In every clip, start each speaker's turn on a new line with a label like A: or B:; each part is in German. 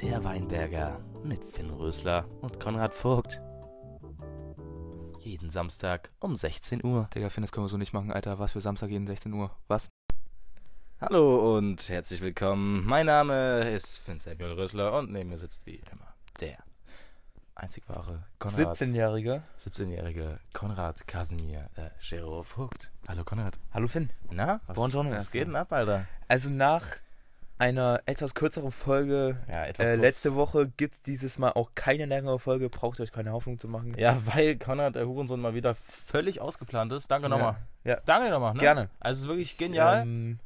A: Der Weinberger mit Finn Rösler und Konrad Vogt. Jeden Samstag um 16 Uhr.
B: Digga, Finn, das können wir so nicht machen, Alter. Was für Samstag jeden 16 Uhr? Was?
A: Hallo und herzlich willkommen. Mein Name ist Finn Samuel Rösler und neben mir sitzt wie immer der einzig wahre Konrad.
C: 17-Jähriger.
A: 17-jährige Konrad Kasimir äh, Gero Vogt. Hallo Konrad.
C: Hallo Finn.
A: Na, was,
C: Buongiorno
A: was
C: erstmal.
A: geht denn ab, Alter?
C: Also nach einer etwas kürzeren Folge
A: Ja, etwas
C: äh,
A: kurz.
C: letzte Woche gibt es dieses Mal auch keine längere Folge. Braucht ihr euch keine Hoffnung zu machen.
A: Ja, weil Konrad der Hurensohn mal wieder völlig ausgeplant ist. Danke nochmal.
C: Ja. ja.
A: Danke nochmal. Ne?
C: Gerne.
A: Also es ist wirklich genial.
C: Ähm,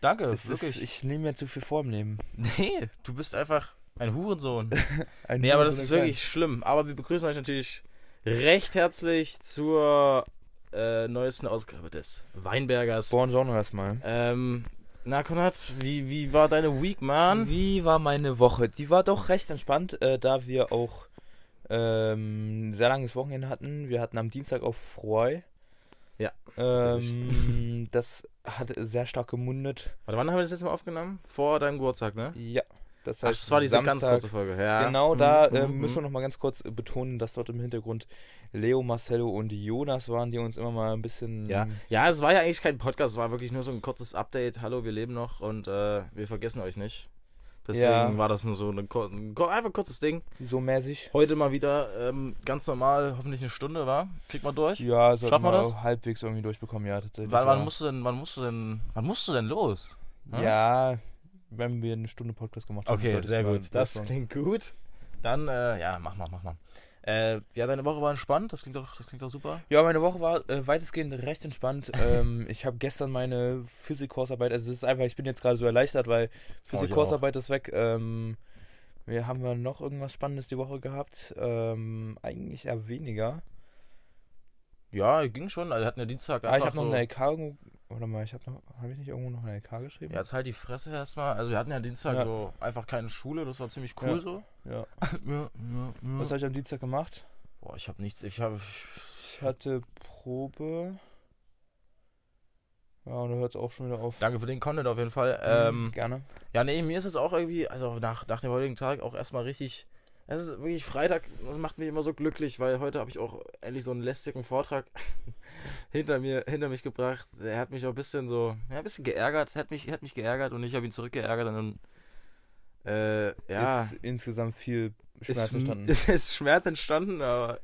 A: Danke,
C: es
A: wirklich.
C: ist, ich nehme mir zu viel vor im Leben.
A: nee, du bist einfach ein Hurensohn.
C: Ein
A: nee, aber
C: Hurensohn
A: das ist
C: erklären.
A: wirklich schlimm. Aber wir begrüßen euch natürlich recht herzlich zur äh, neuesten Ausgabe des Weinbergers.
C: Buongiorno erstmal.
A: Ähm, na, Konrad, wie, wie war deine Week, Mann?
C: Wie war meine Woche? Die war doch recht entspannt, äh, da wir auch ähm, ein sehr langes Wochenende hatten. Wir hatten am Dienstag auch Freu.
A: Ja,
C: Ähm, das hat sehr stark gemundet.
A: Warte, wann haben wir das letzte Mal aufgenommen? Vor deinem Geburtstag, ne?
C: Ja, das
A: Ach,
C: heißt,
A: das war diese
C: Samstag,
A: ganz kurze Folge. Ja.
C: Genau, da
A: Mhm,
C: äh,
A: mhm,
C: müssen wir
A: mhm.
C: nochmal ganz kurz äh, betonen, dass dort im Hintergrund Leo, Marcello und Jonas waren, die uns immer mal ein bisschen.
A: Ja. ja, es war ja eigentlich kein Podcast, es war wirklich nur so ein kurzes Update. Hallo, wir leben noch und äh, wir vergessen euch nicht. Deswegen
C: Ja.
A: war das nur so eine, kur- ein kur- einfach kurzes Ding.
C: So mäßig.
A: Heute mal wieder ähm, ganz normal, hoffentlich eine Stunde, war? Kriegt man durch?
C: Ja, sollten
A: Schaffen wir
C: wir
A: das?
C: halbwegs irgendwie durchbekommen, ja, tatsächlich.
A: wann, wann
C: ja.
A: musst du denn, wann musst du denn, wann musst du denn los? Hm?
C: Ja, wenn wir eine Stunde Podcast gemacht haben.
A: Okay,
C: solltest
A: sehr
C: du mal
A: gut. Das
C: durchfahren.
A: klingt gut. Dann, äh, ja, mach mal, mach mal. Äh, ja, deine Woche war entspannt, das klingt doch, das klingt doch super.
C: Ja, meine Woche war äh, weitestgehend recht entspannt. ähm, ich habe gestern meine Physik-Kursarbeit, also es ist einfach, ich bin jetzt gerade so erleichtert, weil Physik-Kursarbeit ist weg. Ähm, wir haben wir noch irgendwas Spannendes die Woche gehabt? Ähm, eigentlich eher weniger.
A: Ja, ging schon. Also, wir hatten ja Dienstag einfach
C: Ah, ich habe
A: so.
C: noch eine LK. irgendwo- Warte mal, ich habe noch, habe ich nicht irgendwo noch eine LK geschrieben?
A: Ja, jetzt halt die Fresse erstmal. Also wir hatten ja Dienstag
C: Ja.
A: so einfach keine Schule, das war ziemlich cool
C: Ja.
A: so.
C: Ja.
A: Ja, ja, ja.
C: Was habe ich am Dienstag gemacht?
A: Boah, ich habe nichts, ich habe
C: Ich hatte Probe. Ja, und da hört es auch schon wieder auf.
A: Danke für den Content auf jeden Fall. Ähm,
C: Gerne.
A: ja, nee, mir ist jetzt auch irgendwie, also nach, nach dem heutigen Tag auch erstmal richtig. Es ist wirklich Freitag, das macht mich immer so glücklich, weil heute habe ich auch endlich so einen lästigen Vortrag hinter mir, hinter mich gebracht. Er hat mich auch ein bisschen so, ja, ein bisschen geärgert, hat mich, hat mich geärgert und ich habe ihn zurückgeärgert und dann, äh, ja.
C: Ist insgesamt viel Schmerz
A: ist,
C: entstanden.
A: Ist, ist Schmerz entstanden, aber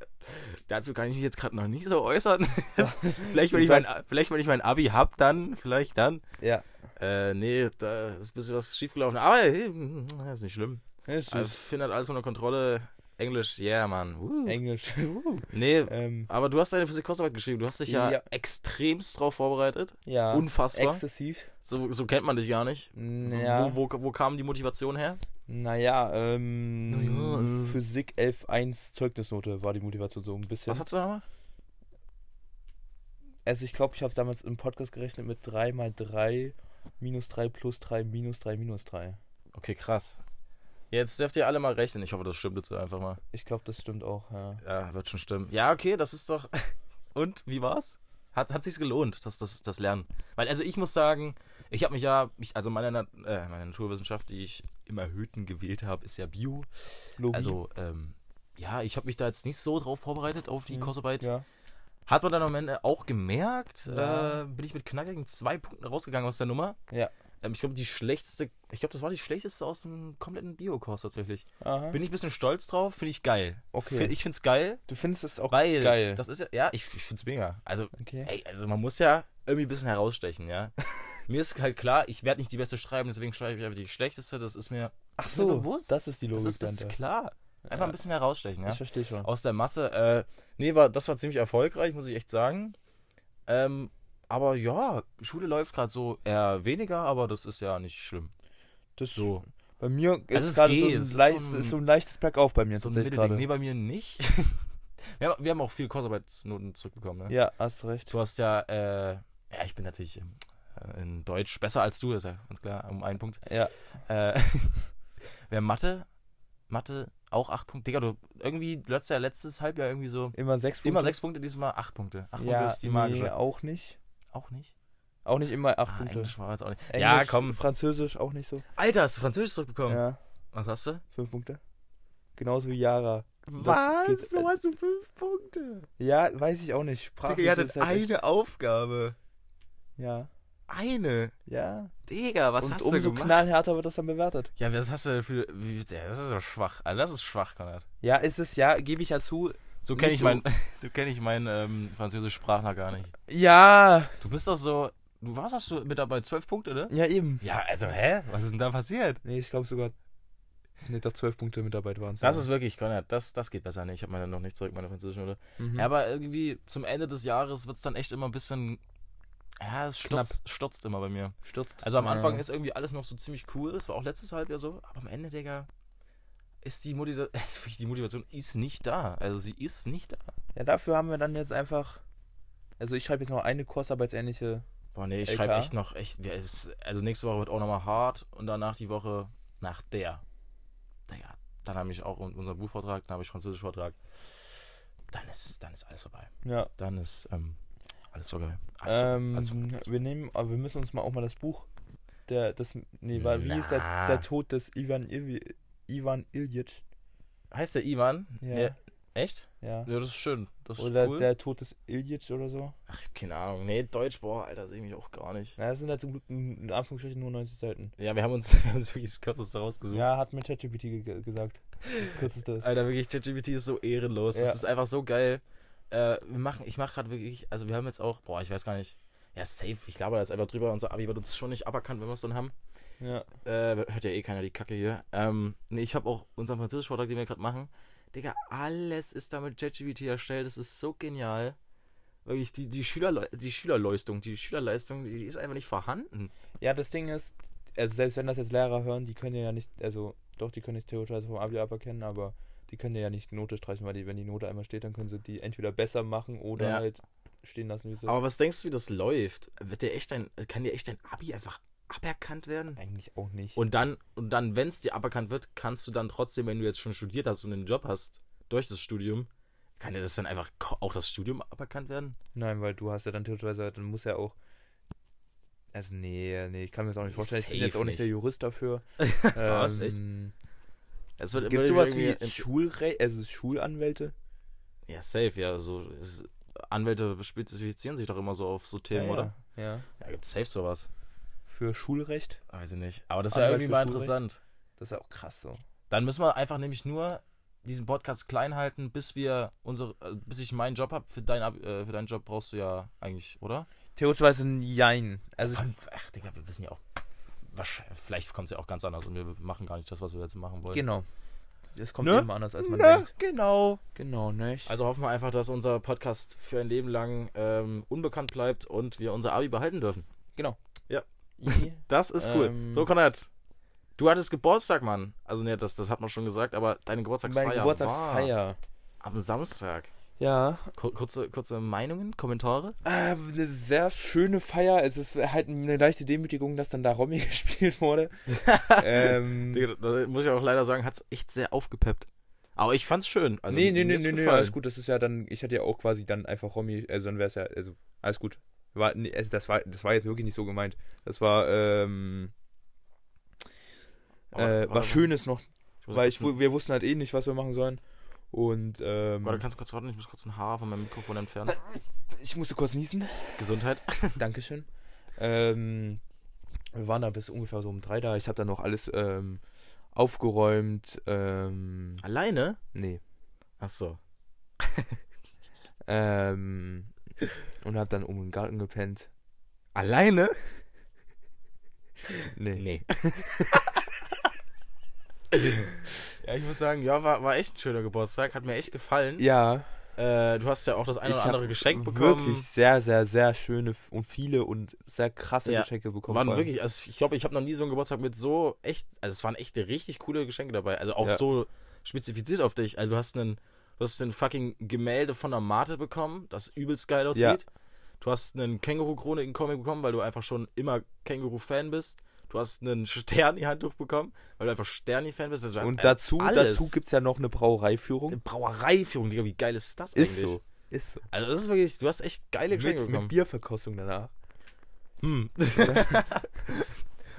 A: dazu kann ich mich jetzt gerade noch nicht so äußern. vielleicht, wenn ich mein, vielleicht, wenn ich mein Abi hab, dann, vielleicht dann.
C: ja.
A: Äh, nee, da ist ein bisschen was schiefgelaufen. Aber hey, hm, ist nicht schlimm.
C: Ist
A: Also,
C: süß.
A: Finn hat alles unter Kontrolle. Englisch, yeah, man.
C: uh.
A: Woo.
C: Englisch.
A: Nee,
C: ähm,
A: aber du hast deine Physikkursarbeit geschrieben. Du hast dich Äh. ja,
C: Ja.
A: extremst drauf vorbereitet.
C: ja.
A: Unfassbar.
C: Exzessiv.
A: So, so kennt man dich gar nicht.
C: Ja.
A: Wo, wo, wo kam die Motivation her?
C: Naja, ähm,
A: Naja, äh.
C: Physik 11.1 Zeugnisnote war die Motivation so ein bisschen.
A: Was hast du da mal?
C: Also ich glaube, ich habe damals im Podcast gerechnet mit 3 mal 3 minus 3 plus 3 minus 3 minus 3.
A: Okay, krass. Jetzt dürft ihr alle mal rechnen. Ich hoffe, das stimmt jetzt einfach mal.
C: Ich glaube, das stimmt auch, ja.
A: Ja, wird schon stimmen. Ja, okay, das ist doch. Und wie war's? Hat, hat sich's gelohnt, das, das, das Lernen? Weil, also ich muss sagen, ich habe mich ja, ich, also meine, Nat äh, meine Naturwissenschaft, die ich im Erhöhten gewählt habe, ist ja Bio.
C: Logik.
A: Also, ähm, ja, ich habe mich da jetzt nicht so drauf vorbereitet auf die
C: Mhm,
A: Kursarbeit.
C: ja.
A: Hat man dann am Ende auch gemerkt,
C: Ja.
A: äh, bin ich mit knackigen zwei Punkten rausgegangen aus der Nummer.
C: Ja.
A: Ähm, ich glaube, die schlechteste, ich glaube, das war die schlechteste aus dem kompletten Biokurs tatsächlich.
C: Aha.
A: Bin ich ein bisschen stolz drauf, finde ich geil.
C: Okay.
A: Fi- Ich finde es geil.
C: du findest es auch
A: Weil,
C: geil.
A: das ist ja, ja, ich, ich find's mega. Also,
C: okay.
A: ey, also man muss ja irgendwie ein bisschen herausstechen, ja. mir ist halt klar, ich werde nicht die beste schreiben, deswegen schreibe ich einfach die schlechteste, das ist mir,
C: Ach
A: ist mir
C: das ist die Logik.
A: Das ist, das ist
C: dahinter.
A: klar. Einfach
C: Ja.
A: ein bisschen herausstechen, ja.
C: Ich verstehe schon.
A: Aus der Masse, äh, nee, war, das war ziemlich erfolgreich, muss ich echt sagen. Ähm, aber ja, Schule läuft gerade so eher weniger, aber das ist ja nicht schlimm.
C: Das
A: So,
C: Bei mir
A: Also es
C: ist gerade
A: geht,
C: so,
A: es
C: ein
A: ist
C: leicht-
A: so ein-
C: ist so ein leichtes Bergauf bei mir
A: so ein
C: tatsächlich
A: Mittelding. Nee,
C: gerade.
A: bei mir nicht. wir, haben, wir haben auch viel Kursarbeitsnoten zurückbekommen, ne?
C: Ja, hast recht.
A: Du hast ja, äh, ja, ich bin natürlich ähm, äh, in Deutsch besser als du, ist ja ganz klar, um einen Punkt.
C: Ja.
A: Äh, wir haben Mathe, Mathe auch acht Punkte. Digga, du irgendwie, du hattest ja letztes Halbjahr irgendwie so
C: Immer sechs
A: immer
C: Punkte.
A: sechs Punkte, diesmal acht Punkte. Acht
C: ja,
A: Punkte ist die
C: Nee,
A: magische.
C: auch nicht.
A: Auch nicht?
C: Auch nicht immer acht
A: Ah,
C: Punkte.
A: Englisch war jetzt auch nicht. ja,
C: Englisch,
A: komm.
C: Französisch auch nicht so.
A: Alter, hast du Französisch zurückbekommen?
C: Ja,
A: Was hast du?
C: fünf Punkte. Genauso wie Yara. Das geht-
A: hast du fünf Punkte.
C: Ja, weiß ich halt auch nicht. Sprache
A: Digga, ihr hattet eine Aufgabe.
C: Ja,
A: Eine.
C: ja.
A: Digga, was
C: Und
A: hast
C: umso
A: du gemacht?
C: knallhärter wird das dann bewertet.
A: Ja, was hast du denn für. Wie, ja, das ist so schwach. Also das ist schwach, Konrad.
C: Ja, ist es ja, gebe ich ja zu.
A: So kenne ich
C: Nicht so.
A: mein, so kenn ich mein ähm, französisch Sprachler gar nicht.
C: Ja,
A: Du bist doch so. Du warst hast du mit dabei zwölf Punkte, ne?
C: ja eben.
A: Ja, also hä? Was ist denn da passiert?
C: Nee, ich glaube sogar. Nee, doch zwölf Punkte Mitarbeit waren es.
A: Das ist wirklich, Konrad, das, das geht besser. Nee, ich habe meine noch nicht zurück, meine französische Note.
C: Mhm.
A: Ja, aber irgendwie zum Ende des Jahres wird es dann echt immer ein bisschen. Ja, es stürzt, stürzt immer bei mir.
C: stürzt.
A: Also am Anfang
C: Ja.
A: ist irgendwie alles noch so ziemlich cool. Es war auch letztes Halbjahr so. Aber am Ende, Digga, ist die Motivation, ist wirklich- die Motivation ist nicht da. Also sie ist nicht da.
C: Ja, dafür haben wir dann jetzt einfach. Also ich schreibe jetzt noch eine Kursarbeitsähnliche.
A: Boah, nee, ich
C: LK?
A: schreibe echt noch, echt, wir- es- also nächste Woche wird auch nochmal hart und danach die Woche nach der. Digga, dann habe ich auch un- unseren Buchvortrag, dann habe ich Französischvortrag. Dann ist, dann ist alles vorbei.
C: Ja.
A: Dann ist ähm, alles so geil. Alles so-
C: Ähm,
A: alles so- alles so-
C: wir nehmen, aber wir müssen uns mal auch mal das Buch. Der, das, nee, war, wie ist der,
A: Na.
C: der Tod des Ivan, Ilvi, Ivan Ilyich?
A: Heißt der Ivan?
C: Ja.
A: Nee, echt?
C: Ja.
A: Ja, das ist schön. Das ist
C: Oder
A: cool.
C: der Tod des Ilyich oder so.
A: Ach, keine Ahnung. Nee, Deutsch, boah, Alter, sehe ich mich auch gar nicht.
C: Ja, das sind ja zum Glück in in Anführungsstrichen nur 90 Seiten.
A: Ja, wir haben uns, wir haben uns wirklich das Kürzeste rausgesucht.
C: Ja, hat mir ChatGPT ge gesagt. Das kürzeste ist.
A: Alter, wirklich, ChatGPT ist so ehrenlos.
C: Ja.
A: Das ist einfach so geil. Äh, wir machen, ich mache gerade wirklich, also wir haben jetzt auch, boah, ich weiß gar nicht. Ja, safe, ich laber das einfach drüber. Unser Abi wird uns schon nicht aberkannt, wenn wir es dann haben.
C: Ja.
A: Äh, hört ja eh keiner die Kacke hier. Ähm, nee, ich habe auch unseren Französisch-Vortrag, den wir gerade machen. Digga, alles ist da mit ChatGPT erstellt. Das ist so genial. Wirklich, die, die, Schülerle die Schülerleistung, die Schülerleistung, die ist einfach nicht vorhanden.
C: ja, das Ding ist, also selbst wenn das jetzt Lehrer hören, die können dir ja nicht, also doch, die können dich theoretisch vom Abi aberkennen, aber die können dir ja nicht die Note streichen, weil die, wenn die Note einmal steht, dann können sie die entweder besser machen oder
A: Ja.
C: halt stehen lassen, wie sie
A: Aber was denkst du, wie das läuft? Wird dir echt ein, kann dir echt dein Abi einfach aberkannt werden?
C: eigentlich auch nicht.
A: Und dann, und dann wenn es dir aberkannt wird, kannst du dann trotzdem, wenn du jetzt schon studiert hast und einen Job hast, durch das Studium, kann dir das dann einfach ko- auch das Studium aberkannt werden?
C: Nein, weil du hast ja dann theoretischerweise, dann muss ja auch. Also nee, nee, ich kann mir das auch nicht vorstellen. Ich bin
A: Safe
C: jetzt auch nicht der
A: nicht.
C: Jurist dafür. Ähm,
A: Was? Echt? Es wird
C: Gibt
A: immer
C: es sowas
A: irgendwie-
C: wie Schulre also Schulanwälte?
A: Ja, safe, ja. So, es, Anwälte spezifizieren sich doch immer so auf so Themen,
C: ja,
A: oder?
C: Ja. ja.
A: Ja, gibt's safe sowas.
C: Für Schulrecht?
A: Weiß ich nicht. Aber das wäre
C: Anwalt
A: irgendwie
C: für
A: mal
C: Schulrecht?
A: interessant.
C: Das ist ja auch krass so.
A: Dann müssen wir einfach nämlich nur diesen Podcast klein halten, bis wir unsere, äh, bis ich meinen Job habe. Für, dein, Ab- äh, für deinen Job brauchst du ja eigentlich, oder?
C: Theoretischweise ein Jein. Also ich,
A: Von- Ach, Digga, wir wissen ja auch. wahrscheinlich- Vielleicht kommt es ja auch ganz anders und wir machen gar nicht das, was wir jetzt machen wollen.
C: genau. Das kommt
A: Ne?
C: immer anders, als man denkt.
A: genau.
C: Genau, nicht?
A: Also hoffen wir einfach, dass unser Podcast für ein Leben lang ähm, unbekannt bleibt und wir unser Abi behalten dürfen. Das ist cool.
C: Ähm.
A: so, Konrad. Du hattest Geburtstag, Mann. Also, ne, das, das hat man schon gesagt, aber deine Geburtstagsfeier.
C: Meine
A: War
C: Geburtstagsfeier.
A: am Samstag.
C: Ja.
A: Kur kurze, kurze Meinungen, Kommentare?
C: Ähm, eine sehr schöne Feier. Es ist halt eine leichte Demütigung, dass dann da Romy gespielt wurde. ähm,
A: Digga, da muss ich auch leider sagen, hat's echt sehr aufgepeppt. Aber ich fand's schön. Also,
C: nee, nee,
A: mir
C: nee,
A: hat's
C: nee, nee,
A: gefallen.
C: alles gut. Das ist ja dann, ich hatte ja auch quasi dann einfach Romy, also dann wäre es ja, also alles gut. War, nee, also das war, das war jetzt wirklich nicht so gemeint. Das war, ähm,
A: Aber-
C: äh,
A: warte mal.
C: was Schönes noch,
A: Ich muss
C: weil
A: kurz
C: ich,
A: ein-
C: wu- wir wussten halt eh nicht, was wir machen sollen. Und,
A: Warte,
C: ähm,
A: kannst du kurz warten? Ich muss kurz ein Haar von meinem Mikrofon entfernen.
C: ich musste kurz niesen.
A: Gesundheit.
C: Dankeschön. Ähm, wir waren da bis ungefähr so um drei da. Ich habe dann noch alles, ähm, aufgeräumt, ähm,
A: Alleine?
C: nee.
A: Ach so.
C: Ähm, und hab dann um den Garten gepennt.
A: Alleine?
C: Nee.
A: Nee. ja, ich muss sagen, ja, war, war echt ein schöner Geburtstag. Hat mir echt gefallen.
C: Ja,
A: Äh, du hast ja auch das eine oder
C: hab
A: andere Geschenk bekommen.
C: Wirklich sehr, sehr, sehr schöne f- und viele und sehr krasse
A: Ja,
C: Geschenke bekommen.
A: Waren
C: vor allem.
A: wirklich, also ich glaube, ich habe noch nie so einen Geburtstag mit so echt, also es waren echt richtig coole Geschenke dabei. Also auch
C: Ja.
A: so spezifiziert auf dich. Also du hast einen, du hast ein fucking Gemälde von der Mate bekommen, das übelst geil aussieht.
C: Ja.
A: Du hast einen Känguru-Krone in Comic bekommen, weil du einfach schon immer Känguru-Fan bist. Du hast einen Sterni-Handtuch bekommen, weil du einfach Sterni-Fan bist. Also du hast
C: Und
A: einfach
C: dazu,
A: alles.
C: dazu gibt es ja noch eine Brauereiführung.
A: eine Brauereiführung, Digga, wie geil ist das
C: Ist
A: eigentlich?
C: so. Ist so.
A: Also das ist wirklich, du hast echt geile Geschenke
C: Mit, mit
A: bekommen.
C: Bierverkostung danach.
A: Hm.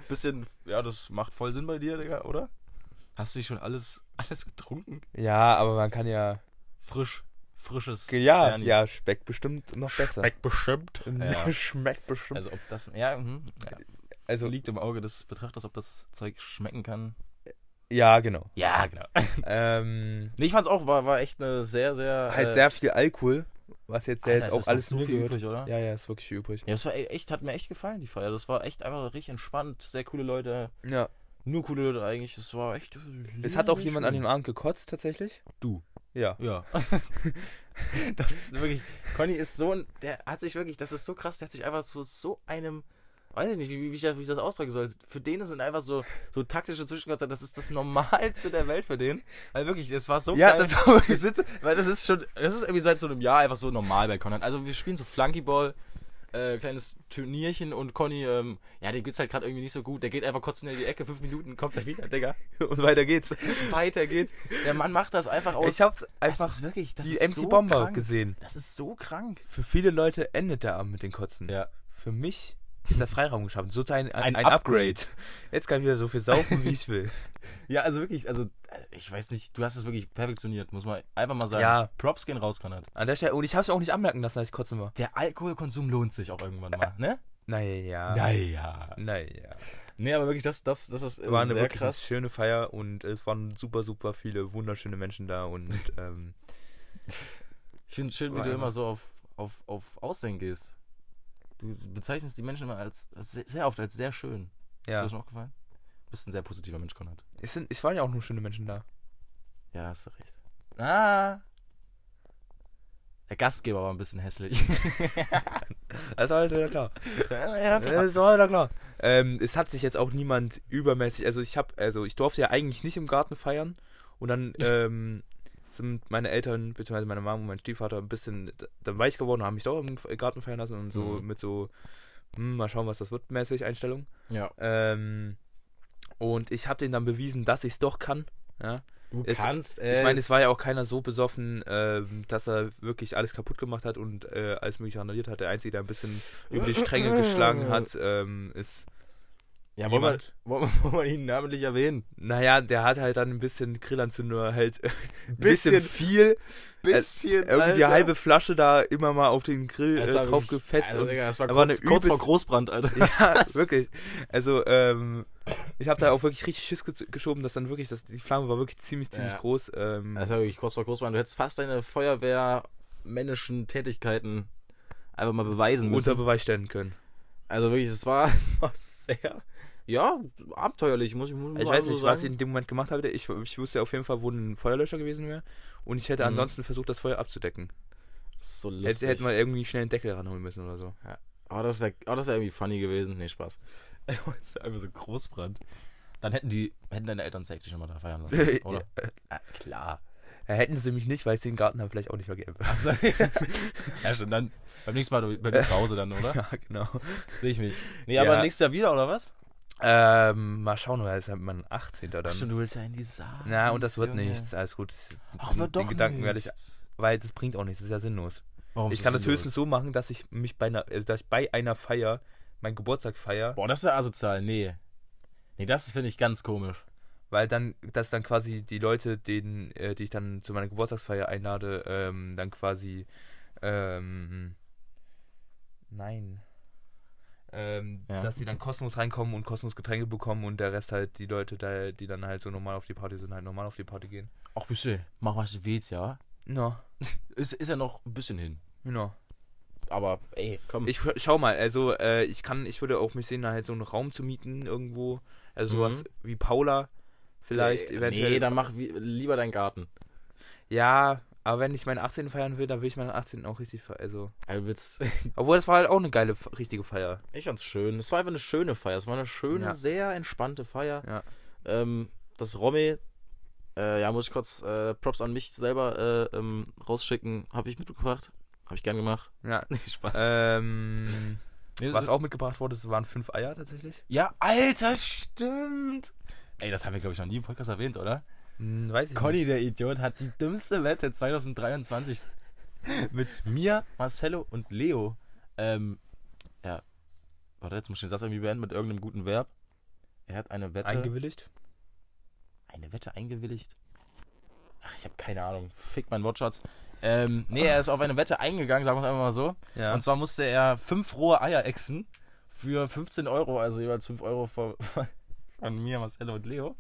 A: Bisschen, ja, das macht voll Sinn bei dir, Digga, oder? Hast du dich schon alles, alles getrunken?
C: Ja, aber man kann ja.
A: Frisch. Frisches.
C: Ja,
A: Ferni.
C: ja, Speck bestimmt noch besser.
A: bestimmt. Ja.
C: Schmeckt bestimmt.
A: Also ob das, ja, mhm. ja,
C: Also,
A: liegt im Auge des Betrachters, ob das Zeug schmecken kann.
C: ja, genau.
A: Ja, genau.
C: Ähm,
A: Nee, ich fand's auch, war, war echt eine sehr, sehr... äh,
C: halt sehr viel Alkohol, was jetzt, ja
A: Alter,
C: jetzt
A: es
C: auch
A: ist
C: alles
A: noch so
C: nur
A: viel
C: gehört.
A: übrig, oder?
C: Ja, ja, ist wirklich viel übrig.
A: Ja, das war e- echt, hat mir echt gefallen, die Feier. Das war echt einfach richtig entspannt, sehr coole Leute,
C: Ja.
A: nur coole Leute eigentlich. Das war echt.
C: Es hat auch jemand an dem Abend gekotzt, tatsächlich.
A: Du.
C: Ja.
A: Ja. das ist wirklich. Conny ist so ein. Der hat sich wirklich, das ist so krass, der hat sich einfach so, so einem. Weiß ich nicht, wie, wie, ich, das- wie ich das ausdrücken soll. Für den sind einfach so, so taktische Zwischenkonzerte, das ist das Normalste der Welt für den. Weil wirklich, das war so
C: Ja,
A: geil.
C: das war
A: Wir sitzen, weil das ist schon, das ist irgendwie seit so einem Jahr einfach so normal bei Conan. Also wir spielen so Flunkyball, äh, kleines Turnierchen und Conny, ähm, ja, dem geht's halt gerade irgendwie nicht so gut. Der geht einfach kurz in die Ecke, fünf Minuten, kommt er wieder, Digga.
C: Und weiter geht's.
A: Weiter geht's. Der Mann macht das einfach aus.
C: Ich hab's
A: einfach
C: einfach
A: das ist wirklich, das
C: die
A: ist
C: MC
A: so
C: Bomber
A: krank.
C: gesehen.
A: Das ist so krank.
C: Für viele Leute endet der Abend mit den Kotzen.
A: Ja.
C: Für mich ist der Freiraum geschaffen. Sozusagen ein, ein, Upgrade. Jetzt kann ich wieder so viel saufen, wie ich will.
A: Ja, also wirklich, also äh, ich weiß nicht, du hast es wirklich perfektioniert, muss man einfach mal sagen.
C: Ja.
A: Props gehen raus, Conrad.
C: An der Stelle, und ich hab's auch nicht anmerken lassen, als ich kotzen war.
A: Der Alkoholkonsum lohnt sich auch irgendwann mal, ne?
C: Naja.
A: Naja.
C: Naja.
A: Nee, aber wirklich, das, das, das ist äh,
C: War eine
A: sehr
C: wirklich
A: krass.
C: schöne Feier und es waren super, super viele wunderschöne Menschen da und ähm,
A: Ich finde schön, wie
C: War
A: du
C: einmal.
A: immer so auf, auf, auf Aussehen gehst. Du bezeichnest die Menschen immer als, als sehr, sehr oft als sehr schön. Ist dir
C: ja.
A: das schon aufgefallen? Du bist ein sehr positiver Mensch, Konrad.
C: Es, sind, es waren ja auch nur schöne Menschen da.
A: Ja, hast du recht. Ah! Der Gastgeber war ein bisschen hässlich.
C: Das war ja Also, klar.
A: ja,
C: Das war ja klar. Ähm, es hat sich jetzt auch niemand übermäßig, also ich habe, also ich durfte ja eigentlich nicht im Garten feiern und dann ähm, sind meine Eltern beziehungsweise meine Mama und mein Stiefvater ein bisschen dann weich geworden, und haben mich doch im Garten feiern lassen und so
A: Mhm.
C: mit so hm, mal schauen, was das wird mäßig Einstellung.
A: ja.
C: Ähm, und ich habe denen dann bewiesen, dass ich es doch kann. Ja.
A: Du
C: Es-
A: kannst es.
C: Ich meine, es war ja auch keiner so besoffen, ähm, dass er wirklich alles kaputt gemacht hat und äh, alles mögliche annulliert hat. Der Einzige, der ein bisschen über die Stränge geschlagen hat, ähm, ist.
A: Ja, wollen wir,
C: jemand-
A: wollen, wir, wollen wir ihn namentlich erwähnen?
C: Naja, der hat halt dann ein bisschen Grillanzünder, halt ein
A: Bisschen. Äh,
C: bisschen viel,
A: Bisschen.
C: irgendwie eine halbe Flasche da immer mal auf den Grill
A: Das
C: äh,
A: war
C: drauf
A: wirklich-
C: gefetzt.
A: Also,
C: und,
A: Digga, das war,
C: da war
A: kurz,
C: eine
A: kurz vor
C: übelst-
A: Großbrand, Alter.
C: ja, wirklich. Also, ähm, ich habe da auch wirklich richtig Schiss ge geschoben, dass dann wirklich, das, die Flamme war wirklich ziemlich, ziemlich
A: Ja. Also,
C: groß. Ähm,
A: Das war wirklich kurz vor Großmann. Du hättest fast deine feuerwehrmännischen Tätigkeiten einfach mal beweisen
C: unter
A: müssen.
C: Beweis stellen können.
A: Also wirklich, es war, war sehr, ja, abenteuerlich, muss ich muss
C: Ich
A: man
C: weiß
A: so
C: nicht,
A: sagen.
C: was ich in dem Moment gemacht habe. Ich, ich wusste auf jeden Fall, wo ein Feuerlöscher gewesen wäre. Und ich hätte
A: Mhm.
C: ansonsten versucht, das Feuer abzudecken.
A: Das ist so
C: Hätte,
A: lustig.
C: hätte man irgendwie schnell einen Deckel ranholen müssen oder so.
A: oh, das wäre oh, das wär irgendwie funny gewesen. Nee, Spaß. das ist einfach so ein Großbrand. Dann hätten die, hätten deine Eltern safety schon mal da feiern lassen, oder? Ah, klar.
C: Ja, Äh, hätten sie mich nicht, weil sie den Garten haben vielleicht auch nicht vergeben.
A: Also, ja, schon dann beim nächsten Mal bei dir zu Hause dann, oder?
C: ja, genau.
A: Sehe ich mich. Nee,
C: Ja.
A: aber nächstes Jahr wieder, oder was?
C: Ähm, mal schauen, weil es ist halt mein 18. dann.
A: du willst ja in die Saar.
C: Na, und das wird nichts. Alles gut.
A: Ach, wird doch
C: Den Gedanken werde ich,
A: nichts.
C: weil das bringt auch nichts. Das ist ja sinnlos.
A: Warum ist
C: ich kann das
A: sinnlos?
C: höchstens so machen, dass ich mich bei einer, also dass ich bei einer Feier, meinen Geburtstag feier,
A: Boah, das wäre asozial. Nee. Nee, das finde ich ganz komisch.
C: Weil dann, dass dann quasi die Leute, denen, äh, die ich dann zu meiner Geburtstagsfeier einlade, ähm, dann quasi, ähm, nein. Ähm,
A: Ja.
C: Dass die dann kostenlos reinkommen und kostenlos Getränke bekommen und der Rest halt die Leute, da, die dann halt so normal auf die Party sind, halt normal auf die Party gehen.
A: Ach, wie schön. Mach was du willst, ja.
C: No,
A: Ist, ist ja noch ein bisschen hin.
C: no.
A: Aber, ey, komm.
C: Ich sch- schau mal, also äh, ich kann, ich würde auch mich sehen, dann halt so einen Raum zu mieten irgendwo. Also sowas
A: Mhm.
C: wie Paula vielleicht
A: Äh,
C: eventuell.
A: Nee, dann mach wie, lieber deinen Garten.
C: ja, aber wenn ich meinen 18. feiern will, dann will ich meinen 18. auch richtig, fe- also.
A: Also willst,
C: Obwohl, das war halt auch eine geile, f- richtige Feier.
A: ich fand's schön. Es war einfach eine schöne Feier. Es war eine schöne,
C: Ja.
A: sehr entspannte Feier.
C: Ja.
A: Ähm, das Romy, äh, ja, muss ich kurz äh, Props an mich selber äh, ähm, rausschicken. Habe ich mitgebracht. Habe ich gern gemacht.
C: Ja.
A: Nee, Spaß.
C: Ähm,
A: Nee,
C: was auch mitgebracht wurde, es waren fünf Eier tatsächlich.
A: Ja, Alter, stimmt. Ey, das haben wir, glaube ich, noch nie im Podcast erwähnt, oder?
C: Hm, weiß ich
A: Conny,
C: nicht.
A: der Idiot, hat die dümmste Wette 2023 mit mir, Marcello und Leo ähm, ja, Warte, jetzt muss ich den Satz irgendwie beenden mit irgendeinem guten Verb. Er hat eine Wette.
C: Eingewilligt?
A: eine Wette eingewilligt. Ach, ich habe keine Ahnung. Fick meinen Wortschatz. Ähm, nee, er ist auf eine Wette eingegangen, sagen wir es einfach mal so.
C: Ja.
A: Und zwar musste er fünf rohe Eier exen für 15 Euro, also jeweils 5 Euro von, von mir, Marcello und Leo.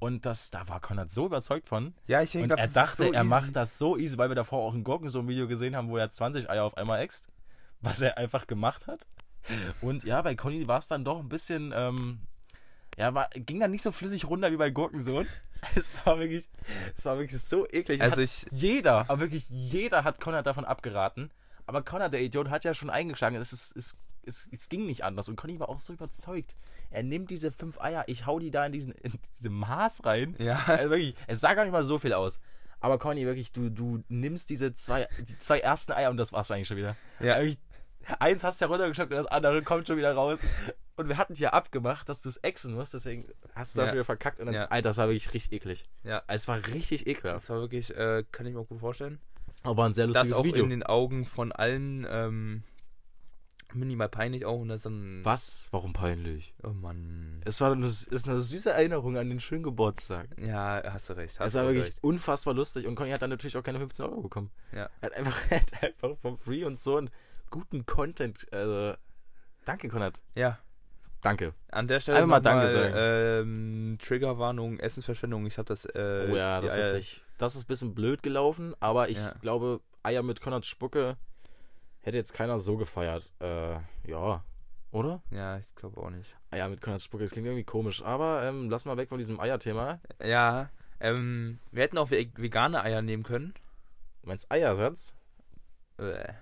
A: Und das, da war Konrad so überzeugt von.
C: ja, ich
A: Und er dachte, er macht das so easy, weil wir davor auch ein Gurkensohn-Video gesehen haben, wo er 20 Eier auf einmal äxt, was er einfach gemacht hat. Und ja, bei Conny war es dann doch ein bisschen, ähm, ja, war, ging dann nicht so flüssig runter wie bei Gurkensohn. Es war wirklich, es war wirklich so eklig.
C: Also
A: hat
C: ich-
A: jeder, aber wirklich jeder hat Conrad davon abgeraten. Aber Conrad, der Idiot, hat ja schon eingeschlagen. Es, ist, es, es, es ging nicht anders. Und Conny war auch so überzeugt. Er nimmt diese fünf Eier, ich hau die da in, diesen, in diese Maß rein.
C: Ja.
A: Also wirklich, es sah gar nicht mal so viel aus. Aber Conny, wirklich, du, du nimmst diese zwei, die zwei ersten Eier und das war's eigentlich schon wieder.
C: Ja.
A: Wirklich, eins hast du ja runtergeschluckt und das andere kommt schon wieder raus. Und wir hatten ja abgemacht, dass du es exen musst, deswegen hast du
C: Ja.
A: dafür wieder verkackt. Und dann,
C: Ja.
A: Alter, das war wirklich richtig eklig.
C: Ja.
A: Es war richtig ekelhaft.
C: Das war wirklich, äh, kann ich mir auch gut vorstellen.
A: Aber ein sehr
C: Das
A: lustiges
C: auch
A: Video.
C: in den Augen von allen ähm, minimal peinlich auch und das dann.
A: Was? Warum peinlich?
C: Oh Mann.
A: Es war eine, es ist eine süße Erinnerung an den schönen Geburtstag.
C: Ja, hast du recht. Hast
A: es war
C: du
A: wirklich
C: recht.
A: unfassbar lustig und Conny hat dann natürlich auch keine 15 Euro bekommen.
C: Ja.
A: Er hat einfach, er hat einfach for free und so einen guten Content. Also, danke, Konrad.
C: Ja.
A: Danke.
C: An der Stelle
A: Einfach mal
C: nochmal,
A: Danke sagen.
C: Ähm, Triggerwarnung, Essensverschwendung. Ich habe das. Äh,
A: oh ja,
C: die
A: das,
C: Eier-
A: hat sich, das ist ein bisschen blöd gelaufen, aber ich
C: Ja.
A: glaube, Eier mit Konrads Spucke hätte jetzt keiner so gefeiert. Äh, ja. Oder?
C: Ja, ich glaube auch nicht.
A: Eier mit Konrads Spucke, das klingt irgendwie komisch. Aber ähm, lass mal weg von diesem Eierthema.
C: Ja. Ähm, wir hätten auch ve- vegane Eier nehmen können.
A: Du meinst Eiersatz?
C: Äh,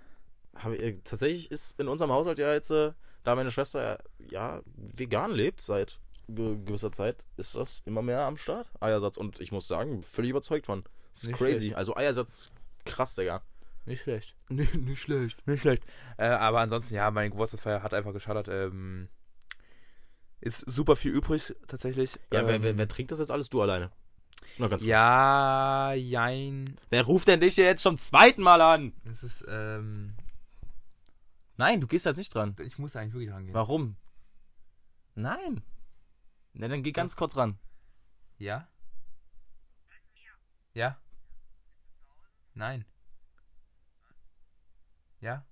A: Habe ich, äh, tatsächlich ist in unserem Haushalt ja jetzt, äh, da meine Schwester äh, ja vegan lebt seit ge gewisser Zeit, ist das immer mehr am Start, Eiersatz. Und ich muss sagen, völlig überzeugt von. Das ist
C: Nicht
A: crazy.
C: schlecht.
A: Also Eiersatz, krass, Digga.
C: nicht schlecht.
A: Nicht, nicht schlecht.
C: Nicht schlecht. Äh, aber ansonsten, ja, meine Geburtstagsfeier hat einfach geschadet. Ähm, ist super viel übrig, tatsächlich.
A: Ja,
C: ähm,
A: wer, wer, wer trinkt das jetzt alles? Du alleine. Na ganz
C: Ja, jein.
A: Wer ruft denn dich hier jetzt zum zweiten Mal an?
C: Es ist, ähm,
A: Nein, du gehst jetzt nicht dran.
C: ich muss eigentlich wirklich rangehen.
A: Warum? Nein. Na, dann geh ganz kurz ran.
C: Ja? Ja? Nein. Ja?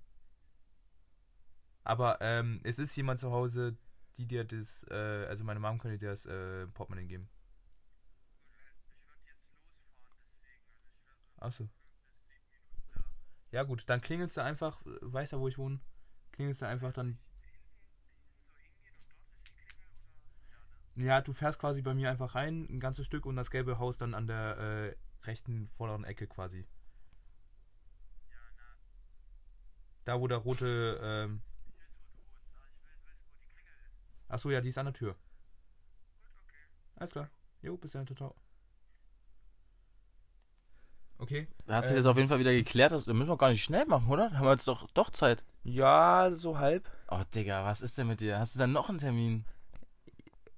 C: Aber, ähm, es ist jemand zu Hause, die dir das, äh, also meine Mom könnte dir das, äh, Portemonnaie geben. Achso. Ja gut, dann klingelst du einfach, äh, weißt du, wo ich wohne? Klingelst du einfach dann... Ja, du fährst quasi bei mir einfach rein, ein ganzes Stück und das gelbe Haus dann an der äh, rechten vorderen Ecke quasi. Da, wo der rote. Ähm Achso, ja, die ist an der Tür. Alles klar. Jo, bis dann, ciao, ciao. Okay.
A: Da hat sich
C: Äh,
A: das auf jeden Fall wieder geklärt. Das müssen wir gar nicht schnell machen, oder? Haben wir jetzt doch, doch Zeit.
C: Ja, so halb.
A: Oh, Digga, was ist denn mit dir? Hast du dann noch einen Termin?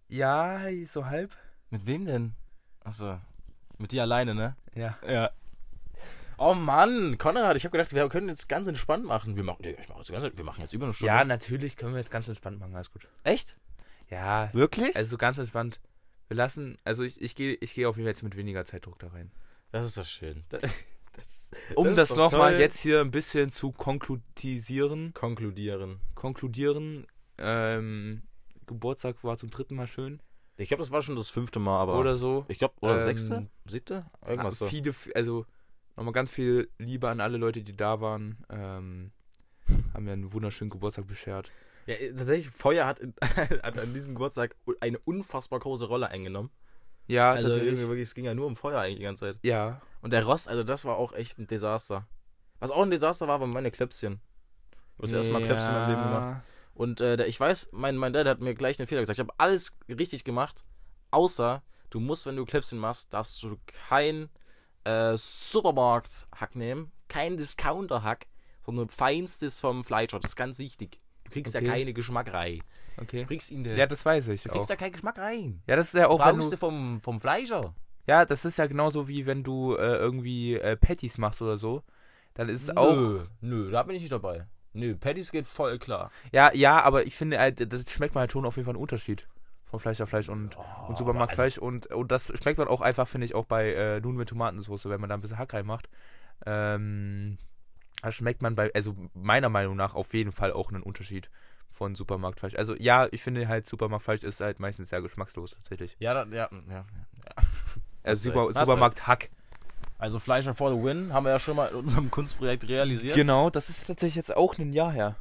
C: Ja, so halb.
A: Mit wem denn? Achso. Mit dir alleine, ne?
C: Ja.
A: Ja. Oh Mann, Konrad, ich habe gedacht, wir können jetzt ganz entspannt machen. Wir machen, Digga, ich mach jetzt ganz, wir machen jetzt über eine Stunde.
C: Ja, natürlich können wir jetzt ganz entspannt machen, alles gut.
A: echt?
C: Ja,
A: Wirklich?
C: Also so ganz entspannt. Wir lassen, also ich, ich gehe ich gehe auf jeden Fall jetzt mit weniger Zeitdruck da rein.
A: das ist doch schön. Das,
C: Um
A: Das
C: das,
A: ist doch
C: nochmal
A: toll.
C: jetzt hier ein bisschen zu konklutisieren,
A: konkludieren.
C: konkludieren, ähm, Geburtstag war zum dritten Mal schön
A: Ich glaube, das war schon das fünfte Mal, aber.
C: oder so.
A: Ich glaube, oder
C: Ähm,
A: sechste? Siebte? Irgendwas so.
C: Viele, also nochmal ganz viel Liebe an alle Leute, die da waren. Ähm, haben mir einen wunderschönen Geburtstag beschert.
A: Ja, äh, tatsächlich, Feuer hat, in, hat an diesem Geburtstag u- eine unfassbar große Rolle eingenommen.
C: Ja,
A: Also, irgendwie
C: tatsächlich.
A: wirklich, es ging ja nur um Feuer eigentlich die ganze Zeit.
C: Ja,
A: Und der Rost, also das war auch echt ein Desaster. Was auch ein Desaster war, waren meine Klöpschen. Ich habe das erste Mal Klöpschen in meinem Leben gemacht. Und äh, der, ich weiß, mein, mein Dad hat mir gleich einen Fehler gesagt. Ich habe alles richtig gemacht, außer du musst, wenn du Klöpschen machst, darfst du kein äh, Supermarkt-Hack nehmen, kein Discounter-Hack, sondern feinstes vom Fleischhot. Das ist ganz wichtig. Du kriegst
C: Okay.
A: ja keine Geschmack rein.
C: Okay.
A: Du kriegst ihn
C: Ja, das weiß ich
A: Du
C: auch.
A: kriegst da keinen Geschmack rein.
C: Ja, das ist ja auch, wenn
A: Brauchst
C: du,
A: du vom, vom Fleischer.
C: Ja, das ist ja genauso wie wenn du äh, irgendwie äh, Patties machst oder so. Dann ist es auch.
A: Nö, nö, da bin ich nicht dabei. Nö, Patties geht voll klar.
C: Ja, ja, aber ich finde, halt, das schmeckt man halt schon auf jeden Fall einen Unterschied. Von Fleisch auf Fleisch und,
A: Oh,
C: und Supermarktfleisch. und, und das schmeckt man auch einfach, finde ich, auch bei äh, Nudeln mit Tomatensoße, wenn man da ein bisschen Hack reinmacht. Ähm, da schmeckt man bei, also meiner Meinung nach, auf jeden Fall auch einen Unterschied von Supermarktfleisch. Also ja, ich finde halt, Supermarktfleisch ist halt meistens sehr geschmackslos tatsächlich.
A: Ja, da, ja, ja.
C: Also
A: recht.
C: Super,
A: Hast recht.
C: Supermarkthack.
A: Also Fleischer for the Win haben wir ja schon mal in unserem Kunstprojekt realisiert.
C: Genau, das ist tatsächlich jetzt auch ein Jahr her.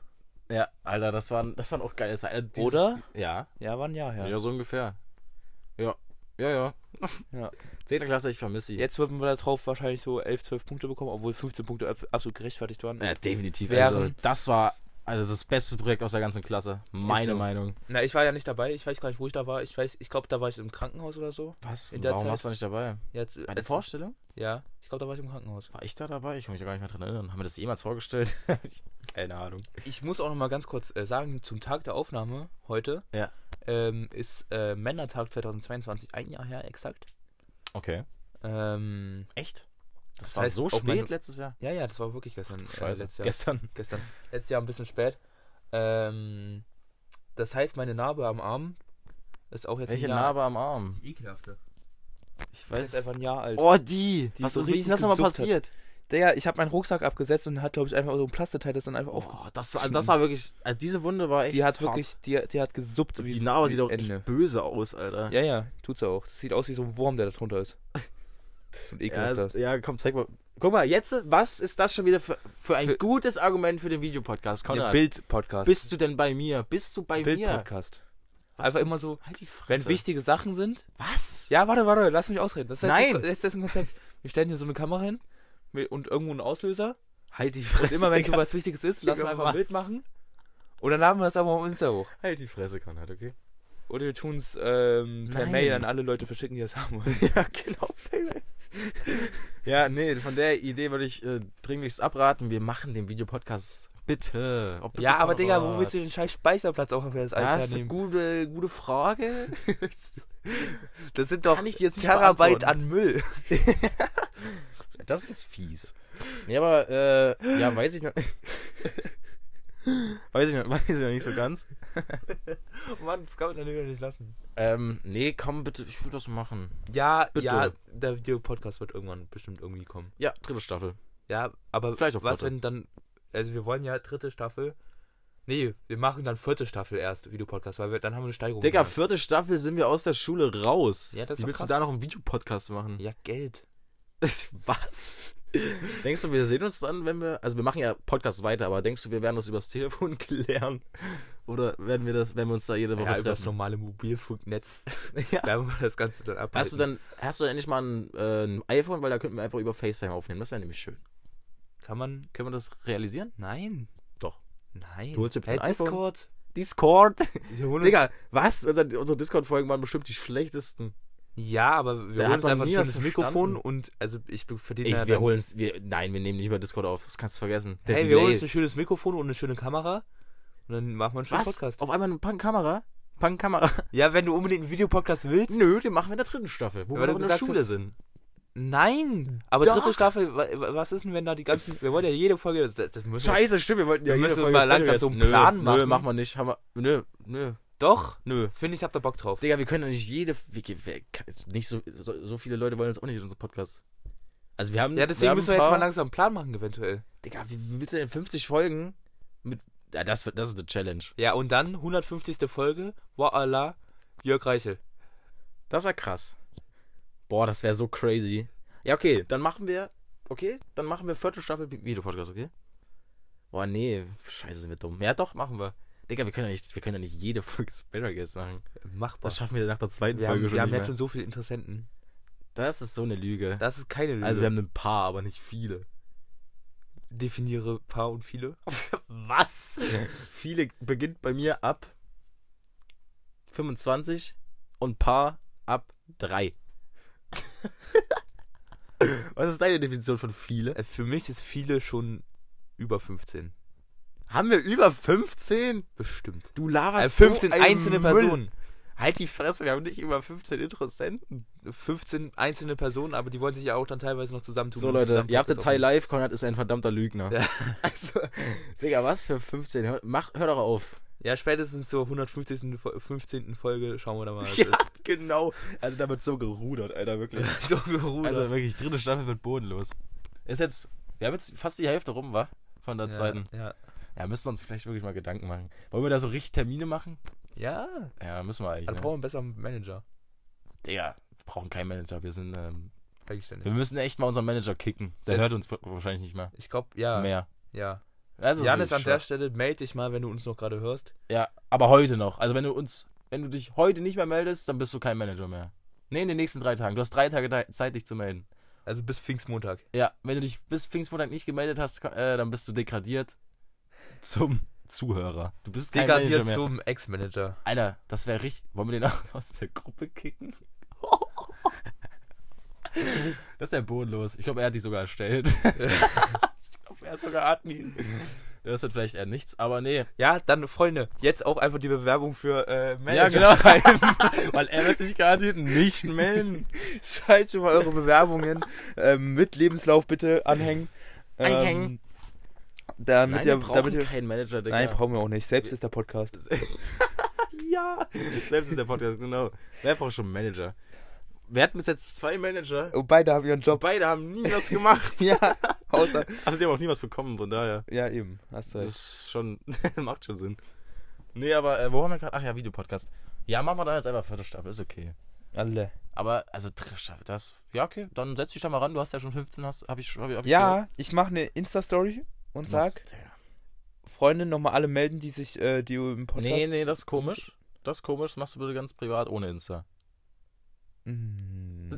A: Ja, Alter, das waren, das waren auch geile Zeiten. Also dieses-
C: Oder?
A: Ja.
C: Ja, war ein Jahr her.
A: ja. so ungefähr. Ja. Ja, ja.
C: Ja.
A: Zehnte Klasse, ich vermisse sie.
C: Jetzt würden wir da drauf wahrscheinlich so 11, 12 Punkte bekommen, obwohl 15 Punkte ab- absolut gerechtfertigt waren.
A: Ja, definitiv.
C: Wären-
A: Also, das war also das beste Projekt aus der ganzen Klasse. Meine
C: so.
A: Meinung.
C: Na, ich war ja nicht dabei. Ich weiß gar nicht, wo ich da war. Ich weiß, ich glaube, da war ich im Krankenhaus oder so.
A: Was?
C: In der
A: Warum
C: Zeit-
A: warst du nicht dabei?
C: Jetzt,
A: Bei der Vorstellung?
C: Ja, ich glaube, da war ich im Krankenhaus.
A: War ich da dabei? Ich kann mich da gar nicht mehr dran erinnern. Haben wir das jemals vorgestellt? Keine Ahnung.
C: Ich muss auch noch mal ganz kurz äh, sagen, zum Tag der Aufnahme heute
A: Ja.
C: ähm, ist äh, Männertag 2022, ein Jahr her exakt.
A: Okay.
C: Ähm,
A: Echt? Das,
C: Das
A: war
C: heißt,
A: so
C: auch
A: spät
C: meine-
A: letztes Jahr.
C: ja, ja, das war wirklich gestern. äh,
A: Scheiße.
C: letztes Jahr.
A: Gestern.
C: gestern. Letztes Jahr ein bisschen spät. Ähm, das heißt, meine Narbe am Arm ist auch jetzt
A: Welche
C: ein Jahr
A: Narbe am Arm?
C: Ekelhafte.
A: Ich
C: Ist jetzt einfach ein Jahr alt.
A: Oh, die!
C: Die
A: Was
C: so
A: so wie
C: richtig
A: ist denn das nochmal
C: gesuppt hat.
A: passiert?
C: Digga, ich habe meinen Rucksack abgesetzt und hat, glaube ich, einfach so ein Plasteteil das dann einfach aufge
A: Oh, das, also das war wirklich. Also diese Wunde war echt.
C: Die hat
A: hart.
C: wirklich, die, die hat gesuppt.
A: Die Narbe sieht auch
C: Ende.
A: echt böse aus, Alter.
C: Ja, ja, tut's auch. Das sieht aus wie so ein Wurm, der da drunter ist. So ein ekelhafter.
A: ja, also, ja, komm, zeig mal. Guck mal, jetzt, was ist das schon wieder für, für ein
C: Für-
A: gutes Argument für den Videopodcast,
C: Ja,
A: Konrad?
C: Bild-Podcast.
A: Bist du denn bei mir? Bist du bei mir?
C: Bild-Podcast. Einfach immer so,
A: Halt die Fresse.
C: wenn wichtige Sachen sind.
A: was?
C: Ja, warte, warte, lass mich ausreden. Das ist
A: Nein.
C: Jetzt, das ist jetzt ein Konzept. Wir stellen hier so eine Kamera hin mit- und irgendwo einen Auslöser.
A: Halt die Fresse.
C: Und immer wenn so
A: Digga.
C: was Wichtiges ist, lassen
A: Digga,
C: wir einfach ein Bild
A: was?
C: machen. Und dann laden wir das aber auf Insta hoch.
A: Halt die Fresse, Konrad, okay?
C: Oder wir tun's ähm, per
A: Nein.
C: Mail an alle Leute verschicken, die das haben wollen.
A: ja, genau, Baby. ja, nee, von der Idee würde ich äh, dringlichst abraten. Wir machen den Videopodcast. Bitte. Oh, bitte,
C: Ja, aber Digga, wo
A: Konrad.
C: willst du den scheiß Speicherplatz auch für das
A: Ja,
C: Eis
A: Das ist eine
C: hernehmen?
A: gute, gute Frage.
C: Das sind doch
A: Kann ich dir jetzt nicht
C: Terabyte
A: beantworten.
C: an Müll.
A: Das ist fies. Ja, aber, äh, ja, weiß ich noch. weiß, ich noch weiß ich noch nicht so ganz. Oh
C: Mann, das kann man dann nicht lassen.
A: Ähm, nee, komm bitte, ich würde das machen.
C: Ja,
A: Bitte.
C: ja, der Videopodcast wird irgendwann bestimmt irgendwie kommen.
A: Ja, dritte Staffel.
C: Ja, aber
A: Vielleicht auch
C: was,
A: vierte.
C: wenn dann. Also, wir wollen ja dritte Staffel. Nee, wir machen dann vierte Staffel erst, Videopodcast, weil wir, dann haben wir eine Steigerung.
A: Digga,
C: gemacht.
A: vierte Staffel sind wir aus der Schule raus.
C: Oh Ja, das ist
A: Wie
C: doch
A: willst
C: krass.
A: du da noch einen Videopodcast machen?
C: Ja, Geld.
A: Was? denkst du, wir sehen uns dann, wenn wir. Also, wir machen ja Podcasts weiter, aber denkst du, wir werden das übers Telefon klären? Oder werden wir das, wenn wir uns da jede Woche
C: Ja, über das
A: treffen?
C: normale Mobilfunknetz
A: Ja.
C: werden wir das Ganze dann abhalten.
A: Hast du dann, hast du dann endlich mal ein, äh, ein iPhone, weil da könnten wir einfach über FaceTime aufnehmen. Das wäre nämlich schön.
C: Kann man.
A: Können wir das realisieren?
C: Nein.
A: Doch.
C: Nein.
A: Du holst dir
C: hey,
A: ein iPhone.
C: Discord.
A: Discord?
C: Wir holen uns-
A: Digga, was? Unser, unsere Discord-Folgen waren bestimmt die schlechtesten.
C: Ja, aber wir
A: Da
C: holen
A: hat
C: uns
A: man
C: einfach ein
A: nie was
C: schönes Mikrofon
A: verstanden.
C: und. Also, ich be- verdiene
A: Ich,
C: ja
A: wir
C: dann-
A: holen es. Wir, nein, wir nehmen nicht über Discord auf. Das kannst du vergessen. Der
C: Hey, wir holen
A: Delay.
C: uns ein schönes Mikrofon und eine schöne Kamera. Und dann machen wir einen schönen
A: was?
C: Podcast.
A: Auf einmal eine Punk-Kamera? Punk-Kamera?
C: Ja, wenn du unbedingt einen Videopodcast willst.
A: Nö, den machen wir in der dritten Staffel, wo
C: Weil
A: wir
C: du
A: noch in der
C: gesagt
A: Schule
C: hast-
A: sind.
C: Nein! Aber
A: Doch.
C: dritte Staffel, wa- wa- was ist denn, wenn da die ganzen. Wir wollen ja jede Folge. Das, das müssen wir-
A: stimmt, wir wollten
C: Wir
A: jede
C: müssen
A: Folge
C: mal
A: das
C: langsam
A: Podcast-
C: so einen
A: nö,
C: Plan
A: Nö,
C: machen.
A: machen wir nicht. Haben wir, nö, nö,
C: Doch!
A: nö.
C: Finde ich, hab da Bock drauf.
A: Digga, wir können ja nicht jede. Wir, wir, nicht so, so, so viele Leute wollen uns auch nicht in unseren Podcast. Also wir haben.
C: Ja,
A: wir
C: deswegen
A: haben
C: müssen
A: ein
C: wir jetzt
A: paar-
C: mal langsam einen Plan machen, eventuell.
A: Digga, wie, wie willst du denn 50 Folgen mit. Ja, das, wird- das ist eine Challenge.
C: Ja, und dann 150. Folge. Wa'ala. Jörg Reichel.
A: Das war krass. Boah, das wäre so crazy. Ja, okay, dann machen wir. Okay, dann machen wir vierte Staffel Bi- Videopodcast, okay? Boah, nee, scheiße, sind wir dumm. Ja, doch, machen wir. Digga, wir können ja nicht, wir können ja nicht jede Folge Special Guest machen.
C: Machbar.
A: Das schaffen wir nach der zweiten
C: Wir
A: Folge
C: haben,
A: schon
C: wir haben
A: nicht mehr.
C: jetzt schon so viele Interessenten.
A: Das ist so eine Lüge.
C: Das ist keine Lüge.
A: Also wir haben ein paar, aber nicht viele.
C: Definiere paar und viele.
A: Was? viele beginnt bei mir ab 25 und paar ab 3. Was ist deine Definition von viele?
C: Äh, Für mich ist viele schon über 15.
A: Haben wir über 15?
C: Bestimmt.
A: Du
C: Äh,
A: laberst
C: 15
A: so einen
C: Äh, einzelne
A: Müll.
C: Personen.
B: Halt die Fresse, wir haben nicht über 15 Interessenten.
C: 15 einzelne Personen, aber die wollen sich ja auch dann teilweise noch zusammentun.
A: So
C: und
A: Leute,
C: zusammen
A: ihr habt
C: Podcast
A: jetzt High
C: aufnehmen.
A: Life, Konrad ist ein verdammter Lügner.
C: Ja.
A: Also, Digga, was für 15? Hör, mach, hör doch auf.
C: Ja, spätestens zur 150. Fo- 15. Folge schauen wir da mal. was
A: Ja, genau. Also da wird so gerudert, Alter, wirklich.
C: ist. So gerudert.
A: Also wirklich, dritte Staffel wird bodenlos. Ist jetzt, wir haben jetzt fast die Hälfte rum, wa? Von der zweiten.
C: Ja.
A: Ja, müssen wir uns vielleicht wirklich mal Gedanken machen. Wollen wir da so richtig Termine machen?
C: Ja, ja.
A: Ja, müssen wir eigentlich.
C: dann
A: Ne?
C: brauchen wir besser einen Manager.
A: Digga, wir brauchen keinen Manager. Wir sind, ähm, wir
C: Eigenständig.
A: müssen echt mal unseren Manager kicken. Der
C: Selbst-
A: hört uns wahrscheinlich nicht mehr.
C: Ich glaube, ja.
A: Mehr.
C: Ja.
A: Das ist
C: Janis, an
A: wirklich
C: der Stelle melde dich mal, wenn du uns noch gerade hörst.
A: Ja, aber heute noch. Also wenn du uns, wenn du dich heute nicht mehr meldest, dann bist du kein Manager mehr. Nee, in den nächsten drei Tagen. Du hast drei Tage de- Zeit, dich zu melden.
C: Also bis Pfingstmontag.
A: Ja, wenn du dich bis Pfingstmontag nicht gemeldet hast, ka- äh, dann bist du degradiert zum Zuhörer. Du bist kein Manager
C: Degradiert
A: mehr.
C: zum Ex-Manager.
A: Alter, das wäre richtig. Wollen wir den auch aus der Gruppe kicken? Das ist ja bodenlos. Ich glaube, er hat die sogar erstellt. ich glaube, er ist sogar Admin. Ja, Das wird vielleicht eher nichts, aber nee.
C: Ja, dann Freunde, jetzt auch einfach die Bewerbung für äh,
A: Ja,
C: Manager.
A: genau. Weil er wird sich garantiert nicht melden.
C: Schreibt schon mal eure Bewerbungen ähm, mit Lebenslauf bitte anhängen. Ähm,
A: Anhängen.
C: Damit
A: wir
C: ihr, damit ihr,
A: keinen Manager, Digga.
C: nein, brauchen wir auch nicht. Selbst ist der Podcast.
A: ja. Selbst ist der Podcast, genau. Wer braucht schon einen Manager? Wir hatten bis jetzt zwei Manager.
C: Und Oh, beide haben ihren Job.
A: Beide haben nie was gemacht.
C: ja, außer.
A: Aber Also, sie haben auch nie was bekommen, von daher.
C: Ja, eben. Hast du
A: Das
C: recht.
A: ist schon, macht schon Sinn. Nee, aber äh, wo haben wir gerade? Ach ja, Videopodcast. Ja, machen wir dann jetzt einfach vierte Staffel, ist okay.
C: Alle.
A: Aber, also dritte Staffel, das, ja, okay, dann setz dich da mal ran, du hast ja schon 15, hast, hab ich, hab ich hab ich gehört.
C: Ja, ich mache eine Insta-Story und sag,
A: Das- Digga.
C: Freunde, nochmal alle melden, die sich, äh, die im Podcast.
A: Nee, nee, das ist komisch. Das ist komisch, das machst du bitte ganz privat, ohne Insta.
C: Mm.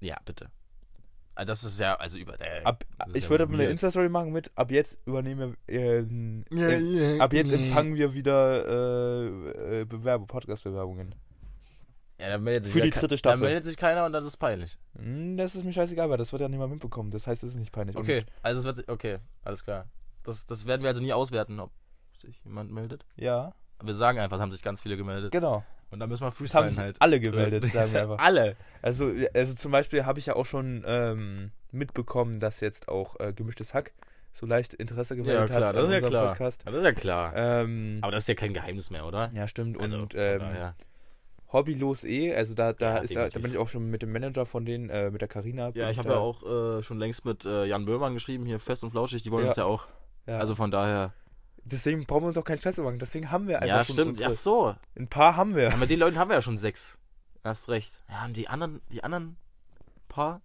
A: Ja, bitte. Ah, Das ist ja, also über, äh,
C: Ab,
A: das ist
C: ich
A: ja
C: würde aber eine
A: weird.
C: Insta-Story machen mit, ab jetzt übernehmen wir, äh, n-
A: Ja,
C: äh,
A: ja,
C: ab jetzt
A: ja.
C: empfangen wir wieder äh, äh, Bewerbe, Podcast-Bewerbungen.
A: Ja, dann meldet sich
C: Für
A: ja
C: die
A: ke-
C: dritte
A: Dann
C: Staffel.
A: meldet sich keiner und das ist peinlich.
C: Hm, Das ist mir scheißegal, weil das wird ja niemand mitbekommen. Das heißt, es ist nicht peinlich.
A: Okay, also es wird, sich- okay, alles klar. Das, das werden wir also nie auswerten, ob sich jemand meldet.
C: Und, ja,
A: Wir sagen einfach, es haben sich ganz viele gemeldet.
C: genau.
A: Und dann müssen wir
C: Das haben
A: freestylen
C: sich
A: halt.
C: alle gemeldet, sagen wir einfach.
A: Alle.
C: Also, also zum Beispiel habe ich ja auch schon ähm, mitbekommen, dass jetzt auch äh, gemischtes Hack so leicht Interesse
A: Ja,
C: gemeldet
A: klar, das ist
C: hat an
A: ja
C: unserem
A: klar.
C: Podcast.
A: Ja, das ist ja klar.
C: Ähm,
A: Aber das ist ja kein Geheimnis mehr, oder?
C: ja, stimmt.
A: Also,
C: und
A: von
C: ähm,
A: daher.
C: Hobbylos eh, also da,
A: Ja,
C: da, ist, da
A: definitiv.
C: bin ich auch schon mit dem Manager von denen, äh, mit der Karina. bin
A: ja, ich habe
C: da-
A: ja auch äh, schon längst mit äh, Jan Böhmann geschrieben, hier fest und flauschig, die wollen
C: Ja.
A: uns ja auch.
C: Ja.
A: Also von daher.
C: deswegen brauchen wir uns auch keinen Stress machen. Deswegen haben wir einfach
A: ja,
C: schon
A: stimmt.
C: unsere-
A: Ach so.
C: Ein paar haben
A: Ja,
C: wir.
A: mit den Leuten haben wir ja schon sechs. Hast recht. Ja, und die anderen, die anderen paar?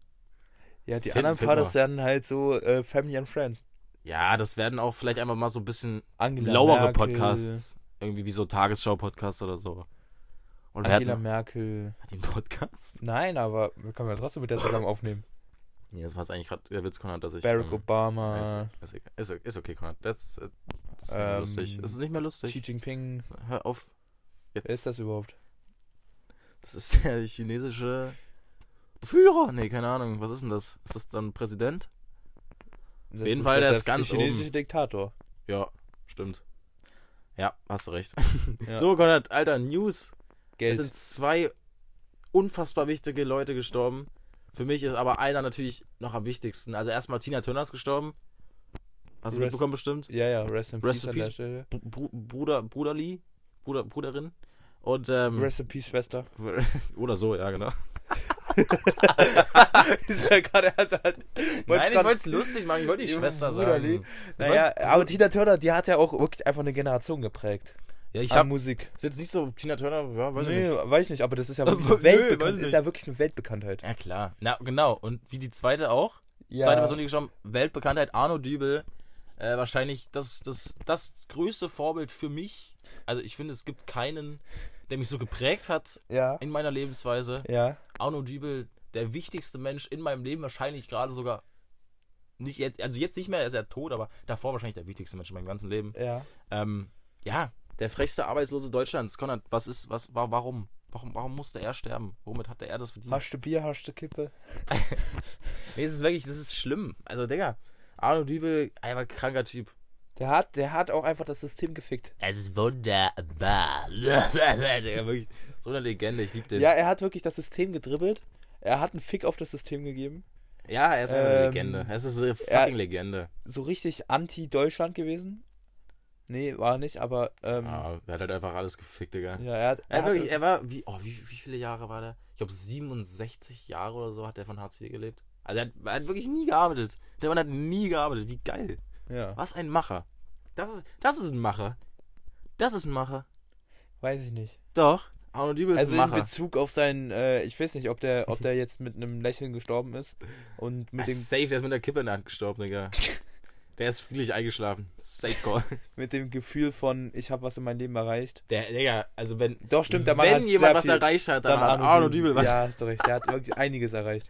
C: Ja, die
A: Finden-
C: anderen
A: finden
C: paar,
A: wir.
C: das werden halt so äh, Family and Friends.
A: Ja, das werden auch vielleicht einfach mal so ein bisschen
C: Angela
A: lauere
C: Merkel,
A: Podcasts. Irgendwie wie so Tagesschau-Podcasts oder so. Oder wir
C: Angela
A: hatten
C: Merkel.
A: den Podcast.
C: Nein, aber wir können ja trotzdem mit der zusammen aufnehmen.
A: Nee, das war eigentlich gerade der Witz, Konrad, dass ich.
C: Barack
A: ähm,
C: Obama,
A: Ist, ist, ist, ist okay, Konrad. Das, äh, das ist nicht mehr
C: Ähm,
A: lustig. Es ist nicht mehr
C: Xi
A: lustig.
C: Jinping.
A: Hör auf. Jetzt.
C: Wer ist das überhaupt?
A: Das ist der chinesische Führer. Nee, keine Ahnung. Was ist denn das? Ist das dann Präsident?
C: Das
A: jeden Fall, der ist ganz
C: der chinesische Diktator.
A: Ja, stimmt. Ja, hast du recht.
C: Ja.
A: So, Konrad, Alter, News. Es
C: Geld.
A: sind zwei unfassbar wichtige Leute gestorben. Für mich ist aber einer natürlich noch am wichtigsten. Also erstmal Tina Turner ist gestorben. Hast du
C: Rest-
A: mitbekommen bestimmt?
C: ja, ja, Rest in
A: Rest
C: Peace
A: in
C: an
A: Peace.
C: der Stelle.
A: Br- Br Bruder, Bruderli, Bruder, Bruderin. Und ähm,
C: Rest in Peace, Schwester.
A: Oder so, ja, genau.
C: ist ja gerade also halt,
A: Nein, ich wollte es lustig machen, ich wollte die
C: Ihr
A: Schwester
C: Bruderli.
A: sagen.
C: Naja, aber Tina Turner, die hat ja auch wirklich einfach eine Generation geprägt.
A: Ja, ich
C: an
A: hab
C: Musik.
A: ist jetzt nicht so Tina Turner, ja, weiß ich
C: ähm, nee,
A: nicht.
C: weiß ich nicht, aber das ist ja wirklich
A: Nö,
C: eine,
A: weiß
C: Weltbekannt
A: nicht.
C: ist ja wirklich eine Weltbekanntheit.
A: Ja, klar. Na, genau. Und wie die zweite auch.
C: Ja,
A: Zweite Person, die gestorben, Weltbekanntheit, Arno Dübel. Äh, wahrscheinlich das, das, das größte Vorbild für mich. Also ich finde, es gibt keinen, der mich so geprägt hat
C: ja,
A: in meiner Lebensweise.
C: ja,
A: Arno Dübel, der wichtigste Mensch in meinem Leben, wahrscheinlich gerade sogar nicht jetzt, also jetzt nicht mehr, er ist ja tot, aber davor wahrscheinlich der wichtigste Mensch in meinem ganzen Leben.
C: ja.
A: Ähm, ja, der frechste Arbeitslose Deutschlands. Konrad, was ist, was, wa- warum? Warum, warum musste er sterben? Womit hatte er das verdient?
C: Hast du Bier, hast du Kippe?
A: Nee, es ist wirklich, das ist schlimm. Also, Digga, Arno Dübel, einfach kranker Typ.
C: Der hat, der hat auch einfach das System gefickt.
B: Es ist wunderbar. Digga, wirklich so eine Legende, ich liebe den.
C: Ja, er hat wirklich das System gedribbelt. Er hat einen Fick auf das System gegeben.
A: Ja, er ist einfach eine
C: Ähm,
A: Legende. Es ist eine
C: ja.
A: fucking Legende.
C: So richtig anti-Deutschland gewesen. Nee, war er nicht, aber ähm,
A: Ah, er hat halt einfach alles gefickt, Digga.
C: ja, also er hat.
A: Er, hat
C: hat-
A: wirklich, er war, wie, oh, wie, wie viele Jahre war der? Ich glaube 67 Jahre oder so hat er von Hartz IV gelebt. Also er hat, er hat wirklich nie gearbeitet. Der Mann hat nie gearbeitet. Wie geil.
C: ja.
A: Was ein Macher. Das ist, das ist ein Macher. Das ist ein Macher.
C: Weiß ich nicht.
A: Doch. Arno Diebel ist
C: Also
A: ein
C: in
A: Macher.
C: Bezug auf seinen, äh, ich weiß nicht, ob der, ob der jetzt mit einem Lächeln gestorben ist und mit
A: Ah,
C: dem,
A: safe, der ist mit der Kippe in der Hand gestorben, Digga. der ist wirklich eingeschlafen. Safe Call.
C: mit dem Gefühl von, ich habe was in meinem Leben erreicht.
A: Der, Digga, also wenn,
C: Doch stimmt, der Mann
A: wenn
C: hat
A: jemand
C: sehr
A: was
C: viel,
A: erreicht hat, dann, hat
C: Arno
A: Arno Diebel was.
C: Ja, hast du recht. Der hat wirklich einiges erreicht.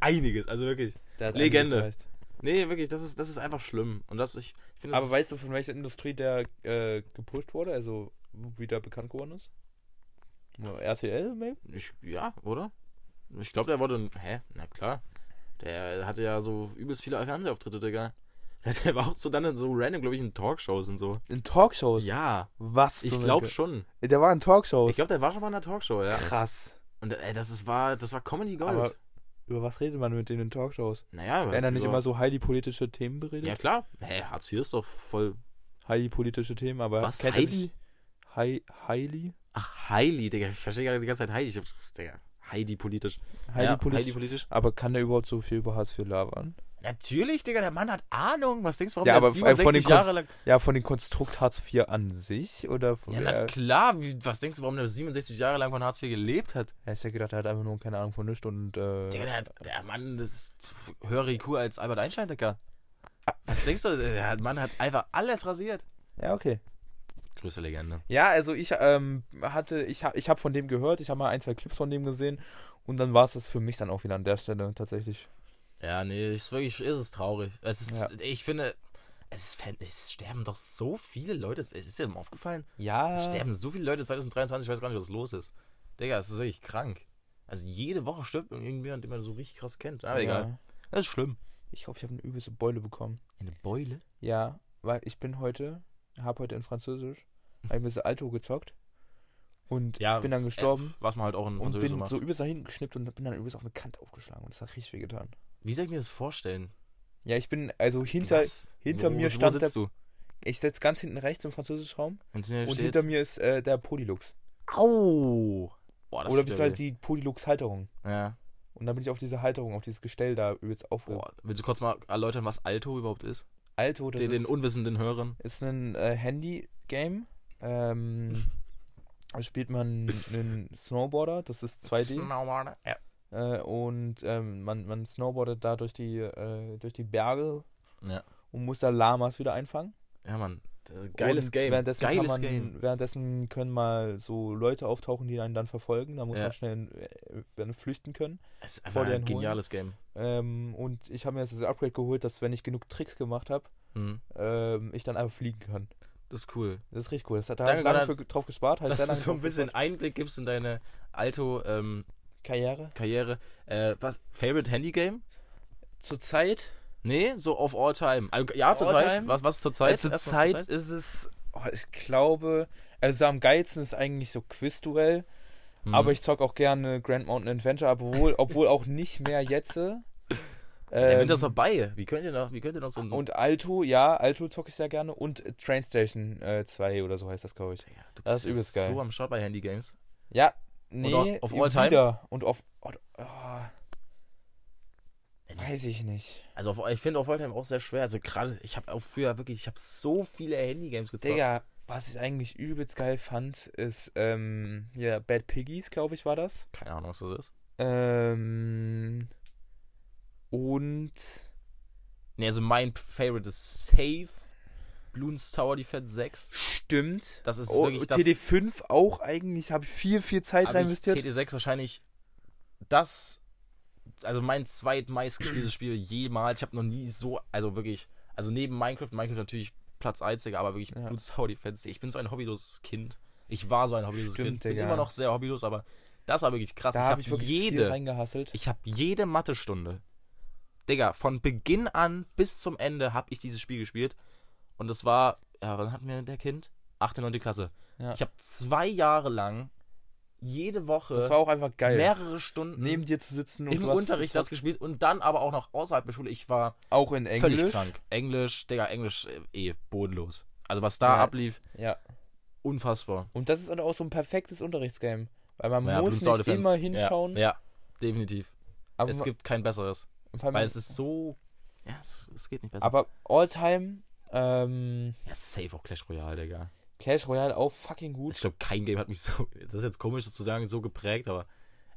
A: Einiges, also wirklich.
C: Der hat
A: Legende.
C: einiges erreicht.
A: Nee, wirklich, das ist, das ist einfach schlimm. Und das, ich, ich finde, das
C: Aber weißt du, von welcher Industrie der äh, gepusht wurde? Also, wie der bekannt geworden ist? Nur RTL, maybe?
A: Ich, ja, oder? Ich glaube, der wurde. Hä? Na klar. Der hatte ja so übelst viele Fernsehauftritte, Digga. Der war auch so dann in so random, glaube ich, in Talkshows und so.
C: In Talkshows?
A: Ja,
C: Was?
A: ich glaube schon.
C: Der war in Talkshows.
A: Ich glaube, der war schon mal in einer Talkshow, ja.
C: Krass.
A: Und ey, das ist, war, das war Comedy Gold.
C: Aber- Über was redet man mit denen in Talkshows?
A: naja,
C: Werden da nicht
A: über-
C: immer so highly politische Themen beredet?
A: Ja klar. Hä, Hartz IV ist doch voll.
C: Highly politische Themen, aber.
A: Was?
C: kennt er
A: Heidi?
C: sich- Hei highly?
A: Ach, Heidi, Digga. Ich verstehe gerade die ganze Zeit Heidi. Ich hab, Digga. Heidi politisch.
C: Highly
A: ja,
C: politisch.
A: Heidi politisch.
C: aber kann der überhaupt so viel über Hartz IV labern?
A: Natürlich, Digga, der Mann hat Ahnung. Was denkst du, warum
C: Ja,
A: der
C: aber vor allem von den
A: 67 Jahre
C: Kunst-
A: lang.
C: Ja, von dem Konstrukt Hartz IV an sich? Oder von
A: Ja, na
C: er-
A: klar. Wie, was denkst du, warum der 67 Jahre lang von Hartz IV gelebt hat?
C: Er ist ja gedacht, er hat einfach nur keine Ahnung von nichts und. Äh,
A: Digga, der, hat, der Mann, das ist höhere IQ als Albert Einstein, Digga. Was denkst du? Der Mann hat einfach alles rasiert.
C: ja, okay.
A: Größte Legende.
C: Ja, also ich ähm, hatte, ich habe ich hab von dem gehört, ich habe mal ein, zwei Clips von dem gesehen und dann war es das für mich dann auch wieder an der Stelle tatsächlich.
A: Ja, nee, ist wirklich, ist es traurig. Es ist,
C: Ja.
A: ich finde, es, ist, fan- es sterben doch so viele Leute. Es ist dir aufgefallen?
C: Ja.
A: Es sterben so viele Leute 2023, ich weiß gar nicht, was los ist. Digga, es ist wirklich krank. Also jede Woche stirbt irgendjemand, den man so richtig krass kennt. Aber egal.
C: ja.
A: Das ist schlimm.
C: Ich glaube, ich habe eine übelste Beule bekommen.
A: Eine Beule?
C: Ja, weil ich bin heute, habe heute in Französisch ein bisschen Alto gezockt und
A: Ja,
C: bin dann gestorben
A: Was man halt auch in
C: und
A: Französisch so
C: bin
A: macht.
C: so übelst nach hinten geschnippt und bin dann übelst auf eine Kante aufgeschlagen und das hat richtig weh getan.
A: Wie soll ich mir das vorstellen?
C: Ja, ich bin, also hinter,
A: Was?
C: hinter
A: wo,
C: mir
A: wo
C: stand
A: sitzt du?
C: ich sitze ganz hinten rechts im Französischraum
A: Und, hinter dir
C: und
A: steht-
C: hinter mir ist äh, der Polylux.
A: Au! Boah,
C: Oder
A: tut ja
C: beziehungsweise
A: weh.
C: die Polylux-Halterung.
A: Ja.
C: Und dann bin ich auf diese Halterung, auf dieses Gestell da übelst aufge...
A: Boah. Willst du kurz mal erläutern, was Alto überhaupt ist?
C: Alto, das
A: Den, den
C: ist,
A: unwissenden Hörern.
C: ist ein äh, Handy-Game. Ähm, da spielt man einen Snowboarder, das ist 2D.
A: Snowboarder. Ja.
C: Äh, und ähm, man, man snowboardet da durch die, äh, durch die Berge
A: Ja.
C: und muss da Lamas wieder einfangen.
A: ja, Mann. Das ist ein geiles
C: und
A: Game.
C: Währenddessen, kann
A: Geiles
C: man,
A: Game.
C: währenddessen können mal so Leute auftauchen, die einen dann verfolgen. Da muss
A: Ja.
C: man schnell äh, äh, flüchten können.
A: Es ist einfach
C: vor dir
A: ein
C: einen holen.
A: geniales Game.
C: Ähm, und ich habe mir jetzt das Upgrade geholt, dass wenn ich genug Tricks gemacht habe,
A: Hm.
C: ähm, ich dann einfach fliegen kann.
A: Das ist cool.
C: Das ist richtig cool. Das hat da
A: Danke,
C: habe ich lange
A: Konrad,
C: für, drauf gespart. Habe ich
A: Dass
C: sehr
A: du
C: lange
A: so ein
C: drauf
A: bisschen Einblick gibst in deine Alto-Karriere.
C: gespart. Karriere.
A: äh, was? Favorite Handy-Game?
C: Zurzeit.
A: Nee, so of all time. Also, ja, zur
C: All
A: Zeit.
C: time?
A: Was, was zur
C: Äh,
A: Zeit?
C: zur
A: Erstmal zur
C: Zeit ist es, oh, ich glaube, also am geilsten ist eigentlich so Quizduell.
A: Hm.
C: Aber ich zocke auch gerne Grand Mountain Adventure, obwohl, obwohl auch nicht mehr jetzt. Ähm,
A: Der Winter ist vorbei. Wie könnt ihr noch, wie könnt ihr noch so ein.
C: und Alto, ja, Alto zocke ich sehr gerne. Und äh, Train Station äh, 2 oder so heißt das, glaube ich.
A: Digga, du bist
C: Das ist
A: ja
C: übelst geil.
A: so am Start bei Handy-Games.
C: Ja, nee,
A: auf All Time?
C: wieder. Und auf. Oh, oh, weiß ich nicht.
A: Also auf, ich finde auf Alltime auch sehr schwer. Also gerade, ich habe auch früher wirklich, ich habe so viele Handygames gezockt.
C: Digga, was ich eigentlich übelst geil fand, ist, ähm, ja, Bad Piggies, glaube ich, war das.
A: Keine Ahnung, was das ist.
C: Ähm, und
A: Nee, also mein Favorite ist Safe, Bloons Tower Defense 6.
C: stimmt.
A: Das ist
C: Oh,
A: wirklich das.
C: TD5 auch eigentlich, habe ich viel, viel Zeit
A: hab
C: rein
A: ich
C: investiert.
A: TD6 wahrscheinlich das, also mein zweitmeist gespieltes Spiel jemals. Ich habe noch nie so, also wirklich, also neben Minecraft, Minecraft natürlich Platz 1, Digga, aber wirklich
C: Ja.
A: Bloons Tower Defense. Ich bin so ein hobbyloses Kind. Ich war so ein hobbyloses
C: Stimmt,
A: Kind. Bin
C: Digga.
A: immer noch sehr hobbylos, aber das war wirklich krass.
C: da
A: ich
C: habe
A: habe
C: ich wirklich viel
A: jede
C: reingehasselt.
A: Ich habe jede Mathestunde, Digga, von Beginn an bis zum Ende habe ich dieses Spiel gespielt. Und das war, ja, wann hatten wir der Kind? 8. 9. Klasse.
C: Ja.
A: Ich habe zwei Jahre lang jede
C: Das
A: Woche
C: war auch einfach geil.
A: mehrere Stunden
C: Neben dir zu sitzen und
A: Mhm. im
C: du hast-
A: Unterricht das gespielt und dann aber auch noch außerhalb der Schule. Ich war
C: auch in Englisch.
A: völlig krank. Englisch, Digga, Englisch äh, eh bodenlos. Also was da
C: Ja.
A: ablief,
C: Ja.
A: unfassbar.
C: Und das ist dann auch so ein perfektes Unterrichtsgame. Weil man
A: Ja,
C: muss
A: Blue
C: nicht
A: Star Defense.
C: immer hinschauen.
A: Ja, ja definitiv.
C: Aber,
A: es gibt kein besseres.
C: weil
A: Weil es ist so. Ja, es, es geht nicht besser.
C: aber Alltime, ähm,
A: ja, safe auch Clash Royale, Digga. Also
C: Clash Royale auch fucking gut.
A: Ich glaube, kein Game hat mich so. Das ist jetzt komisch, das zu sagen, so geprägt, aber.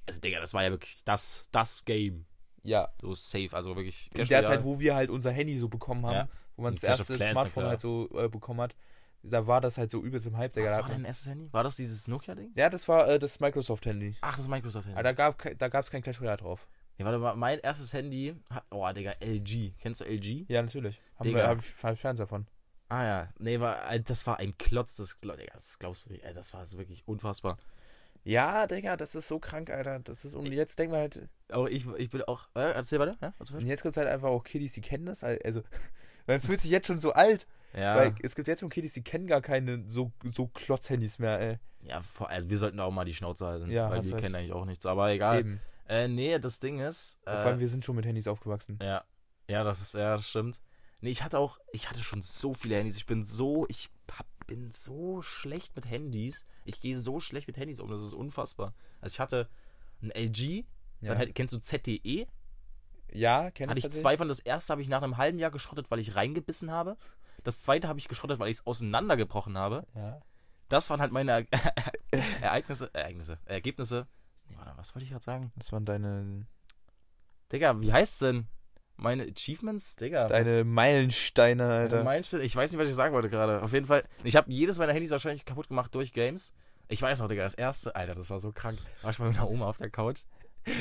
A: Also, Digga, das war ja wirklich das, das Game.
C: Ja.
A: So safe, also wirklich.
C: In der Zeit, wo wir halt unser Handy so bekommen haben,
A: Ja.
C: wo man
A: Und
C: das
A: Clash of
C: erste
A: Clans, na
C: Smartphone
A: klar.
C: halt so äh, bekommen hat, da war das halt so übelst im Hype. Digga.
A: Was
C: Da
A: war
C: hat
A: dein
C: man-
A: erstes Handy? War das dieses Nokia-Ding?
C: Ja, das war äh, das Microsoft-Handy.
A: Ach, das Microsoft-Handy.
C: Aber da gab es da gab's kein Clash Royale drauf.
A: Ja, warte mal, mein erstes Handy. hat- Oh, Digga, LG. Kennst du LG?
C: Ja, natürlich. Haben
A: Digga.
C: wir, hab ich, hab ich Fernseher von.
A: Ah ja, nee, war, äh, das war ein Klotz, das, glaub- Digga, das glaubst du nicht. Ey, das war so wirklich unfassbar.
C: Ja, Digga, das ist so krank, Alter. Das ist, und jetzt denken wir halt,
A: Aber ich, ich bin auch. Äh, erzähl weiter. Ja, erzähl
C: Und jetzt gibt es halt einfach auch Kiddies, die kennen das. al- Also, man fühlt sich jetzt schon so alt.
A: weiter. ja.
C: Weil es gibt jetzt schon Kiddies, die kennen gar keine so, so Klotz-Handys mehr, äh, ey.
A: Ja, vor- also wir sollten auch mal die Schnauze halten,
C: Ja,
A: weil
C: hast
A: wir
C: recht.
A: kennen eigentlich auch nichts, aber egal.
C: Eben.
A: Äh, nee, das Ding ist. Äh,
C: Vor allem, wir sind schon mit Handys aufgewachsen.
A: ja, ja, das ist, ja, das stimmt. Nee, ich hatte auch, ich hatte schon so viele Handys. Ich bin so, ich hab, bin so schlecht mit Handys. Ich gehe so schlecht mit Handys um, das ist unfassbar. Also ich hatte ein LG,
C: Ja,
A: dann hätte- kennst du ZTE?
C: ja kenne
A: Hatte ich zwei von, das erste habe ich nach einem halben Jahr geschrottet, weil ich reingebissen habe. Das zweite habe ich geschrottet, weil ich es auseinandergebrochen habe.
C: Ja.
A: Das waren halt meine Ereignisse, Ereignisse, Ergebnisse. Nee, warte, was wollte ich gerade sagen?
C: Das waren deine,
A: Digga, wie heißt's denn? Meine Achievements? Digga.
C: deine Meilensteine,
A: was-
C: Alter.
A: Meinst du- ich weiß nicht, was ich sagen wollte gerade. Auf jeden Fall, ich habe jedes meiner Handys wahrscheinlich kaputt gemacht durch Games. Ich weiß noch, Digga, das erste, Alter, das war so krank. War ich bei meiner Oma auf der Couch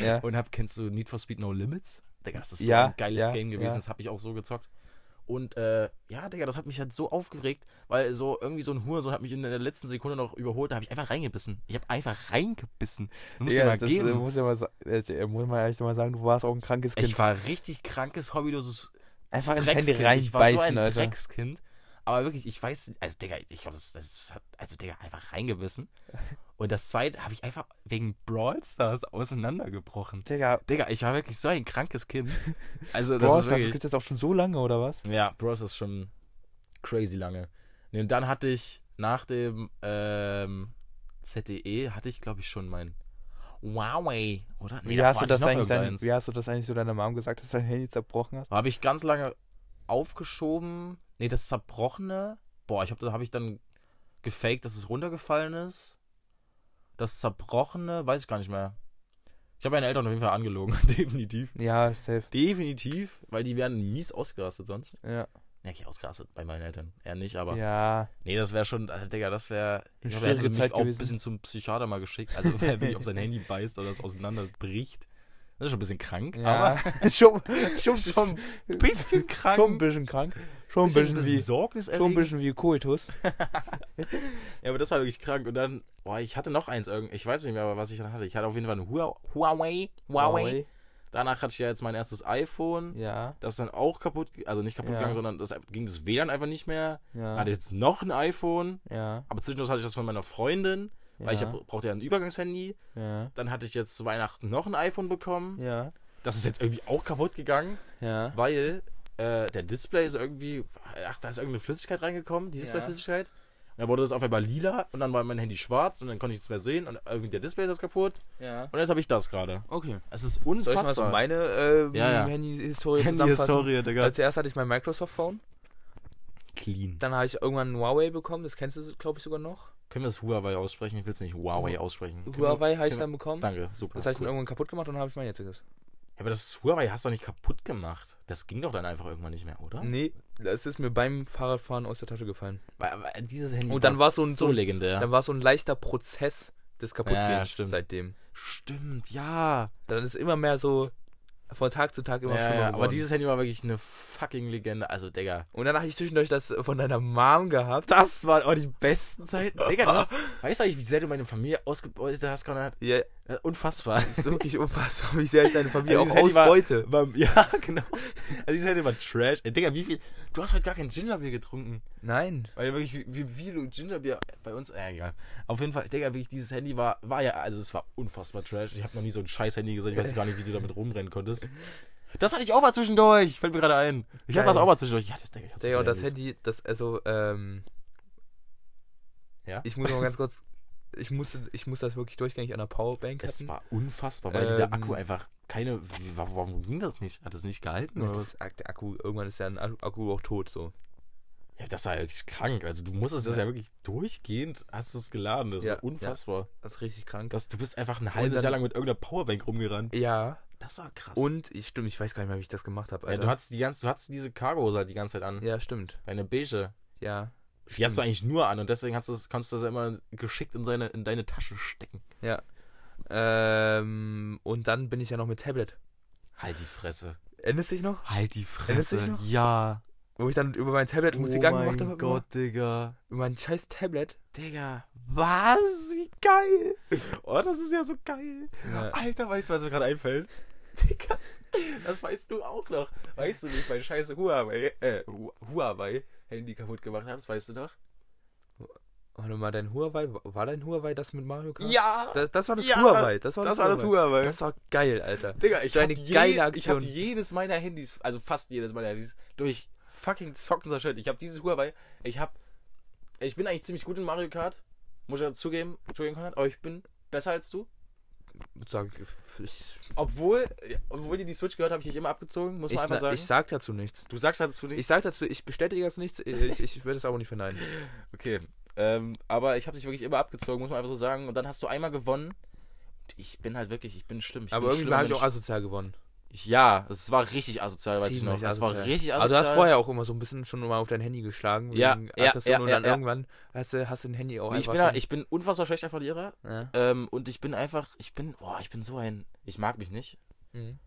C: ja.
A: und hab, kennst du Need for Speed No Limits? Digga, das ist so
C: Ja,
A: ein geiles
C: ja,
A: Game gewesen,
C: ja.
A: das hab ich auch so gezockt. Und äh, ja, Digga, das hat mich halt so aufgeregt, weil so irgendwie so ein Hurensohn hat mich in der letzten Sekunde noch überholt, da hab ich einfach reingebissen. Ich hab einfach reingebissen. Das muss dir
C: ja,
A: mal
C: das äh,
A: geben.
C: muss ja mal, sa- äh, muss man echt mal sagen, du warst auch ein krankes Kind.
A: ich war richtig krankes, hobbyloses
C: Einfach ins Handy
A: Dreckskind. Ich war so ein
C: reinbeißen, Alter.
A: Dreckskind. Aber wirklich, ich weiß, also Digga, ich glaube, das, das hat, also Digga, einfach reingebissen. Und das zweite habe ich einfach wegen Brawl Stars auseinandergebrochen.
C: Digga,
A: Digga, ich war wirklich so ein krankes Kind. Also das
C: Brawl
A: ist
C: Stars, das
A: wirklich,
C: gibt jetzt auch schon so lange, oder was?
A: ja, Bros ist schon crazy lange. Nee, und dann hatte ich nach dem ähm, ZDE hatte ich glaube ich schon mein Huawei, oder?
C: Wie hast,
A: davor
C: du
A: hatte
C: das
A: ich
C: eigentlich
A: noch
C: dein,
A: irgendeins.
C: wie hast du das eigentlich so deiner Mom gesagt, dass dein Handy zerbrochen hast?
A: Habe ich ganz lange aufgeschoben. Nee, das zerbrochene. Boah, ich habe hab ich dann gefaked, dass es runtergefallen ist. Das zerbrochene, weiß ich gar nicht mehr. Ich habe meine Eltern auf jeden Fall angelogen, definitiv.
C: Ja, safe.
A: Definitiv, weil die werden mies ausgerastet sonst.
C: Ja.
A: Ja, okay, ausgerastet bei meinen Eltern. Er nicht, aber.
C: Ja.
A: Nee, das wäre schon, also, Digga, das wäre. Ich glaube,
C: schwierige
A: hätte mich
C: Zeit
A: auch ein
C: gewesen.
A: bisschen zum Psychiater mal geschickt. Also, wer wirklich auf sein Handy beißt oder es auseinanderbricht. Das ist schon ein bisschen krank,
C: ja.
A: aber
C: schon, schon,
A: schon ein bisschen krank.
C: schon ein bisschen krank. Schon ein bisschen, wie, schon ein
A: besorgniserregend.
C: bisschen wie Koitus.
A: Ja, aber das war wirklich krank. Und dann, boah, ich hatte noch eins irgendwie. Ich weiß nicht mehr, was ich dann hatte. Ich hatte auf jeden Fall ein Hua- Huawei. Huawei. Danach hatte ich ja jetzt mein erstes iPhone.
C: Ja.
A: Das ist dann auch kaputt, ge- also nicht kaputt
C: Ja.
A: gegangen, sondern das ging das WLAN einfach nicht mehr.
C: Ja.
A: Hatte jetzt noch ein iPhone.
C: ja.
A: Aber zwischendurch hatte ich das von meiner Freundin, weil ich
C: ja.
A: hab, brauchte ja ein Übergangshandy.
C: Ja.
A: Dann hatte ich jetzt zu Weihnachten noch ein iPhone bekommen.
C: Ja.
A: Das ist jetzt irgendwie auch kaputt gegangen,
C: Ja.
A: weil äh, der Display ist irgendwie, ach, da ist irgendeine Flüssigkeit reingekommen, die
C: Ja.
A: Displayflüssigkeit. Und dann wurde das auf einmal lila und dann war mein Handy schwarz und dann konnte ich nichts mehr sehen und irgendwie der Display ist jetzt kaputt.
C: Ja.
A: Und jetzt habe ich das gerade.
C: Okay.
A: Es ist unfassbar.
C: Soll ich mal so meine ähm,
A: Ja, ja.
C: Handy-Historie zusammenfassen?
A: Digga.
C: Weil zuerst hatte ich mein Microsoft-Phone,
A: Clean.
C: dann habe ich irgendwann ein Huawei bekommen, das kennst du, glaube ich, sogar noch.
A: Können wir das Huawei aussprechen? Ich will es nicht Huawei aussprechen. Können wir-
C: Huawei habe ich
A: können
C: dann bekommen.
A: wir- Danke, super.
C: Das habe ich dann
A: cool.
C: irgendwann kaputt gemacht und dann habe ich mein jetziges.
A: Ja, aber das Huawei hast du doch nicht kaputt gemacht. Das ging doch dann einfach irgendwann nicht mehr, oder?
C: Nee, es ist mir beim Fahrradfahren aus der Tasche gefallen.
A: Weil, weil dieses Handy
C: Und dann war so ein- so ein-
A: legendär.
C: Dann war so ein leichter Prozess des Kaputtgehens
A: stimmt.
C: seitdem.
A: Stimmt, ja.
C: Dann ist immer mehr so, von Tag zu Tag immer
A: Ja,
C: schlimmer
A: ja, aber
C: geworden.
A: dieses Handy war wirklich eine fucking Legende. Also, Digga.
C: Und dann habe ich zwischendurch das von deiner Mom gehabt.
A: Das Ah. waren auch die besten Zeiten. Digga, du hast, weißt du eigentlich, wie sehr du meine Familie ausgebeutet hast, Konrad?
C: Ja,
A: Äh, Unfassbar.
C: das ist wirklich unfassbar, wie sehr ich deine Familie
A: Also
C: auch
A: dieses Handy war-
C: ausbeute.
A: Beim- ja, genau. Also, dieses Handy war trash. Ey, Digga, wie viel. Du hast heute gar kein Gingerbier getrunken.
C: Nein.
A: Weil wirklich, wie, wie, wie du Gingerbier bei uns. Ja, egal. Auf jeden Fall, Digga, wirklich, dieses Handy war, war ja, also es war unfassbar trash. Ich habe noch nie so ein scheiß Handy gesehen. Ich weiß gar nicht, wie du damit rumrennen konntest. Das hatte ich auch mal zwischendurch. Fällt mir gerade ein. Ich hatte
C: Geil.
A: das auch mal zwischendurch. Ja, das, Digga, ich hatte so
C: Digga, und
A: viele
C: das
A: Handys.
C: Handy, das, also, ähm,
A: Ja?
C: ich muss noch ganz kurz, ich musste, ich musste das wirklich durchgängig an der Powerbank
A: Es
C: hatten.
A: war unfassbar, weil dieser
C: Ähm,
A: Akku einfach keine. wie- wa- Warum ging das nicht? Hat das nicht gehalten?
C: Ja,
A: Oder was?
C: das, Ak- der Akku, irgendwann ist ja ein Ak- Akku auch tot, so.
A: Ja, das war ja wirklich krank. Also du musstest das ja wirklich durchgehend hast du es geladen. Das ist
C: Ja,
A: so unfassbar.
C: Das ist richtig krank.
A: Das, du bist einfach ein halbes
C: dann-
A: Jahr lang mit irgendeiner Powerbank rumgerannt.
C: ja,
A: Das war krass.
C: und, ich, stimmt, ich weiß gar nicht mehr, wie ich das gemacht habe,
A: ja, du hattest die ganze, du hattest diese Cargo-Hose halt die ganze Zeit an.
C: ja, stimmt.
A: Deine beige.
C: Ja,
A: Die hattest du eigentlich nur an und deswegen hast du's, kannst du das ja immer geschickt in, seine, in deine Tasche stecken.
C: ja. Ähm, und dann bin ich ja noch mit Tablet.
A: Halt die Fresse.
C: Erinnerst du dich noch?
A: Halt die
C: Erinnerst du dich noch?
A: Ja.
C: Wo ich dann über mein Tablet Musik
A: Oh
C: angemacht habe.
A: Digga.
C: Über mein scheiß Tablet.
A: Digga. Was? Wie geil. Oh, das ist ja so geil.
C: Ja.
A: Alter, weißt du, was mir gerade einfällt? Digga, das weißt du auch noch. Weißt du nicht, weil scheiße Huawei, äh, Hu- Huawei Handy kaputt gemacht hat, das weißt du noch?
C: Warte Oh, mal, dein Huawei, war dein Huawei das mit Mario Kart?
A: Ja!
C: Das, das war das
A: Ja,
C: Huawei. Das war
A: das war das Huawei.
C: Das war geil, Alter.
A: Digga, ich
C: war
A: habe
C: eine geile
A: ich hab
C: Aktion.
A: jedes meiner Handys, also fast jedes meiner Handys, durch fucking Zocken zerstört. Ich habe dieses Huawei, ich habe, ich bin eigentlich ziemlich gut in Mario Kart, muss ich zugeben, Entschuldigung, Konrad, aber ich bin besser als du.
C: Sag, ich,
A: Obwohl, obwohl dir die Switch gehört, habe ich dich immer abgezogen, muss
C: ich,
A: man einfach sagen.
C: ich sag dazu nichts.
A: du sagst dazu nicht.
C: Ich sag dazu, ich bestätige das nichts, ich, ich werde es aber nicht verneinen.
A: Okay. Ähm, aber ich habe dich wirklich immer abgezogen, muss man einfach so sagen. Und dann hast du einmal gewonnen. Und ich bin halt wirklich, ich bin schlimm. Ich
C: Aber
A: bin
C: irgendwie
A: schlimmer
C: habe ich auch
A: Mensch.
C: asozial gewonnen.
A: Ja, es war richtig asozial, weiß ich noch.
C: Ziemlich
A: Es war
C: asozial.
A: richtig asozial.
C: Aber du hast vorher auch immer so ein bisschen schon mal auf dein Handy geschlagen.
A: Ja,
C: wegen
A: ja,
C: Aggression
A: ja,
C: und
A: ja,
C: dann
A: ja.
C: irgendwann hast du, hast du dein Handy auch
A: Nee, ich,
C: einfach.
A: bin,
C: dann,
A: ich bin unfassbar schlechter Verlierer.
C: ja.
A: Ähm, und ich bin einfach, ich bin, boah, ich bin so ein, ich mag mich nicht.
C: Mhm.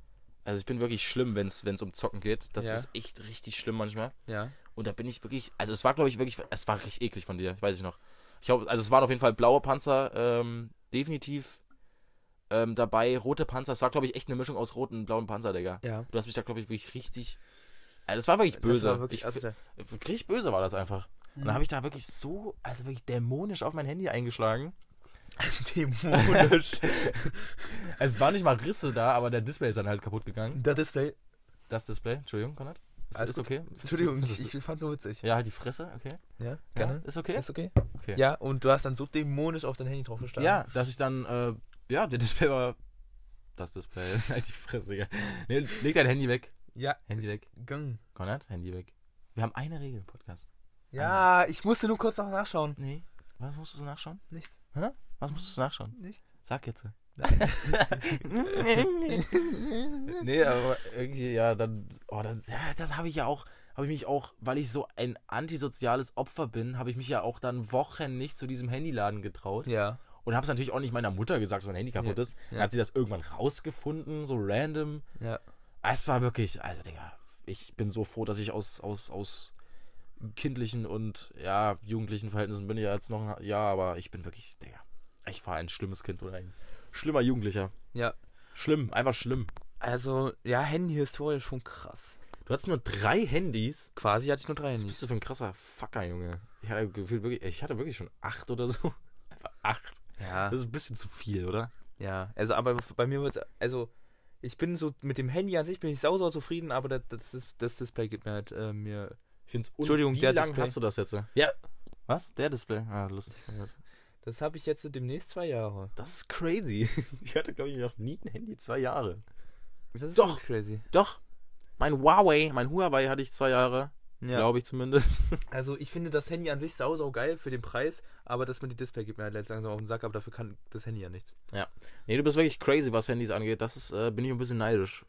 A: Also ich bin wirklich schlimm, wenn es um Zocken geht. Das
C: Ja.
A: ist echt richtig schlimm manchmal.
C: ja.
A: Und da bin ich wirklich, also es war, glaube ich, wirklich, es war richtig eklig von dir, weiß ich noch. Ich glaube, also es waren auf jeden Fall blaue Panzer, ähm, definitiv ähm, dabei, rote Panzer. Es war, glaube ich, echt eine Mischung aus roten und blauen Panzer, Digga.
C: Ja.
A: Du hast mich da, glaube ich, wirklich richtig. Also das war wirklich böse.
C: Das war wirklich also Mhm.
A: ich,
C: asozial.
A: Richtig böse war das einfach. Und dann habe ich da wirklich so, also wirklich dämonisch auf mein Handy eingeschlagen.
C: Dämonisch.
A: Also Es waren nicht mal Risse da, aber der Display ist dann halt kaputt gegangen.
C: das Display.
A: Das Display, Entschuldigung, Konrad. Ist,
C: Mhm. Alles
A: ist okay? Findest du-
C: Entschuldigung,
A: findest du-
C: ich, ich fand's so witzig.
A: ja, halt die Fresse, okay.
C: Ja,
A: Ja, ist okay?
C: Ist okay?
A: Okay.
C: Ja, und du hast dann so dämonisch auf dein Handy drauf gestanden.
A: Ja, dass ich dann, äh, ja, der Display war. Das Display, halt die Fresse, Digga. Nee, leg dein Handy weg.
C: Ja,
A: Handy weg.
C: gang.
A: Konrad, Handy weg. Wir haben eine Regel im Podcast.
C: Ja, ich musste nur kurz noch nachschauen.
A: Nee, was musstest du nachschauen?
C: Nichts.
A: Was musstest du nachschauen?
C: Nichts.
A: Sag jetzt. nee, aber irgendwie, ja, dann, oh, das, ja, das habe ich ja auch, habe ich mich auch, weil ich so ein antisoziales Opfer bin, habe ich mich ja auch dann Wochen nicht zu diesem Handyladen getraut.
C: Ja.
A: Und habe es natürlich auch nicht meiner Mutter gesagt, dass mein Handy kaputt
C: Ja,
A: ist. Dann
C: ja.
A: hat sie das irgendwann rausgefunden, so random.
C: Ja.
A: Ah, Es war wirklich, also Digga, ich bin so froh, dass ich aus, aus, aus kindlichen und ja, jugendlichen Verhältnissen bin ja jetzt noch ein Jahr, aber ich bin wirklich, Digga, ich war ein schlimmes Kind oder ein schlimmer Jugendlicher.
C: Ja.
A: Schlimm, einfach schlimm.
C: Also, ja, Handy-Historie ist schon krass.
A: Du hattest nur drei Handys.
C: Quasi hatte ich nur drei
A: Was
C: Handys.
A: bist du für ein krasser Fucker, Junge? Ich hatte gefühlt wirklich, ich hatte wirklich schon acht oder so. Einfach acht.
C: Ja.
A: Das ist ein bisschen zu viel, oder?
C: Ja. Also, aber bei mir wird's. Also, ich bin so mit dem Handy an sich bin ich sau, sau zufrieden, aber das, das, das, das Display gibt mir halt äh, mir.
A: Ich find's un-
C: Entschuldigung,
A: wie
C: der
A: lang
C: Display.
A: hast du das jetzt? Ja. Was? Der Display? Ah, lustig.
C: Das habe ich jetzt so demnächst zwei Jahre.
A: Das ist crazy. Ich hatte, glaube ich, noch nie ein Handy zwei Jahre.
C: Das ist
A: Doch.
C: schon crazy.
A: Doch. Mein Huawei, mein Huawei hatte ich zwei Jahre,
C: Ja.
A: glaube ich zumindest.
C: Also ich finde das Handy an sich sau, sau geil für den Preis, aber das mit dem Display gibt mir halt jetzt langsam auf den Sack, aber dafür kann das Handy ja nichts.
A: Nee, du bist wirklich crazy, was Handys angeht. Das ist, äh, bin ich ein bisschen neidisch.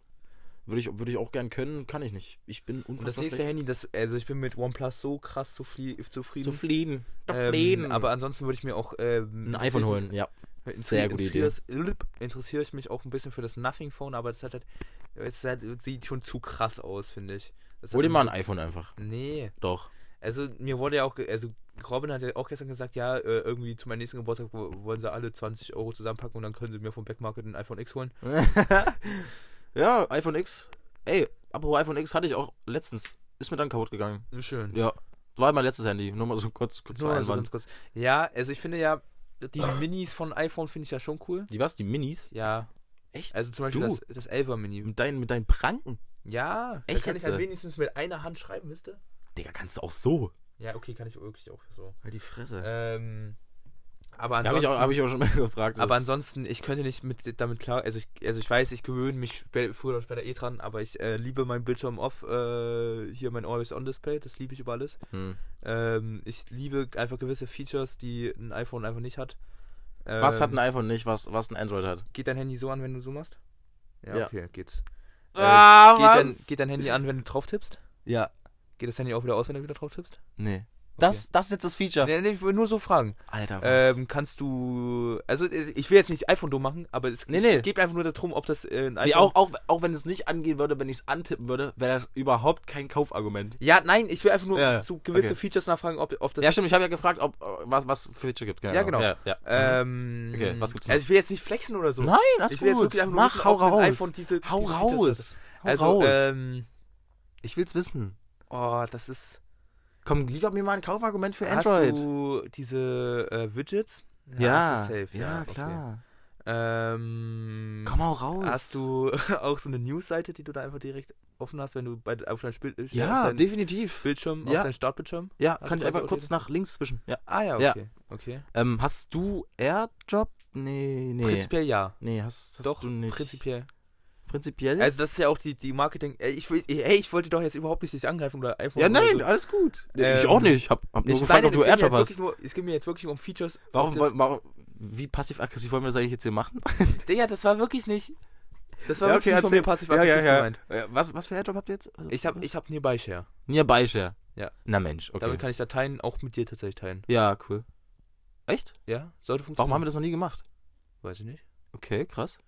A: Würde ich, würde ich auch gern können, kann ich nicht. Ich bin
C: Und das
A: unfassbar
C: nächste
A: schlecht.
C: Handy, das, also ich bin mit OnePlus so krass zufri zufrieden.
A: Zufrieden.
C: ähm, aber ansonsten würde ich mir auch ähm,
A: ein iPhone holen, ja.
C: interessier-
A: Sehr gute Idee.
C: interessier- Interessiere ich mich auch ein bisschen für das Nothing Phone, aber das hat halt Es ist halt, sieht schon zu krass aus, finde ich. Das
A: Hol dir
C: hat-
A: mal ein iPhone einfach.
C: Nee.
A: Doch.
C: Also mir wurde ja auch, ge- also Robin hat ja auch gestern gesagt, ja, äh, irgendwie zu meinem nächsten Geburtstag wo- wollen sie alle 20 Euro zusammenpacken und dann können sie mir vom Backmarket ein iPhone X holen.
A: ja, iPhone X. Ey, apropos iPhone X hatte ich auch letztens. Ist mir dann kaputt gegangen.
C: Schön.
A: Ja. War mein letztes Handy. Nur mal so kurz, kurz
C: Nur
A: zur
C: mal so
A: Einwand.
C: ganz kurz. Ja, also ich finde ja, die Minis von iPhone finde ich ja schon cool.
A: Die was? Die Minis?
C: Ja,
A: Echt?
C: also zum Beispiel
A: Du?
C: das, das 11er Mini.
A: mit, deinen, mit deinen Pranken?
C: Ja, da
A: Echt
C: kann ich
A: jetzt,
C: halt
A: äh?
C: wenigstens mit einer Hand schreiben, wisst ihr?
A: Digga, kannst du auch so.
C: Ja, okay, kann ich wirklich auch so.
A: Halt die Fresse.
C: Ähm, aber
A: da habe
C: ansonsten,
A: ich, auch- hab ich auch schon mal gefragt. das
C: aber
A: ist-
C: ansonsten, ich könnte nicht mit damit klar, also ich, also ich weiß, ich gewöhne mich spä- früher oder später eh dran, aber ich äh, liebe meinen Bildschirm off, äh, hier mein Always-On-Display, das liebe ich über alles.
A: Hm.
C: Ähm, ich liebe einfach gewisse Features, die ein iPhone einfach nicht hat.
A: Was hat
C: Ähm,
A: ein iPhone nicht, was, was ein Android hat?
C: Geht dein Handy so an, wenn du so machst? Ja,
A: Ja.
C: okay, geht's. Äh,
A: Ah,
C: geht, dein, geht dein Handy an, wenn du drauf tippst?
A: Ja.
C: Geht das Handy auch wieder aus, wenn du wieder drauf tippst?
A: Nee. Das, das ist jetzt das Feature.
C: Nee, nee, ich will nur so fragen.
A: Alter, was?
C: Ähm, kannst du. Also, ich will jetzt nicht iPhone dumm machen, aber es,
A: Nee,
C: es
A: nee.
C: geht einfach nur darum, ob das äh, ein iPhone.
A: nee, auch, auch, auch wenn es nicht angehen würde, wenn ich es antippen würde, wäre das überhaupt kein Kaufargument.
C: Ja, nein, ich will einfach nur
A: Ja, ja.
C: so gewisse
A: Okay.
C: Features nachfragen, ob, ob das.
A: Ja, stimmt, ich habe ja gefragt, ob äh, was, was Feature gibt.
C: Ja, genau.
A: Ja, Äh, ja.
C: ähm,
A: Mhm. Okay, was gibt's noch?
C: Also, ich will jetzt nicht flexen oder so.
A: Nein, das
C: ich
A: ist
C: will jetzt
A: gut.
C: wirklich einfach nur
A: Mach,
C: wissen,
A: hau
C: ob ein
A: raus.
C: iPhone diese,
A: hau
C: diese Features hat.
A: raus. Hau
C: Also,
A: raus.
C: ähm.
A: ich will's wissen.
C: Oh, das ist.
A: Komm, liefer mir mal ein Kaufargument für
C: Hast
A: Android.
C: du diese äh, Widgets?
A: ja,
C: hast du safe,
A: ja,
C: okay.
A: klar.
C: Ähm,
A: Komm, hau raus.
C: hast du auch so eine News-Seite, die du da einfach direkt offen hast, wenn du bei, auf deinem Spiel, äh, auf
A: Ja,
C: deinen
A: definitiv.
C: Bildschirm,
A: Ja.
C: auf deinen Startbildschirm?
A: Ja,
C: Hast
A: kann
C: du
A: ich einfach
C: quasi auch
A: kurz
C: die-
A: nach links zwischen. Ja.
C: Ah ja,
A: Ja.
C: okay. okay.
A: Ähm, hast du Airdrop? Nee, nee.
C: Prinzipiell ja.
A: Nee, hast, hast
C: Doch,
A: du nicht.
C: prinzipiell.
A: Prinzipiell?
C: Also das ist ja auch die, die Marketing... Äh, Ich will, hey, ich wollte doch jetzt überhaupt nicht dich angreifen oder iPhone
A: ja,
C: oder
A: nein,
C: so.
A: alles gut.
C: also Ähm,
A: ich auch nicht. Hab, hab nur
C: Ich
A: gefragt,
C: meine,
A: ob du
C: es geht mir
A: Airdrop
C: jetzt wirklich
A: hast.
C: nur, es geht mir jetzt wirklich um Features. ob
A: Warum,
C: das,
A: woll- warum, wie passiv-aggressiv wollen wir das eigentlich jetzt hier machen?
C: Digga, das war wirklich nicht... Das war wirklich nicht von mir passiv-aggressiv gemeint.
A: Äh, Was, was für Airdrop habt ihr jetzt? Also,
C: Ich habe ich hab nearby Share.
A: Nearby Share.
C: Ja.
A: Na Mensch, okay.
C: Damit kann ich Dateien auch mit dir tatsächlich teilen.
A: ja, cool. Echt?
C: Ja, sollte
A: Warum
C: funktionieren.
A: haben wir das noch nie gemacht?
C: das? Weiß ich nicht.
A: Okay, krass.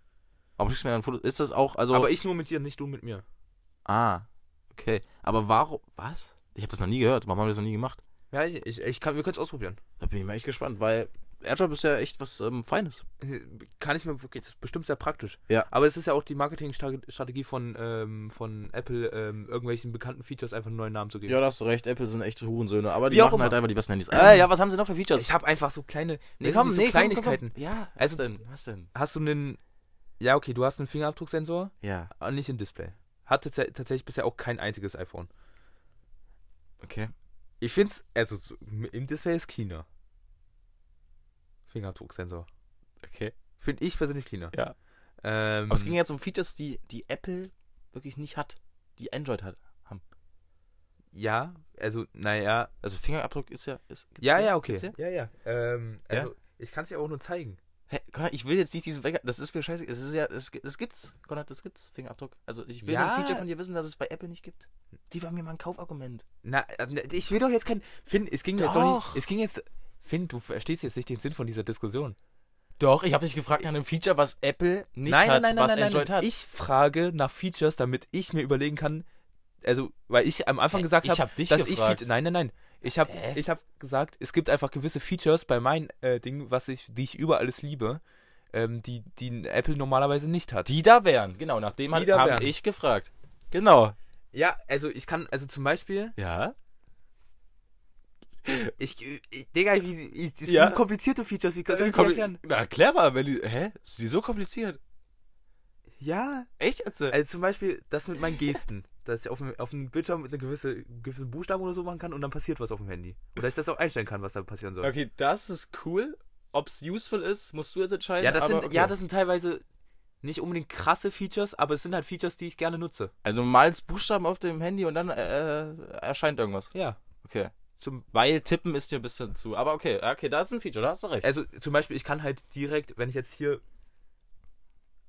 A: Aber schickst mir dann ein Foto. Ist das auch, also.
C: Aber ich nur mit dir, nicht du mit mir.
A: ah, okay. Aber warum, was? Ich habe das noch nie gehört. Warum haben wir das noch nie gemacht?
C: Ja, ich, ich, ich kann, wir können es ausprobieren.
A: Da bin ich mal echt gespannt, weil Airdrop ist ja echt was ähm, Feines.
C: Kann ich mir wirklich, das ist bestimmt sehr praktisch.
A: Ja.
C: Aber es ist ja auch die Marketingstrategie von, ähm, von Apple, ähm, irgendwelchen bekannten Features einfach einen neuen Namen zu geben.
A: Ja, da hast du recht. Apple sind echt Hurensöhne. Aber die
C: Wie auch
A: machen halt
C: immer.
A: einfach die besten Handys. Ah, ja, was haben sie noch für Features?
C: Ich habe einfach so kleine, weißt du, nicht so Kleinigkeiten.
A: Ja,
C: Also-
A: denn? Was denn?
C: Hast du einen, ja okay, du hast einen Fingerabdrucksensor,
A: Ja,
C: aber Ah, nicht ein Display. Hatte tats- tatsächlich bisher auch kein einziges iPhone.
A: okay.
C: Ich find's, also so, im Display ist cleaner. Fingerabdrucksensor.
A: okay.
C: Finde ich persönlich cleaner.
A: Ja.
C: Ähm,
A: Aber es ging jetzt um Features, die, die Apple wirklich nicht hat, die Android hat.
C: ja, also, naja.
A: Also Fingerabdruck ist ja. Ist, gibt's
C: Ja,
A: hier?
C: ja, okay.
A: Gibt's hier?
C: Ja, ja. Ähm,
A: Ja?
C: also, ich kann es dir auch nur zeigen.
A: Hä, Konrad, ich will jetzt nicht diesen Finger. Das ist mir scheiße. Es ist ja, es, gi- es gibt's, Konrad, das gibt's, Fingerabdruck. Also ich will
C: Ja.
A: ein Feature von dir wissen, dass es bei Apple nicht gibt. Die war mir mal ein Kaufargument.
C: Na, äh, ich will doch jetzt kein. Finn, es ging jetzt doch
A: Doch.
C: nicht. Es ging jetzt. Finn, du verstehst jetzt nicht den Sinn von dieser Diskussion.
A: Doch, ich habe dich gefragt nach einem Feature, was Apple nicht
C: nein,
A: hat,
C: nein, nein,
A: was
C: nein, nein,
A: Android
C: nein.
A: hat.
C: Ich frage nach Features, damit ich mir überlegen kann. Also, weil ich am Anfang
A: Hä,
C: gesagt
A: ich
C: habe,
A: hab dich
C: dass
A: gefragt.
C: ich. Feat- Nein, nein, nein. Ich habe
A: Hä?
C: ich hab gesagt, es gibt einfach gewisse Features bei meinen äh, Dingen, was ich, die ich über alles liebe, ähm, die, die Apple normalerweise nicht hat.
A: Die da wären, genau, nach dem
C: Die
A: hat-
C: da
A: habe
C: wären.
A: ich gefragt. Genau.
C: Ja, also ich kann, also zum Beispiel,
A: Ja.
C: ich, ich Digga, wie, ich, das
A: Ja.
C: sind komplizierte Features, wie kannst du das
A: Kompli-
C: erklären?
A: Na, clever, wenn die. Hä? Ist die so kompliziert?
C: Ja,
A: Echt? jetzt?
C: also zum Beispiel das mit meinen Gesten, dass ich auf dem, auf dem Bildschirm eine gewisse, gewisse Buchstaben oder so machen kann und dann passiert was auf dem Handy. Oder ich das auch einstellen kann, was da passieren soll.
A: Okay, das ist cool. Ob es useful ist, musst du jetzt entscheiden.
C: Ja, das
A: aber
C: sind,
A: okay.
C: ja, das sind teilweise nicht unbedingt krasse Features, aber es sind halt Features, die ich gerne nutze.
A: Also du malst Buchstaben auf dem Handy und dann äh, äh, erscheint irgendwas.
C: Ja.
A: Okay.
C: Zum,
A: Weil tippen ist dir ein bisschen zu. Aber okay, okay, da ist ein Feature, da hast du recht.
C: also zum Beispiel, ich kann halt direkt, wenn ich jetzt hier,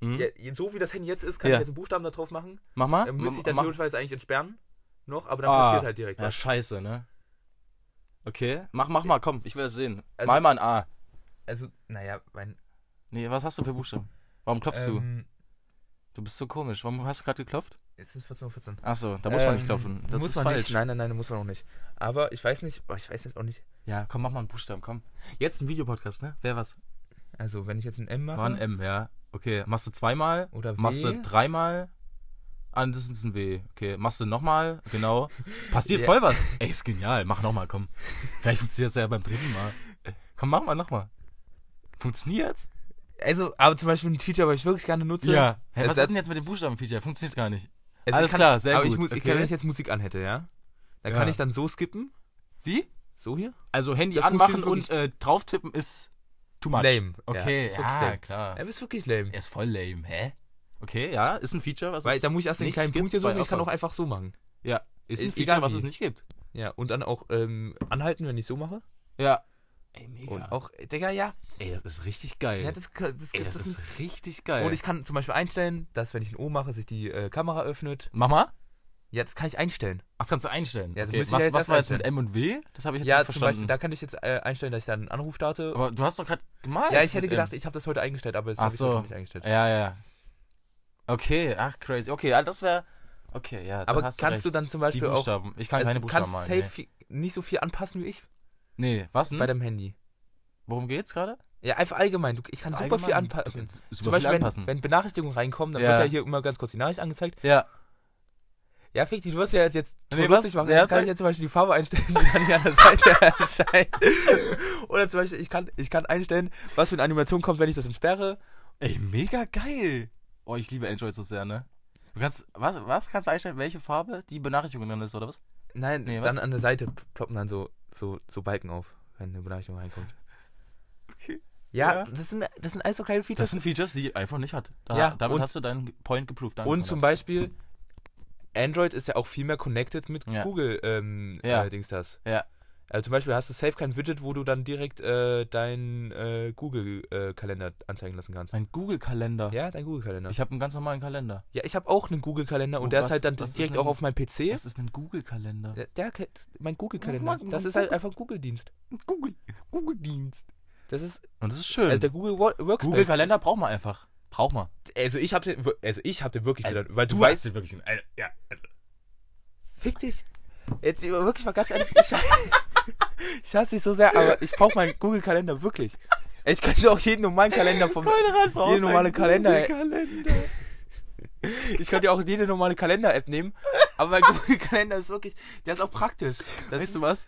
A: Mhm.
C: ja, so wie das Handy jetzt ist, kann
A: Ja.
C: ich jetzt einen Buchstaben da drauf machen.
A: Mach mal.
C: Dann müsste ich
A: M-
C: dann
A: mach-
C: theoretischweise eigentlich entsperren noch, aber dann
A: Ah.
C: passiert halt direkt was.
A: Ja, scheiße, ne? Okay, mach, mach mal, komm, ich will das sehen.
C: Also-
A: mal mal ein A.
C: Also, naja, mein.
A: Nee, was hast du für Buchstaben? Warum klopfst
C: ähm,
A: Du bist so komisch. Warum hast du gerade geklopft?
C: Jetzt ist 14.14 Uhr.
A: Achso, da muss man nicht klopfen. Das
C: Ähm, muss
A: ist
C: man
A: falsch.
C: nicht. Nein, nein, nein, da muss man auch nicht. Aber ich weiß nicht, boah, ich weiß jetzt auch nicht.
A: Ja, komm, mach mal einen Buchstaben, komm. Jetzt ein Videopodcast, ne? Wer was?
C: Also, wenn ich jetzt ein M mache.
A: War ein M, ja. Okay, machst du zweimal?
C: Oder W?
A: Machst du dreimal? Ah, das ist ein W. Okay, machst du nochmal? Genau. Passiert
C: Ja.
A: voll was. Ey, ist genial. Mach nochmal, komm. Vielleicht funktioniert es ja beim dritten Mal. Komm, mach mal nochmal. Funktioniert's?
C: Also, aber zum Beispiel ein Feature, was ich wirklich gerne nutze.
A: Hä, was
C: Also,
A: ist denn jetzt mit dem Buchstaben-Feature? Funktioniert's gar nicht.
C: Also
A: Alles
C: ich kann,
A: klar, sehr
C: aber
A: gut.
C: Ich muss, ich
A: Okay.
C: kann, wenn ich jetzt Musik anhätte, ja? Dann
A: Ja.
C: kann ich dann so skippen.
A: Wie?
C: So hier?
A: Also Handy
C: Das
A: anmachen
C: funktioniert
A: und äh, drauf tippen ist too much.
C: Lame.
A: Okay,
C: ist
A: ja,
C: wirklich lame.
A: klar.
C: Er ist wirklich lame.
A: Er ist voll lame, hä? Okay, ja, ist ein Feature, was
C: Weil
A: es
C: da muss ich erst den
A: nicht
C: kleinen
A: gibt
C: Punkt hier
A: bei
C: suchen, ich kann auch
A: Upload.
C: einfach so machen.
A: Ja, ist ein
C: E-
A: Feature,
C: egal
A: was
C: wie.
A: es nicht gibt.
C: Ja, und dann auch ähm, anhalten, wenn ich so mache.
A: Ja. Ey, mega.
C: Und auch, äh, Digga, ja.
A: Ey, das ist richtig geil.
C: ja das, kann- das,
A: Ey,
C: gibt
A: das,
C: es
A: ist
C: nicht.
A: richtig geil.
C: Und ich kann zum Beispiel einstellen, dass wenn ich ein O mache, sich die äh, Kamera öffnet.
A: Mach mal.
C: Ja, das kann ich einstellen.
A: Ach, das kannst du einstellen.
C: Ja, das
A: okay.
C: müsste ich
A: Was,
C: ja jetzt
A: was
C: erst
A: war jetzt mit
C: einstellen.
A: M und W? Das habe ich jetzt
C: ja,
A: nicht
C: zum
A: verstanden.
C: Beispiel, da kann ich jetzt äh, einstellen, dass ich dann einen Anruf starte.
A: Aber du hast doch gerade gemalt.
C: ja, ich hätte
A: Oh, mit M.
C: gedacht, ich habe das heute eingestellt, aber das
A: Ach
C: habe ich
A: so.
C: heute noch nicht eingestellt.
A: Ja, ja. Okay, ach, crazy. Okay, ja, das wäre. Okay, ja. dann
C: aber
A: hast
C: kannst du
A: recht.
C: dann zum
A: Die
C: Beispiel auch.
A: Buchstaben. Ich kann
C: also
A: keine
C: du
A: Buchstaben Hm?
C: kannst
A: malen.
C: safe viel- nicht so viel anpassen wie ich
A: nee. nee, was denn?
C: bei dem Handy.
A: Worum geht's gerade?
C: Ja, einfach allgemein. Du- Ich kann super viel
A: Allgemein.
C: anpassen.
A: Du kannst
C: Zum
A: Super viel
C: Beispiel,
A: anpassen.
C: wenn, wenn Benachrichtigungen reinkommen, dann
A: Ja.
C: wird ja hier immer ganz kurz die Nachricht angezeigt.
A: ja.
C: Ja, fick dich, du wirst ja jetzt- jetzt
A: Nee,
C: nee,
A: was?
C: lustig machen.
A: Ja,
C: Jetzt kann
A: sag.
C: ich jetzt zum Beispiel die Farbe einstellen, die dann hier an der Seite erscheint. Oder zum Beispiel, ich kann, ich kann einstellen, was für eine Animation kommt, wenn ich das entsperre.
A: Ey, mega geil. Oh, ich liebe Android so sehr, ne? Du kannst, was, was kannst du einstellen, welche Farbe die Benachrichtigung dann ist, oder was?
C: Nein,
A: Nee, was?
C: dann an der Seite ploppen dann so, so, so Balken auf, wenn eine Benachrichtigung reinkommt.
A: Okay.
C: Ja,
A: Ja.
C: das sind, das sind alles so kleine
A: Das
C: Features.
A: sind Features, die iPhone nicht hat. Da,
C: Ja,
A: damit
C: und-
A: hast du deinen Point geproved. danke,
C: Und zum
A: Konrad.
C: Beispiel, Android ist ja auch viel mehr connected mit
A: Ja.
C: Google ähm,
A: Ja.
C: äh, Dings das.
A: Ja.
C: Also zum Beispiel hast du safe kein Widget, wo du dann direkt äh, deinen äh, Google-Kalender anzeigen lassen kannst.
A: Mein Google-Kalender.
C: Ja, dein Google-Kalender.
A: Ich habe einen ganz normalen Kalender.
C: Ja, ich habe auch einen Google-Kalender und
A: Oh,
C: der
A: was-
C: ist halt dann
A: was ist
C: direkt
A: denn-
C: auch auf meinem PC.
A: Was ist ein Google-Kalender?
C: Der, der, mein
A: Guck
C: Google-Kalender.
A: mal,
C: Das
A: mein
C: ist halt
A: Google-
C: einfach ein Google-Dienst.
A: Google. Google-Dienst.
C: Das ist
A: Und das ist schön.
C: also der Google Wo- Workspace.
A: Google-Kalender braucht man einfach. Braucht man.
C: Also ich habe den, also ich habe den wirklich,
A: Äh,
C: wieder- weil du,
A: hast
C: weißt,
A: den wirklich. Äh, ja. also-
C: fick dich. Jetzt äh, wirklich mal ganz ehrlich, ich, ich hasse dich so sehr, aber ich brauche meinen Google-Kalender wirklich. Ich könnte auch jeden normalen Kalender vom,
A: Konrad braucht
C: Jeder normale
A: einen
C: Kalender, ey.
A: Google-Kalender.
C: ich könnte ja auch jede normale Kalender-App nehmen, aber mein Google-Kalender ist wirklich, der ist auch praktisch. Das
A: Weißt
C: ist,
A: du was?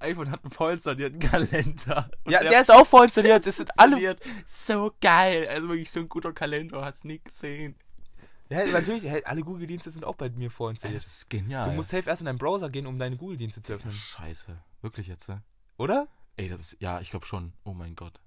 A: iPhone hat einen vollinstallierten Kalender. Und
C: ja, der ist auch vorinstalliert, das sind alle
A: funktioniert. So geil. Also wirklich so ein guter Kalender. Hast nie gesehen.
C: Ja, natürlich, hä, alle Google-Dienste sind auch bei mir vorinstalliert.
A: das ist genial.
C: Du musst safe erst in deinen Browser gehen, um deine Google-Dienste zu öffnen.
A: Scheiße. Wirklich jetzt, ne?
C: Oder?
A: Ey, das ist. Ja, ich glaube schon. Oh mein Gott.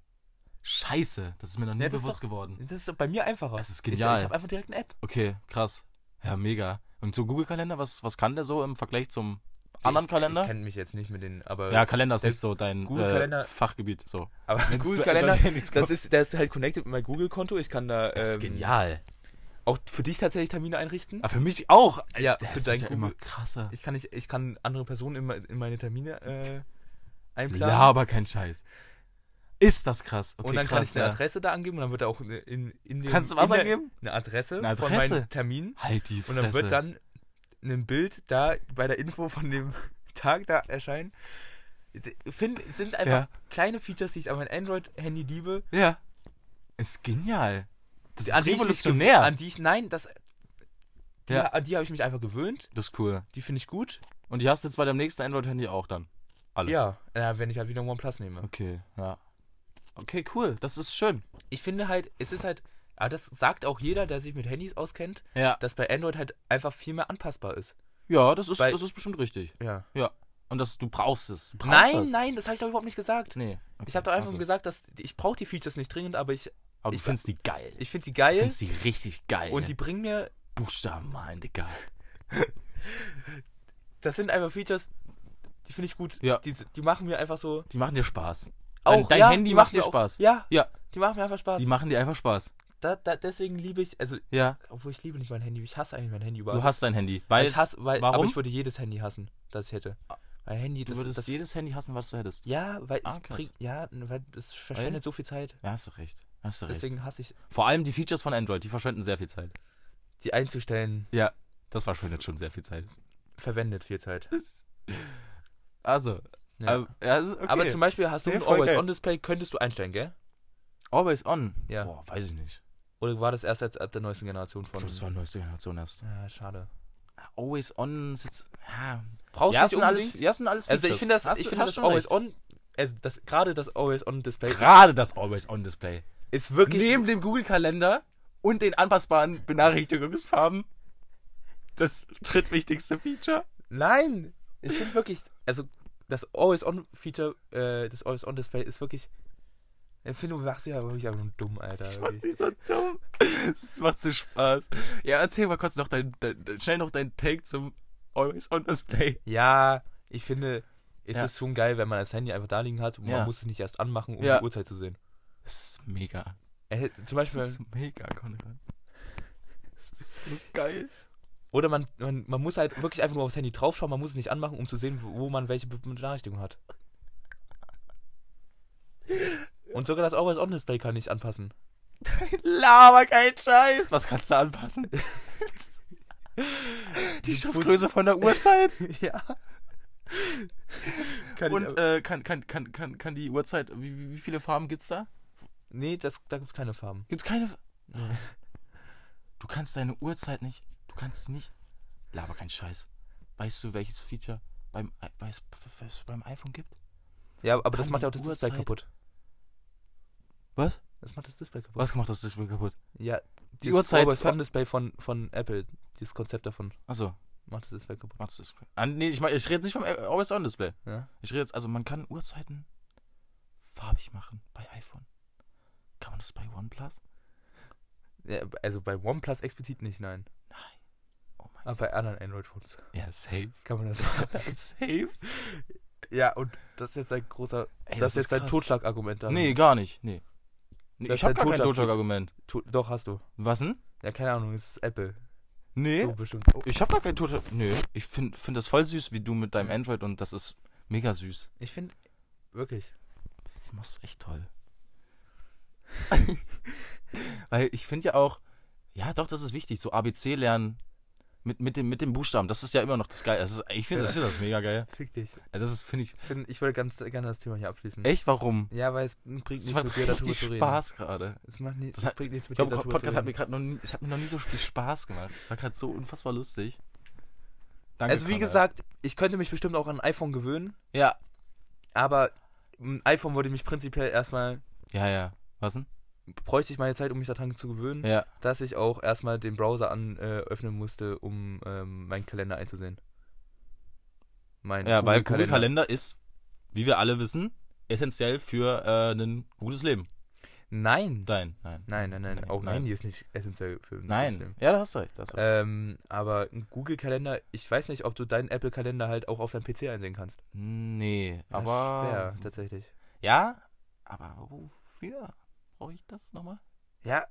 A: Scheiße. Das ist mir noch nie
C: Ja, das ist
A: bewusst
C: doch-
A: geworden.
C: Das ist doch bei mir einfacher.
A: Das ist
C: Ich,
A: genial.
C: ich habe einfach direkt eine App.
A: Okay, krass. Ja, mega. Und so Google-Kalender, was, was kann der so im Vergleich zum anderen
C: ich,
A: Kalender?
C: Ich kenne mich jetzt nicht mit den, aber.
A: ja, Kalender ist
C: der
A: nicht so dein äh,
C: Google-Kalender-
A: Fachgebiet. So.
C: aber
A: Wenn es zu
C: Google-Kalender,
A: Android nicht
C: das
A: kommt.
C: ist, der ist halt connected mit meinem Google-Konto. Ich kann da.
A: Das ist
C: ähm,
A: genial.
C: Auch für dich tatsächlich Termine einrichten.
A: Aber für mich auch.
C: Ja,
A: Das
C: für
A: wird
C: dein
A: ja immer
C: Google.
A: krasser.
C: Ich kann, nicht, ich kann andere Personen in, me- in meine Termine äh, einplanen.
A: Laber kein Scheiß. Ist das krass. Okay,
C: und dann
A: krass,
C: kann ich eine
A: ja.
C: Adresse da angeben und dann wird da auch in, in, in dem,
A: Kannst du was
C: in der-
A: angeben?
C: Eine Adresse,
A: Eine
C: von
A: Adresse?
C: meinem Termin.
A: Halt die
C: Und
A: Fresse.
C: dann wird dann ein Bild da bei der Info von dem Tag da erscheinen. Find, sind einfach
A: Ja.
C: kleine Features, die ich an meinem Android-Handy liebe.
A: Ja. Ist genial. Das ist
C: die ich mich gew-
A: revolutionär.
C: An die ich, nein, das, die,
A: Ja.
C: an die habe ich mich einfach gewöhnt.
A: Das ist cool.
C: Die finde ich gut.
A: Und die hast du jetzt bei deinem nächsten Android-Handy auch dann. Alle.
C: Ja, äh, wenn ich halt wieder OnePlus nehme.
A: Okay, ja. Okay, cool. Das ist schön.
C: Ich finde halt, es ist halt, aber das sagt auch jeder, der sich mit Handys auskennt,
A: Ja.
C: dass bei Android halt einfach viel mehr anpassbar ist.
A: Ja, das ist,
C: Weil-
A: das ist bestimmt richtig.
C: Ja.
A: Und das, du brauchst es. Du brauchst
C: Nein,
A: das.
C: nein, das habe ich doch überhaupt nicht gesagt.
A: Nee. Okay.
C: Ich habe doch einfach
A: also.
C: gesagt, dass ich brauche die Features nicht dringend, aber ich,
A: Aber
C: ich-
A: du findest die geil.
C: ich finde die
A: Du
C: geil
A: findest die richtig geil.
C: und die bringen mir
A: Buchstaben malen, Digga.
C: das sind einfach Features, die finde ich gut.
A: Ja.
C: Die, die machen mir einfach so.
A: Die machen dir Spaß.
C: Auch,
A: dein
C: ja,
A: Handy
C: die
A: macht
C: machen mir
A: dir
C: auch-
A: Spaß.
C: Ja,
A: Ja,
C: die machen mir einfach Spaß.
A: die machen dir einfach Spaß.
C: Da, da, deswegen liebe ich, also,
A: Ja.
C: obwohl ich liebe nicht mein Handy, ich hasse eigentlich mein Handy überhaupt.
A: Du hast dein Handy. Weil
C: ich hasse, weil, aber
A: warum?
C: ich würde jedes Handy hassen, das ich hätte. Mein Handy,
A: du
C: das,
A: würdest
C: das
A: jedes Handy hassen, was du hättest.
C: ja, weil
A: Ah,
C: es
A: krass.
C: bringt, ja, weil es verschwendet so viel Zeit.
A: Ja, hast du recht. Hast du recht.
C: Deswegen hasse ich.
A: Vor allem die Features von Android, die verschwenden sehr viel Zeit.
C: die einzustellen,
B: Das war schon jetzt schon sehr viel Zeit.
C: verwendet viel Zeit.
B: Also,
C: Ja.
B: ähm, ja, das ist okay.
C: Aber zum Beispiel hast du
B: Nee,
C: ein
B: voll geil.
C: Always-On-Display, könntest du einstellen, gell?
A: Always on.
C: Ja.
A: Boah, weiß ich nicht.
C: Oder war das erst jetzt ab der neuesten Generation
A: Ich
C: von?
A: glaube, das war neueste Generation erst.
C: Ja, schade.
A: Always on ist jetzt. Ja,
C: Brauchst
A: ja
C: du
A: es sind alles, ja, es sind alles
C: Also ich finde das,
A: Hast
C: ich
A: du-
C: finde
A: hast
C: das
A: schon
C: Always
A: recht.
C: On, also das gerade das Always On Display
A: Gerade das Always on Display.
C: ist wirklich.
A: Neben dem Google-Kalender und den anpassbaren Benachrichtigungsfarben. Das drittwichtigste Feature.
C: Nein, ich finde wirklich, also das Always On Feature, äh, das Always On Display ist wirklich. Ich finde, du machst dich ja wirklich einfach nur dumm, Alter.
A: Das macht
C: wirklich.
A: nicht so dumm. Das macht so Spaß. Ja, erzähl mal kurz noch dein, dein, dein- schnell noch dein Take zum Always on Display.
C: Ja, ich finde, es
A: Ja.
C: ist schon geil, wenn man das Handy einfach da liegen hat und
A: Ja.
C: man muss es nicht erst anmachen, um
A: Ja.
C: die Uhrzeit zu sehen.
A: Das ist mega.
C: Er hätte- zum
A: Das
C: Beispiel,
A: ist mega, Konrad. Das ist so geil.
C: oder man, man, man muss halt wirklich einfach nur aufs Handy draufschauen, man muss es nicht anmachen, um zu sehen, wo wo man welche Be- Benachrichtigung hat. Und sogar das Always-On-Display kann ich anpassen.
A: Laber kein Scheiß. Was kannst du anpassen? Die Schriftgröße von der Uhrzeit
C: ja. Kann ich,
A: und
C: aber-
A: äh, kann, kann, kann, kann, kann die Uhrzeit, wie, wie- wie viele Farben gibt's da?
C: nee, das, da gibt es keine Farben.
A: Gibt's keine. Du kannst deine Uhrzeit nicht. Du kannst es nicht. Laber kein Scheiß. Weißt du, welches Feature beim, I- weißt, was es beim iPhone gibt?
C: Ja, aber das
A: Kann
C: macht
A: die
C: ja auch das Display
A: Uhrzeit-
C: kaputt.
A: Was?
C: Das macht das Display kaputt.
A: Was gemacht das Display kaputt?
C: Ja,
A: Die
C: das
A: Uhrzeit- äh,
C: Always-On-Display von, von Apple, dieses Konzept davon,
A: Achso,
C: macht das Display kaputt. ne?
A: machst du das Display. Ah, nee, ich, mein, ich rede nicht vom äh, Always-On-Display.
C: Ja.
A: Ich rede jetzt, also man kann Uhrzeiten farbig machen bei iPhone. Kann man das bei OnePlus?
C: Ja, also bei OnePlus explizit nicht, nein.
A: Nein. Oh mein
C: Aber bei anderen Android-Phones
A: Gott. Ja, safe.
C: kann man das machen.
A: safe?
C: ja, und das ist jetzt ein großer,
A: Ey,
C: das, ist jetzt
A: krass.
C: ein Totschlagargument. darin.
A: Nee, gar nicht. Nee. nee
C: Das
A: ich
C: ist
A: hab
C: ein
A: gar kein
C: Totschlag-
A: Totschlagargument.
C: To doch, hast du.
A: Was denn?
C: Ja, keine Ahnung, es ist Apple.
A: Nee.
C: So bestimmt. Oh,
A: Ich hab gar kein Totschlag. Nö. Ich find, find das voll süß, wie du mit deinem
C: Ja.
A: Android und das ist mega süß.
C: ich finde, wirklich.
A: Das machst du echt toll. Weil ich finde ja auch, ja doch, das ist wichtig, so ABC lernen mit, mit, dem, mit dem Buchstaben, das ist ja immer noch das Geil. Das ist, ich finde das, ich find das mega geil.
C: Fick dich.
A: Ja, Das ist, finde ich,
C: Find, ich würde ganz gerne das Thema hier abschließen.
A: echt warum?
C: Ja, weil es bringt
A: Das
C: nichts
A: macht
C: mit dir darüber
A: richtig
C: zu reden.
A: Spaß gerade.
C: Es, macht nie,
A: Das
C: es
A: hat-
C: bringt nichts
A: Ich
C: mit
A: glaube,
C: dir darüber
A: Podcast
C: zu
A: hat mir
C: reden.
A: gerade noch nie, es hat mir noch nie so viel Spaß gemacht. Es war gerade so unfassbar lustig. Danke,
C: Also wie
A: Conrad.
C: gesagt, ich könnte mich bestimmt auch an ein iPhone gewöhnen,
A: Ja.
C: aber ein iPhone würde mich prinzipiell erstmal,
A: Ja, ja. Was denn?
C: bräuchte ich meine Zeit, um mich daran zu gewöhnen,
A: Ja.
C: dass ich auch erstmal den Browser an, äh, öffnen musste, um ähm, meinen Kalender einzusehen. Mein
A: Ja, weil
C: Google-Kalender.
A: Google Kalender ist, wie wir alle wissen, essentiell für äh, ein gutes Leben.
C: Nein.
A: Nein, nein.
C: Nein, nein, nein,
A: Nein,
C: Auch ein
A: nein.
C: Handy ist nicht essentiell für ein
A: Nein.
C: System.
A: Ja, da hast du recht. Da hast du recht.
C: Ähm, aber ein Google-Kalender, ich weiß nicht, ob du deinen Apple-Kalender halt auch auf deinem PC einsehen kannst.
A: nee,
C: Äh, Ja,
A: aber.
C: Schwer, tatsächlich.
A: Ja, aber wofür brauche ich das nochmal?
C: Ja.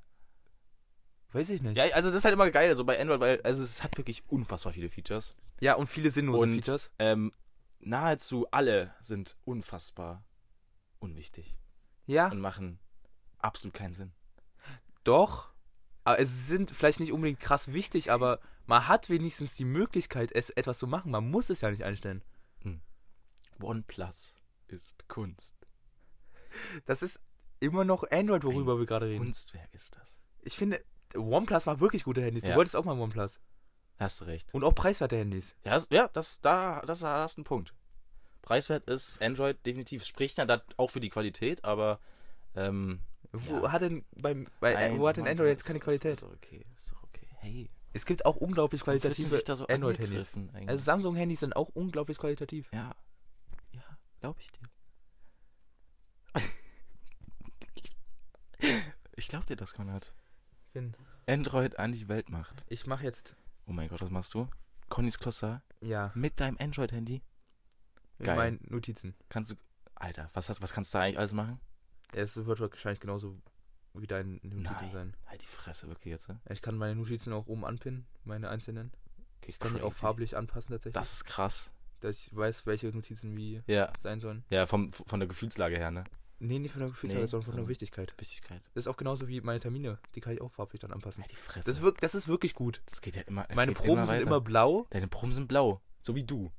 C: Weiß ich nicht.
A: Ja, also das ist halt immer geil, also bei Android, weil also es hat wirklich unfassbar viele Features.
C: Ja, und viele sinnlose
A: Und
C: Features.
A: Ähm, nahezu alle sind unfassbar unwichtig
C: Ja,
A: und machen absolut keinen Sinn.
C: doch. Aber es sind vielleicht nicht unbedingt krass wichtig, aber man hat wenigstens die Möglichkeit, es etwas zu machen. Man muss es ja nicht einstellen.
A: OnePlus ist Kunst.
C: Das ist immer noch Android, worüber wir gerade reden.
A: Kunstwerk ist das.
C: Ich finde, OnePlus macht wirklich gute Handys.
A: Ja.
C: Du wolltest auch mal ein OnePlus.
A: Hast du recht.
C: Und auch preiswerte Handys.
A: Ja, das, ja, das, da, das da hast du einen Punkt. Preiswert ist Android definitiv. Spricht dann dat- auch für die Qualität, aber ähm,
C: Wo
A: Ja.
C: hat denn beim, bei,
A: nein,
C: äh, wo hat denn
A: Mann,
C: Android jetzt
A: ist-
C: keine
A: ist- also
C: Qualität?
A: Ist doch okay, ist doch okay. Hey,
C: Es gibt auch unglaublich qualitative Android-Handys. Also
A: Also
C: Samsung-Handys sind auch unglaublich qualitativ.
A: ja, ja, glaube ich dir. ich glaube dir das, Konrad. Android an die Welt macht.
C: Ich mache jetzt,
A: Oh mein Gott, was machst du? Connys Kloster
C: ja,
A: mit deinem Android-Handy
C: mit
A: Geil.
C: meinen Notizen.
A: kannst du, Alter, was, hast, was kannst du da eigentlich alles machen?
C: Es wird wahrscheinlich genauso wie dein Notizen
A: Nein.
C: sein.
A: Halt die Fresse wirklich jetzt. Ne?
C: Ich kann meine Notizen auch oben anpinnen, meine einzelnen.
A: Okay,
C: Ich kann die auch
A: crazy.
C: farblich anpassen tatsächlich.
A: Das ist krass.
C: Dass ich weiß, welche Notizen wie
A: Ja,
C: sein sollen.
A: ja, vom, von der Gefühlslage her, ne?
C: Nee, nicht von der Gefühlszahl,
A: Nee,
C: sondern von der
A: sondern-
C: Wichtigkeit.
A: Wichtigkeit.
C: Das ist auch genauso wie meine Termine. Die kann ich auch farblich dann anpassen.
A: Ja, die Fresse.
C: Das ist wirklich, das ist wirklich gut.
A: Das geht ja immer. es
C: Meine
A: geht
C: Proben sind
A: weiter.
C: immer blau.
A: Deine Proben sind blau. So wie du.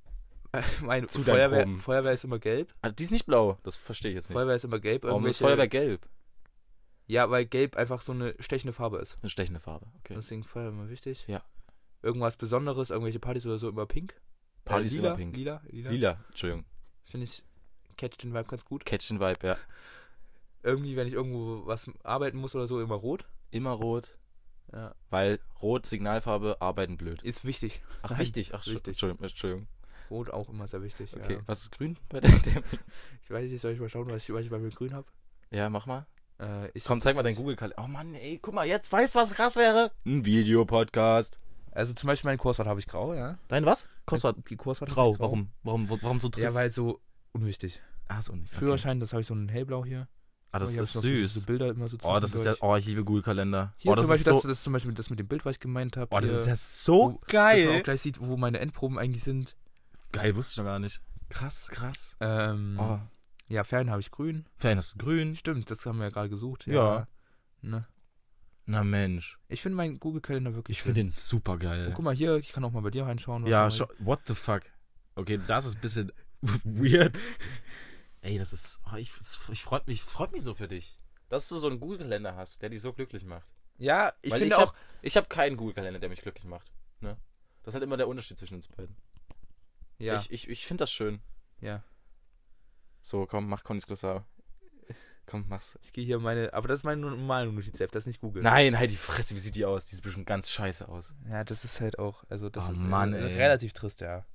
C: Meine
A: Zu deinen
C: Feuerwehr,
A: Proben.
C: Feuerwehr ist immer gelb.
A: Ah, die ist nicht blau. Das verstehe ich jetzt nicht.
C: Feuerwehr ist immer gelb.
A: Warum ist
C: irgendwelche-
A: Feuerwehr gelb?
C: Ja, weil gelb einfach so eine stechende Farbe ist.
A: Eine stechende Farbe. Okay.
C: Deswegen Feuerwehr immer wichtig.
A: Ja.
C: Irgendwas Besonderes, irgendwelche Partys oder so immer pink. Äh,
A: Partys
C: lila,
A: immer pink.
C: Lila, lila.
A: Lila. Entschuldigung.
C: Finde ich, catch den Vibe ganz gut.
A: Catch den Vibe, ja.
C: Irgendwie, wenn ich irgendwo was arbeiten muss oder so, immer rot.
A: Immer rot.
C: Ja.
A: Weil rot, Signalfarbe, arbeiten blöd.
C: Ist wichtig.
A: Ach,
C: Nein,
A: wichtig. Ach,
C: wichtig.
A: wichtig. Entschuldigung. Entschuldigung.
C: Rot auch immer sehr wichtig.
A: Okay.
C: Ja.
A: Was ist grün bei der Dämmung?
C: Ich weiß nicht, soll ich mal schauen, was ich, was ich bei mir grün habe?
A: Ja, mach mal.
C: Äh, ich
A: Komm, zeig mal deinen Google-Kalender. Oh Mann, ey, guck mal, jetzt weißt du, was krass wäre? Ein Videopodcast.
C: Also zum Beispiel meinen Kurswart habe ich grau, ja.
A: Dein was? Kostet
C: Die Kurswart hab ich
A: grau. Warum? Warum, wo- warum so trist?
C: Ja, weil so unwichtig.
A: Ach so, nicht. Okay.
C: Führerschein, das habe ich so ein hellblau hier.
A: Ah, das
C: Hier hab
A: ist
C: ich noch so-
A: süß.
C: So Bilder immer so
A: Oh, das ist ja.
C: zwischendurch.
A: Oh, ich liebe Google-Kalender.
C: Hier
A: Oh, das
C: zum
A: ist
C: Beispiel,
A: so.
C: das, das zum Beispiel das mit dem Bild, was ich gemeint habe.
A: Oh, das ist ja
C: wo-
A: so
C: Dass man auch
A: geil.
C: gleich sieht, wo meine Endproben eigentlich sind.
A: Geil, wusste ich noch gar nicht. Krass, krass.
C: Ähm,
A: Oh.
C: Ja, Fern habe ich grün.
A: Fan ist grün.
C: Stimmt, das haben wir ja gerade gesucht.
A: Ja.
C: Ne?
A: Na Mensch.
C: Ich finde meinen Google-Kalender wirklich
A: Ich finde
C: schön.
A: den super
C: Und
A: geil.
C: guck mal hier, ich kann auch mal bei dir reinschauen. was
A: Ja,
C: du
A: schau- what the fuck. Okay, das ist ein bisschen weird. Ey, das ist. Oh, ich ich freut mich, freut mich so für dich. Dass du so einen Google-Kalender hast, der dich so glücklich macht.
C: Ja, ich
A: Weil
C: finde
A: ich
C: auch.
A: Hab, ich habe keinen Google-Kalender, der mich glücklich macht. Ne? Das ist halt immer der Unterschied zwischen uns beiden.
C: ja,
A: Ich, ich, ich finde das schön.
C: ja.
A: So, komm, mach Connys Glossar. Komm, mach's.
C: Ich gehe hier meine. Aber das ist meine normale Notiz-App, das ist nicht Google.
A: Nein, halt die Fresse, wie sieht die aus? Die sieht bestimmt ganz scheiße aus.
C: Ja, das ist halt auch. Also, das
A: Oh,
C: ist
A: Mann,
C: äh,
A: ey.
C: relativ trist, ja.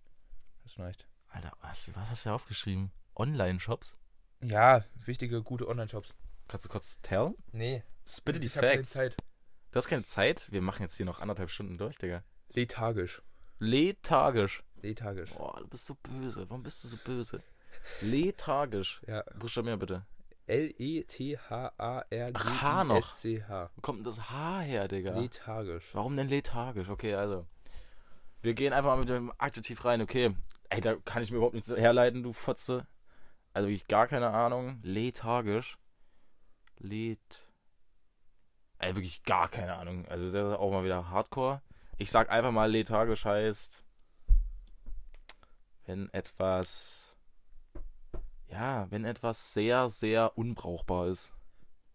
C: Das schneicht.
A: Alter, was, was hast du da aufgeschrieben? Online-Shops?
C: Ja, wichtige, gute Online-Shops.
A: Kannst du kurz tell?
C: Nee.
A: Spitte die
C: ich hab keine
A: Facts.
C: Zeit.
A: Du hast keine Zeit? Wir machen jetzt hier noch anderthalb Stunden durch, Digga.
C: Lethargisch.
A: Lethargisch.
C: Lethargisch.
A: Boah, du bist so böse. Warum bist du so böse? Lethargisch.
C: Ja. E
A: Buchstabier bitte. Ach, H noch.
C: L-E-T-H-A-R-G-I-S-C-H.
A: Wo kommt denn das H her, Digga?
C: Lethargisch.
A: Warum denn lethargisch? Okay, also. Wir gehen einfach mal mit dem Adjektiv rein, okay. Ey, da kann ich mir überhaupt nichts herleiten, du Fotze. Also ich gar keine Ahnung. Lethargisch. Let. Ey, wirklich gar keine Ahnung. Also das ist auch mal wieder Hardcore. Ich sag einfach mal, lethargisch heißt, wenn etwas. Ja, wenn etwas sehr, sehr unbrauchbar ist.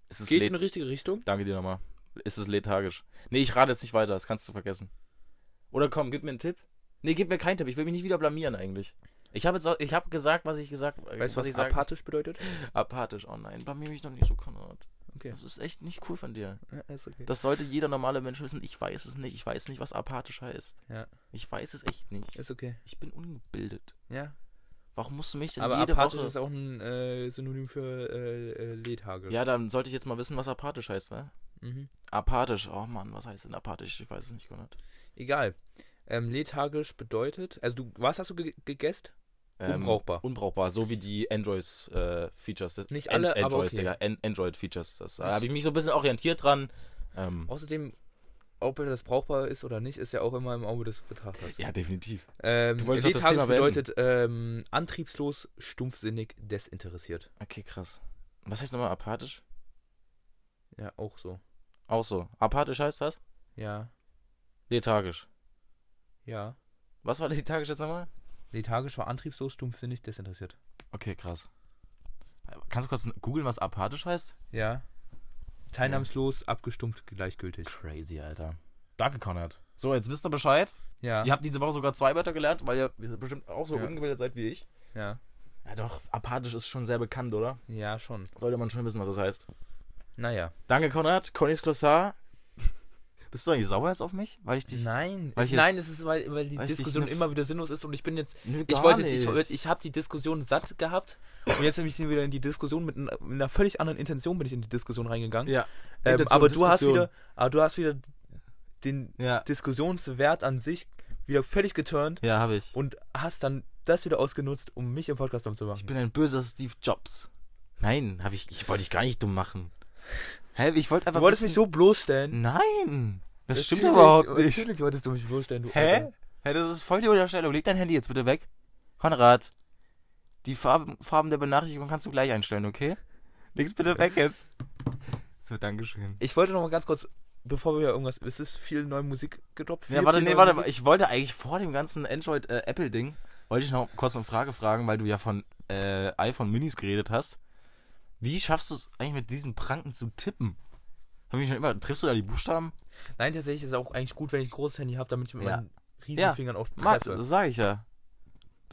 A: Es ist
C: Geht
A: let-
C: in die richtige Richtung?
A: Danke dir nochmal. Ist es lethargisch? Nee, ich rate jetzt nicht weiter, das kannst du vergessen. Oder komm, gib mir einen Tipp. Nee, gib mir keinen Tipp, ich will mich nicht wieder blamieren eigentlich. Ich habe jetzt auch, ich habe gesagt, was ich gesagt äh,
C: Weißt du, was
A: ich sag-
C: apathisch bedeutet?
A: apathisch. Oh nein, blamier mich doch nicht so, Konrad.
C: Okay.
A: Das ist echt nicht cool von dir.
C: Ja, ist okay.
A: Das sollte jeder normale Mensch wissen. Ich weiß es nicht. Ich weiß nicht, was apathisch heißt.
C: Ja.
A: Ich weiß es echt nicht.
C: Ist okay.
A: Ich bin ungebildet.
C: Ja.
A: Warum musst du mich denn
C: Aber
A: jede
C: apathisch
A: Woche...
C: ist auch ein äh, Synonym für äh, äh, lethargisch.
A: ja, dann sollte ich jetzt mal wissen, was apathisch heißt, ne?
C: Mhm.
A: Apathisch. Oh Mann, was heißt denn apathisch? Ich weiß es nicht, Konrad.
C: Egal. Ähm, lethargisch bedeutet, also du, was hast du ge gegessen?
A: Ähm,
C: Unbrauchbar.
A: Unbrauchbar, so wie die äh, Android-Features.
C: Nicht alle, aber
A: Androids,
C: okay.
A: Digga. An Android-Features. Das- Da
C: Ich-
A: habe ich mich so ein bisschen orientiert dran. Ähm,
C: Außerdem, ob das brauchbar ist oder nicht, ist ja auch immer im Auge des Betrachters.
A: ja, definitiv.
C: Ähm,
A: Du wolltest doch das
C: lethargisch
A: Thema beenden.
C: bedeutet ähm, antriebslos, stumpfsinnig, desinteressiert.
A: Okay, krass. Was heißt nochmal apathisch?
C: Ja, auch so.
A: Auch so. Apathisch heißt das?
C: Ja,
A: Lethargisch.
C: ja.
A: Was war lethargisch jetzt nochmal?
C: Lethargisch war antriebslos, stumpfsinnig, desinteressiert.
A: Okay, krass. Kannst du kurz googeln, was apathisch heißt?
C: Ja. Teilnahmslos, abgestumpft, gleichgültig.
A: Crazy, Alter. Danke, Konrad. So, jetzt wisst ihr Bescheid.
C: Ja.
A: Ihr habt diese Woche sogar zwei Wörter gelernt, weil ihr bestimmt auch so
C: Ja.
A: ungebildet seid wie ich.
C: Ja.
A: Ja, doch. Apathisch ist schon sehr bekannt, oder?
C: Ja, schon.
A: Sollte man schon wissen, was das heißt.
C: Naja.
A: Danke, Konrad. Connys Glossar. Bist du eigentlich sauer jetzt auf mich? Weil ich dich.
C: nein,
A: weil
C: es,
A: ich jetzt-
C: nein, es ist, weil, weil die
A: weil ich dich
C: Diskussion
A: nur-
C: immer wieder sinnlos ist und ich bin jetzt.
A: Nö,
C: Ich
A: gar
C: wollte,
A: nicht.
C: ich, wollte- ich habe die Diskussion satt gehabt und jetzt nämlich wieder in die Diskussion mit einer, mit einer völlig anderen Intention bin ich in die Diskussion reingegangen.
A: Ja.
C: ähm,
A: Intention,
C: aber du hast
A: Diskussion.
C: wieder, aber du hast wieder den
A: Ja,
C: Diskussionswert an sich wieder völlig geturnt
A: ja habe ich.
C: und hast dann das wieder ausgenutzt, um mich im Podcast
A: Ich
C: umzumachen.
A: bin ein böser Steve Jobs. Nein, habe ich. Ich wollte dich gar nicht dumm machen. Hä? Ich wollte einfach.
C: Du wolltest mich
A: wissen-
C: so bloßstellen.
A: Nein! Das stimmt
C: Natürlich-
A: überhaupt nicht.
C: Natürlich wolltest du mich bloßstellen, du
A: Hä?
C: Alter.
A: Hä, das ist voll die Unterstellung. Leg dein Handy jetzt bitte weg. Konrad, die Farben, Farben der Benachrichtigung kannst du gleich einstellen, okay? Nix bitte weg jetzt. So, Dankeschön.
C: Ich wollte noch mal ganz kurz, bevor wir irgendwas. Es ist viel neue Musik gedroppt. Viel,
A: Ja, warte,
C: viel
A: nee,
C: neue
A: warte.
C: Musik.
A: Ich wollte eigentlich vor dem ganzen Android-Apple-Ding, wollte ich noch kurz eine Frage fragen, weil du ja von äh, iPhone Minis geredet hast. Wie schaffst du es eigentlich mit diesen Pranken zu tippen? Hab ich schon immer, triffst du da die Buchstaben?
C: Nein, tatsächlich ist es auch eigentlich gut, wenn ich ein großes Handy habe, damit ich mit
A: Ja.
C: meinen riesen
A: Ja.
C: Fingern auch
A: Marc,
C: treffe.
A: das sag ich ja.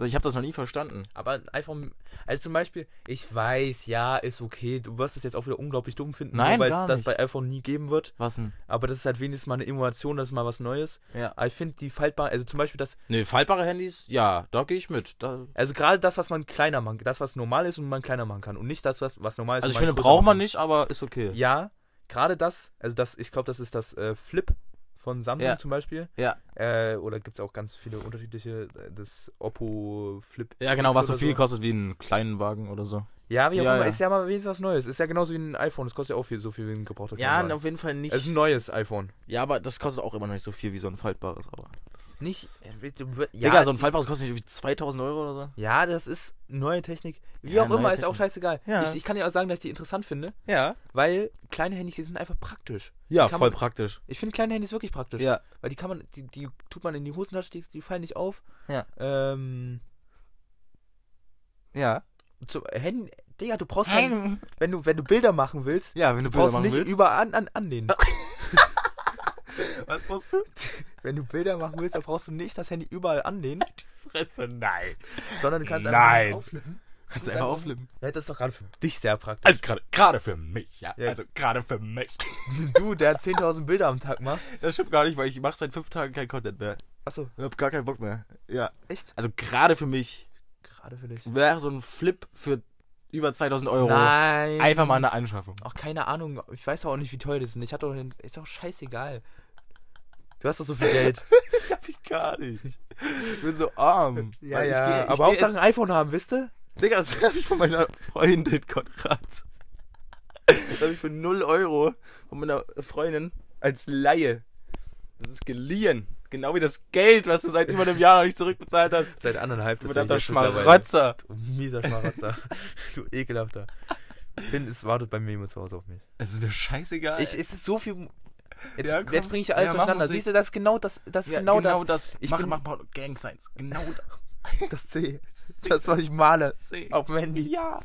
A: Ich habe das noch nie verstanden.
C: Aber ein iPhone, also zum Beispiel, ich weiß, ja, ist okay, du wirst es jetzt auch wieder unglaublich dumm finden,
A: Nein,
C: weil
A: gar
C: es das
A: nicht.
C: bei iPhone nie geben wird.
A: Was denn?
C: Aber das ist halt wenigstens mal eine Innovation, das ist mal was Neues.
A: Ja.
C: Aber ich finde die faltbar, also zum Beispiel das,
A: Nee, faltbare Handys, ja, da gehe ich mit. Da,
C: also gerade das, was man kleiner machen das, was normal ist und man kleiner machen kann. Und nicht das, was, was normal ist.
A: also ich
C: und man
A: finde,
C: größer
A: braucht man
C: machen
A: nicht, aber ist okay.
C: kann. Ja, gerade das, also das, ich glaube, das ist das äh, Flip von Samsung
A: Ja.
C: zum Beispiel.
A: Ja.
C: Äh, oder gibt es auch ganz viele unterschiedliche, äh, das Oppo Flip.
A: Ja, genau,
C: X
A: was so
C: oder
A: viel kostet wie einen kleinen Wagen oder so.
C: Ja, wie auch
A: Ja,
C: immer,
A: ja.
C: ist ja mal wenigstens was Neues. Ist ja genauso wie ein iPhone, das kostet ja auch viel, so viel wie ein gebrauchter Kleinwagen.
A: jeden Fall nicht.
C: Es ist ein neues iPhone.
A: Ja, aber das kostet auch immer noch nicht so viel wie so ein faltbares. Aber das ist-
C: Nicht, äh,
A: Ja, Digga, so ein faltbares kostet nicht irgendwie 2000 Euro oder so.
C: Ja, das ist neue Technik. Wie
A: Ja,
C: auch immer,
A: neue
C: ist auch
A: Technik.
C: scheißegal.
A: Ja.
C: Ich, ich kann ja auch sagen, dass ich die interessant finde,
A: Ja.
C: weil kleine Handys, die sind einfach praktisch.
A: Ja,
C: Kann
A: voll
C: man-
A: praktisch.
C: Ich finde kleine Handys wirklich praktisch.
A: Ja.
C: Weil die kann man, die, die tut man in die Hosentasche, die, die fallen nicht auf.
A: Ja.
C: Ähm,
A: Ja.
C: zu, Hand, Digga, du brauchst kein, wenn du, wenn du Bilder machen willst,
A: Ja, wenn du Bilder
C: brauchst du
A: machen
C: nicht
A: willst. Ah.
C: über an, an, annehmen.
A: Was brauchst du?
C: wenn du Bilder machen willst, dann brauchst du nicht das Handy überall annehmen,
A: Fresse, nein.
C: sondern du kannst
A: Nein.
C: einfach aufnehmen.
A: Kannst du einfach auflippen.
C: Ja, das ist doch gerade für dich sehr praktisch.
A: Also gerade gerade für mich, ja.
C: Ja.
A: Also gerade für mich.
C: du, der 10.000 Bilder am Tag machst.
A: Das stimmt gar nicht, weil ich mache seit fünf Tagen kein Content mehr.
C: Achso,
A: Ich hab gar keinen Bock mehr. Ja.
C: echt?
A: Also gerade für mich
C: Gerade für dich.
A: wäre so ein Flip für über 2000 Euro.
C: Nein.
A: Einfach mal eine Anschaffung.
C: Ach, keine Ahnung. Ich weiß auch nicht, wie teuer die sind. Ich hatte doch. den- Ist doch scheißegal. Du hast doch so viel Geld.
A: Hab ich gar nicht. Ich bin so arm. Weil ich geh- ich
C: aber
A: geh-
C: Hauptsache ein iPhone haben, wisst ihr?
A: Digga, das habe ich von meiner Freundin, Konrad. Das habe ich für 0 Euro von meiner Freundin als Laie. Das ist geliehen. Genau wie das Geld, was du seit über einem Jahr noch nicht zurückbezahlt hast.
C: Seit anderthalb.
A: Du
C: das
A: verdammter
C: sag ich jetzt mittlerweile.
A: Schmarotzer.
C: Du mieser Schmarotzer. du ekelhafter. Ich finde, es wartet bei mir immer zu Hause auf mich.
A: Es ist mir scheißegal.
C: Ich, es ist so viel. Jetzt,
A: Ja, komm.
C: jetzt bringe ich ja alles
A: Ja, mach
C: durcheinander.
A: Musik.
C: Siehst du, das ist genau das. Das ist
A: Ja,
C: genau, das.
A: Ich
C: Ich
A: mach,
C: bin-
A: mach mal Gang Signs. Genau das.
C: Das C. Das, was ich male.
A: C.
C: Auf dem Handy.
A: Ja.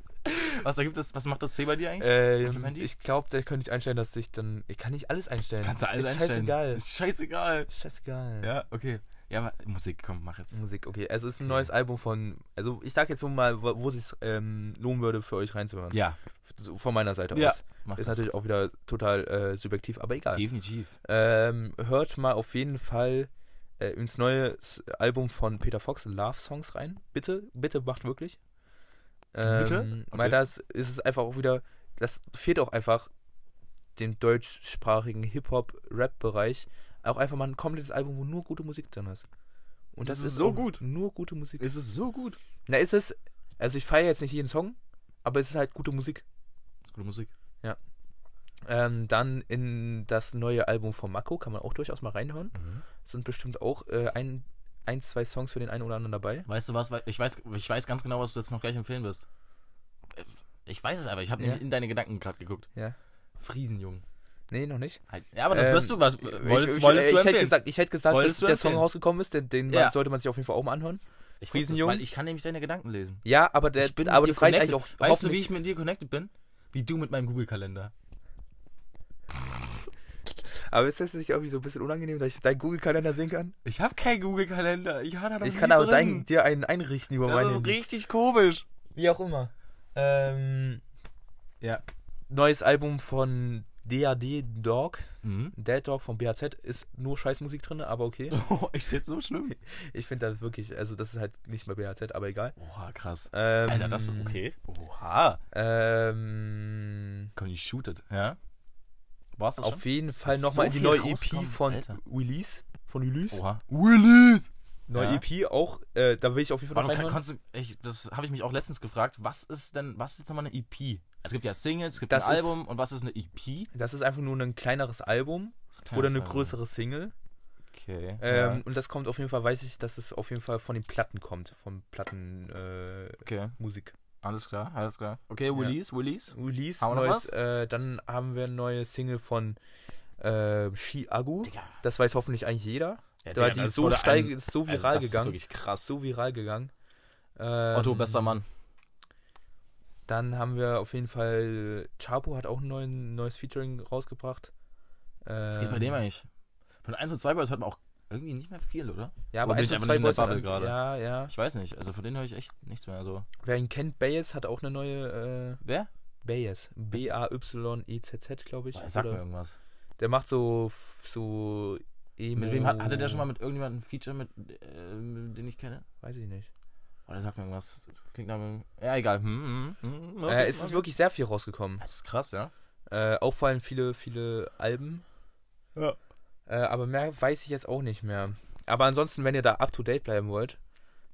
A: Was, da gibt es, was macht das C bei dir eigentlich? Auf dem
C: Ähm,
A: Handy?
C: ich glaube, da könnte ich einstellen, dass ich dann. Ich kann nicht alles einstellen.
A: Kannst du alles
C: ist
A: einstellen.
C: Scheißegal.
A: Ist scheißegal.
C: Scheißegal.
A: Ja, okay. Ja, aber Musik, komm, mach jetzt.
C: Musik, okay. Also es ist ein neues Album von, also ich sag jetzt so mal, wo wo es sich ähm, lohnen würde, für euch reinzuhören.
A: Ja,
C: So von meiner Seite
A: Ja.
C: aus.
A: mach
C: Ist
A: das.
C: natürlich auch wieder total äh, subjektiv, aber egal.
A: Definitiv.
C: Ähm, hört mal auf jeden Fall äh, ins neue S- Album von Peter Fox, Love Songs, rein. Bitte, bitte macht wirklich. Ähm,
A: Bitte? Okay.
C: Weil das ist es einfach auch wieder, das fehlt auch einfach dem deutschsprachigen Hip-Hop-Rap-Bereich auch einfach mal ein komplettes Album, wo nur gute Musik drin ist. Und
A: Das
C: das,
A: ist
C: ist
A: so
C: auch
A: gut.
C: Nur gute Musik.
A: Es ist so gut.
C: Na, ist es. Also, ich feiere jetzt nicht jeden Song, aber es ist halt gute Musik.
A: Gute Musik.
C: Ähm, dann in das neue Album von Mako kann man auch durchaus mal reinhören.
A: Mhm.
C: Sind bestimmt auch äh, ein, ein, zwei Songs für den einen oder anderen dabei.
A: Weißt du was? weil- Ich weiß, ich weiß ganz genau, was du jetzt noch gleich empfehlen wirst. Äh, Ich weiß es aber, ich habe
C: Ja.
A: nämlich in deine Gedanken gerade geguckt.
C: Ja.
A: Friesenjung.
C: Nee, noch nicht.
A: Halt. Ja, aber das
C: Ähm,
A: wirst du was.
C: ich,
A: Wolltest,
C: ich,
A: wolltest
C: ich,
A: du
C: hätte
A: empfehlen?
C: gesagt, ich hätte gesagt,
A: Wolltest
C: dass
A: du
C: der Song
A: empfehlen?
C: rausgekommen ist, den, den
A: Ja.
C: man, sollte man sich auf jeden Fall auch mal anhören.
A: ich
C: Friesenjung.
A: Friesenjung. Weil ich kann nämlich deine Gedanken lesen.
C: Ja, aber der,
A: ich mit
C: aber
A: dir
C: das weiß eigentlich
A: connected. Weißt
C: auch.
A: du, wie
C: hoffentlich-
A: ich mit dir connected bin? Wie du mit meinem Google-Kalender.
C: aber ist das nicht irgendwie so ein bisschen unangenehm, dass ich deinen Google-Kalender sehen kann?
A: Ich habe keinen Google-Kalender. Ich habe da noch
C: ich
A: nie
C: kann aber
A: drin.
C: dein, dir einen einrichten über
A: Das
C: meinen.
A: ist
C: Handy.
A: richtig komisch.
C: Wie auch immer. Ähm,
A: Ja.
C: Neues Album von DAD Dog.
A: Mhm.
C: Dead Dog von BHZ ist nur Scheißmusik drin, aber okay.
A: Oh, ist jetzt so schlimm.
C: Ich finde das wirklich, also das ist halt nicht mehr BHZ, aber egal.
A: Oha, krass.
C: Ähm,
A: Alter, das ist okay. Oha.
C: Ähm,
A: Kann ich shootet. Ja. War's das
C: auf jeden Fall
A: Ist
C: nochmal
A: so
C: die
A: viel
C: neue EP
A: rausgekommen,
C: von
A: Alter.
C: Release. Von Release.
A: schon? Oha. Willis!
C: Neue
A: Ja.
C: EP auch, äh, da will ich auf jeden Fall
A: Warte,
C: noch
A: kann,
C: reinhören.
A: kannst du, ich, das habe ich mich auch letztens gefragt, was ist denn, was ist jetzt nochmal eine EP? Es gibt ja Singles, es gibt
C: Das
A: ein
C: ist-
A: Album und was ist eine EP?
C: Das ist einfach nur ein kleineres Album
A: Das kann
C: oder
A: ja
C: eine
A: sein.
C: größere Single.
A: Okay.
C: Ähm,
A: ja,
C: Und das kommt auf jeden Fall, weiß ich, dass es auf jeden Fall von den Platten kommt, von Plattenmusik. Äh,
A: okay.
C: Musik.
A: Alles klar, alles klar. Okay, Willies, Willies.
C: Release,
A: Haben wir noch
C: neues,
A: was?
C: äh, dann haben wir eine neue Single von äh, Shi Agu. Das weiß hoffentlich eigentlich jeder.
A: Ja,
C: Da
A: Digga,
C: die
A: das
C: ist so
A: wurde
C: steig,
A: ein-
C: ist so
A: also
C: viral
A: das ist
C: gegangen.
A: wirklich krass.
C: so viral gegangen. Ähm,
A: Otto, bester Mann.
C: Dann haben wir auf jeden Fall Chapo hat auch ein neuen, neues Featuring rausgebracht. Äh,
A: Was geht bei
C: ähm,
A: dem eigentlich? Von 1 und 2 Boys hört man auch irgendwie nicht mehr viel, oder?
C: Ja,
A: Oder
C: aber
A: bin ich
C: eins und
A: einfach
C: zwei
A: nicht in der
C: Boys hat
A: Bubble
C: an-
A: gerade?
C: Ja, ja.
A: Ich weiß nicht. Also von denen höre ich echt nichts mehr. Also.
C: Wer ihn kennt, Bayes hat auch eine neue
A: Wer?
C: äh, Bayes. B-A-Y-E-Z-Z, glaube ich.
A: Boah, sag mir
C: Oder-
A: irgendwas.
C: Der macht so so Emo.
A: Mit wem hat, hatte der schon mal mit irgendjemandem ein Feature, mit, äh, mit den ich kenne?
C: Weiß ich nicht.
A: Oder sagt mir irgendwas. Das klingt nach einem. Ja, egal. Hm, hm, hm,
C: Äh, es ist wirklich sehr viel rausgekommen.
A: Das ist krass, ja.
C: Äh, auch vor allem viele, viele Alben.
A: Ja.
C: Äh, aber mehr weiß ich jetzt auch nicht mehr. Aber ansonsten, wenn ihr da up to date bleiben wollt,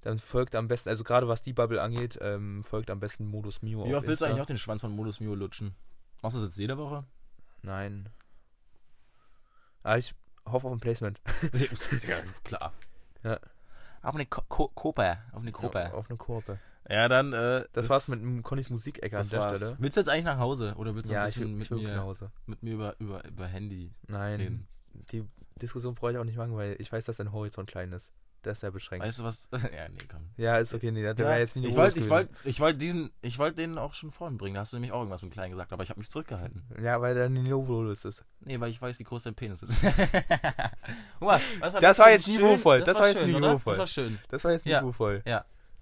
C: dann folgt am besten, also gerade was die Bubble angeht, ähm, folgt am besten Modus Mio.
A: Wie
C: auf
A: oft willst du
C: Insta.
A: eigentlich noch den Schwanz von Modus Mio lutschen? Machst du das jetzt jede Woche?
C: Nein. Aber ich hoffe auf ein Placement.
A: ja, klar.
C: Ja.
A: Auf eine Ko Ko Kopa. Auf eine
C: Ja,
A: Kopa.
C: Auf eine Kope.
A: Ja, dann. Äh,
C: Das, war's mit dem Connys Musikecke an
A: das
C: der
A: war's.
C: Stelle.
A: Willst du jetzt eigentlich nach Hause? Oder willst du ein
C: Ja, ich, will-
A: bisschen
C: ich
A: mit,
C: will nach
A: mir,
C: Hause.
A: mit mir über, über, über Handy
C: Nein.
A: reden?
C: Die Diskussion brauche ich auch nicht machen, weil ich weiß, dass dein Horizont klein ist. Der ist sehr beschränkt.
A: Weißt du was? Ja, nee, komm.
C: ja, ist okay, nee, der
A: Ja,
C: wäre jetzt nie
A: ich wollte ich wollt, ich wollt diesen, ich wollte den auch schon vorhin bringen. Da hast du nämlich auch irgendwas mit klein gesagt, aber ich habe mich zurückgehalten.
C: Ja, weil der Nilovolus ist.
A: Nee, weil ich weiß, wie groß dein Penis ist. Guck mal,
C: Das war jetzt niveauvoll, das war jetzt
A: schön, oder?
C: niveauvoll.
A: Das war schön.
C: Das war jetzt
A: Ja.
C: niveauvoll.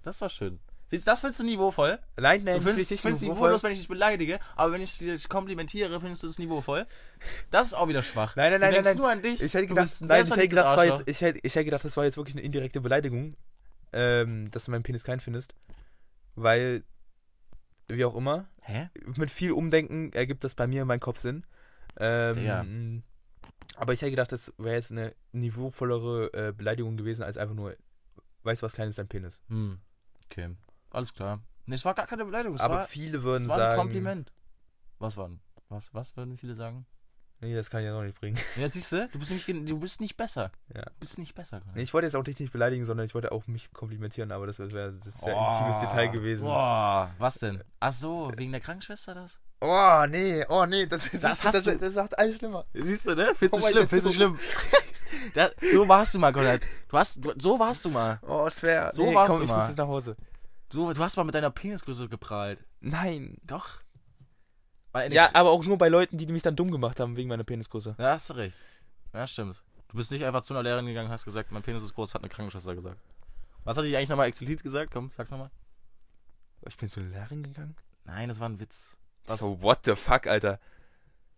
A: Das war schön. Siehst du, das findest du niveauvoll?
C: Nein, nein,
A: Du findest,
C: nicht
A: findest
C: niveauvoll.
A: niveaulos, wenn ich dich beleidige, aber wenn ich dich komplimentiere, findest du es niveauvoll. Das ist auch wieder schwach.
C: Nein, nein, nein,
A: du
C: nein,
A: denkst
C: nein.
A: nur an dich.
C: Ich hätte
A: Du
C: gedacht,
A: bist ein
C: nein, ich hätte
A: selbstverliebtes
C: gedacht, das war
A: Arschloch.
C: jetzt, ich, hätte, ich hätte gedacht, das war jetzt wirklich eine indirekte Beleidigung, ähm, dass du meinen Penis klein findest. Weil, wie auch immer,
A: Hä?
C: mit viel Umdenken ergibt das bei mir in meinem Kopf Sinn.
A: Digga.
C: Ähm, aber ich hätte gedacht, das wäre jetzt eine niveauvollere äh, Beleidigung gewesen, als einfach nur, weißt du was, klein ist dein Penis.
A: Hm. Okay. Alles klar. Nee, es war gar keine Beleidigung. Es
C: aber
A: war,
C: viele würden
A: es war ein
C: sagen.
A: Kompliment. Was war denn? Was, was würden viele sagen?
C: Nee, das kann ich ja noch nicht bringen.
A: Ja, siehst du, du bist nicht, gen- du bist nicht besser.
C: Ja.
A: Du bist nicht besser. Conny.
C: Nee, ich wollte jetzt auch dich nicht beleidigen, sondern ich wollte auch mich komplimentieren, aber das wäre das
A: Oh.
C: wär ein intimes Detail gewesen.
A: Oh, was denn? Ach so, wegen der Krankenschwester das?
C: Oh, nee, oh, nee, das,
A: Das hast du-
C: macht alles schlimmer.
A: Siehst du, ne? Findest
C: Oh mein Gott, so-
A: Das, so warst du mal, Konrad. Du hast, du, so warst du mal.
C: Oh, schwer.
A: So
C: So nee,
A: war's
C: komm, ich
A: immer.
C: muss jetzt nach Hause.
A: Du, du hast mal mit deiner Penisgröße geprahlt.
C: Nein.
A: Doch. Weil eine
C: Ja,
A: Kr-
C: aber auch nur bei Leuten, die mich dann dumm gemacht haben wegen meiner Penisgröße.
A: ja, hast du recht. Ja, stimmt. Du bist nicht einfach zu einer Lehrerin gegangen, hast gesagt, mein Penis ist groß, hat eine Krankenschwester gesagt. Was hat die eigentlich nochmal explizit gesagt? Komm, sag's nochmal.
C: Ich bin zu einer Lehrerin gegangen?
A: Nein, das war ein Witz. Was?
C: Oh, what the fuck, Alter.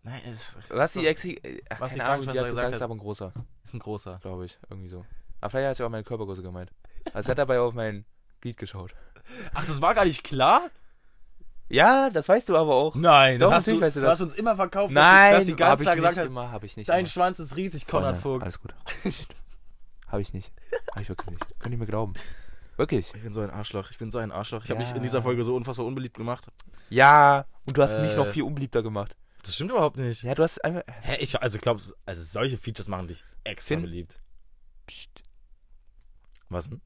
A: Nein, es ist,
C: Was
A: so-
C: die Exi... äh, Ach,
A: Was
C: keine
A: die
C: Ahnung,
A: Krankenschwester
C: die hat
A: gesagt
C: gesagt,
A: hat.
C: ist aber ein großer,
A: ist ein großer.
C: glaube ich. Irgendwie so. Aber vielleicht hat sie auch meine Körpergröße gemeint. Also sie hat dabei auf mein Glied geschaut.
A: Ach, das war gar nicht klar?
C: Ja, das weißt du aber auch.
A: Nein,
C: Doch,
A: das hast du,
C: natürlich weißt du
A: du
C: das.
A: hast uns immer verkauft,
C: Nein,
A: dass, du- dass sie ganz klar
C: hab ich
A: gesagt
C: nicht
A: hat,
C: immer, hab ich nicht
A: dein
C: immer.
A: Schwanz ist riesig, Konrad
C: Freunde,
A: Vogt.
C: Alles gut. Habe ich nicht. Habe ich wirklich nicht. Könnt ihr mir glauben. Wirklich.
A: Ich bin so ein Arschloch, ich bin so ein Arschloch. Ich hab
C: Ja.
A: mich in dieser Folge so unfassbar unbeliebt gemacht.
C: Ja, und du hast
A: Äh.
C: mich noch viel unbeliebter gemacht.
A: Das stimmt überhaupt nicht.
C: Ja, du hast einfach. äh,
A: Hä, ich also glaube, also solche Features machen dich extra
C: Finn?
A: beliebt.
C: Psst.
A: Was denn?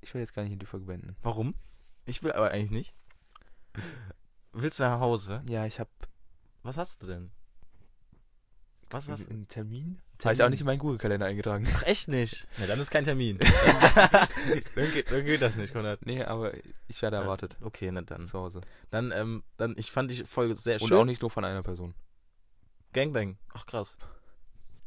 C: Ich will jetzt gar nicht in die Folge beenden.
A: Warum? Ich will aber eigentlich nicht. Willst du nach Hause?
C: Ja, ich habe
A: Was hast du denn? Was hast du?
C: einen Termin. Habe ich auch nicht in meinen Google-Kalender eingetragen.
A: Ach, echt nicht. Na, dann ist kein Termin. dann, geht, dann geht das nicht, Konrad.
C: Nee, aber ich werde erwartet.
A: Okay, na dann.
C: Zu Hause.
A: Dann, ähm, dann, ich fand die Folge sehr
C: Und
A: Hm. schön.
C: auch nicht nur von einer Person.
A: Gangbang. Ach krass.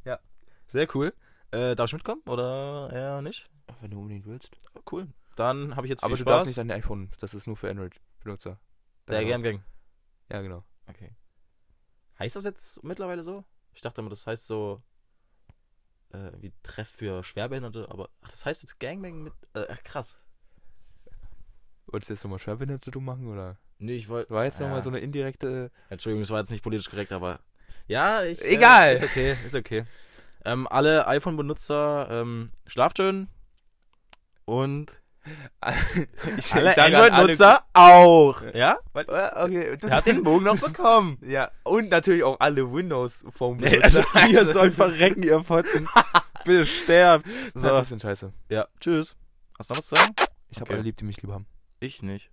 C: Ja.
A: Sehr cool. Äh, darf ich mitkommen oder eher nicht?
C: Wenn du unbedingt willst.
A: Cool. Dann habe ich jetzt viel
C: Aber du
A: Spaß.
C: darfst nicht an dein iPhone. Das ist nur für Android-Benutzer. genau.
A: der Gangbang.
C: Ja, genau.
A: Okay. Heißt das jetzt mittlerweile so? Ich dachte immer, das heißt so äh, wie Treff für Schwerbehinderte, aber ach, das heißt jetzt Gangbang mit äh, ach, krass.
C: Wolltest du jetzt nochmal Schwerbehinderte dumm machen, oder?
A: Nee, ich wollte
C: War jetzt
A: Ja.
C: nochmal so eine indirekte...
A: Entschuldigung, das war jetzt nicht politisch korrekt, aber ja, ich
C: Egal.
A: Äh, ist okay, ist okay. Ähm, alle iPhone Benutzer ähm, schlaft schön und
C: ich,
A: alle
C: sage an alle-
A: Android-Nutzer auch. Ja? Weil
C: Äh, Okay, du
A: Er hat den Bogen noch bekommen.
C: Ja, und natürlich auch alle Windows-Phone.
A: Nee, also ihr sollt verrecken, ihr Fotzen. Bitte sterbt.
C: So. Das
A: So.
C: ist denn scheiße.
A: Ja, tschüss. Hast du noch was zu sagen?
C: Ich habe
A: Okay.
C: alle lieb, die mich lieb haben.
A: Ich nicht.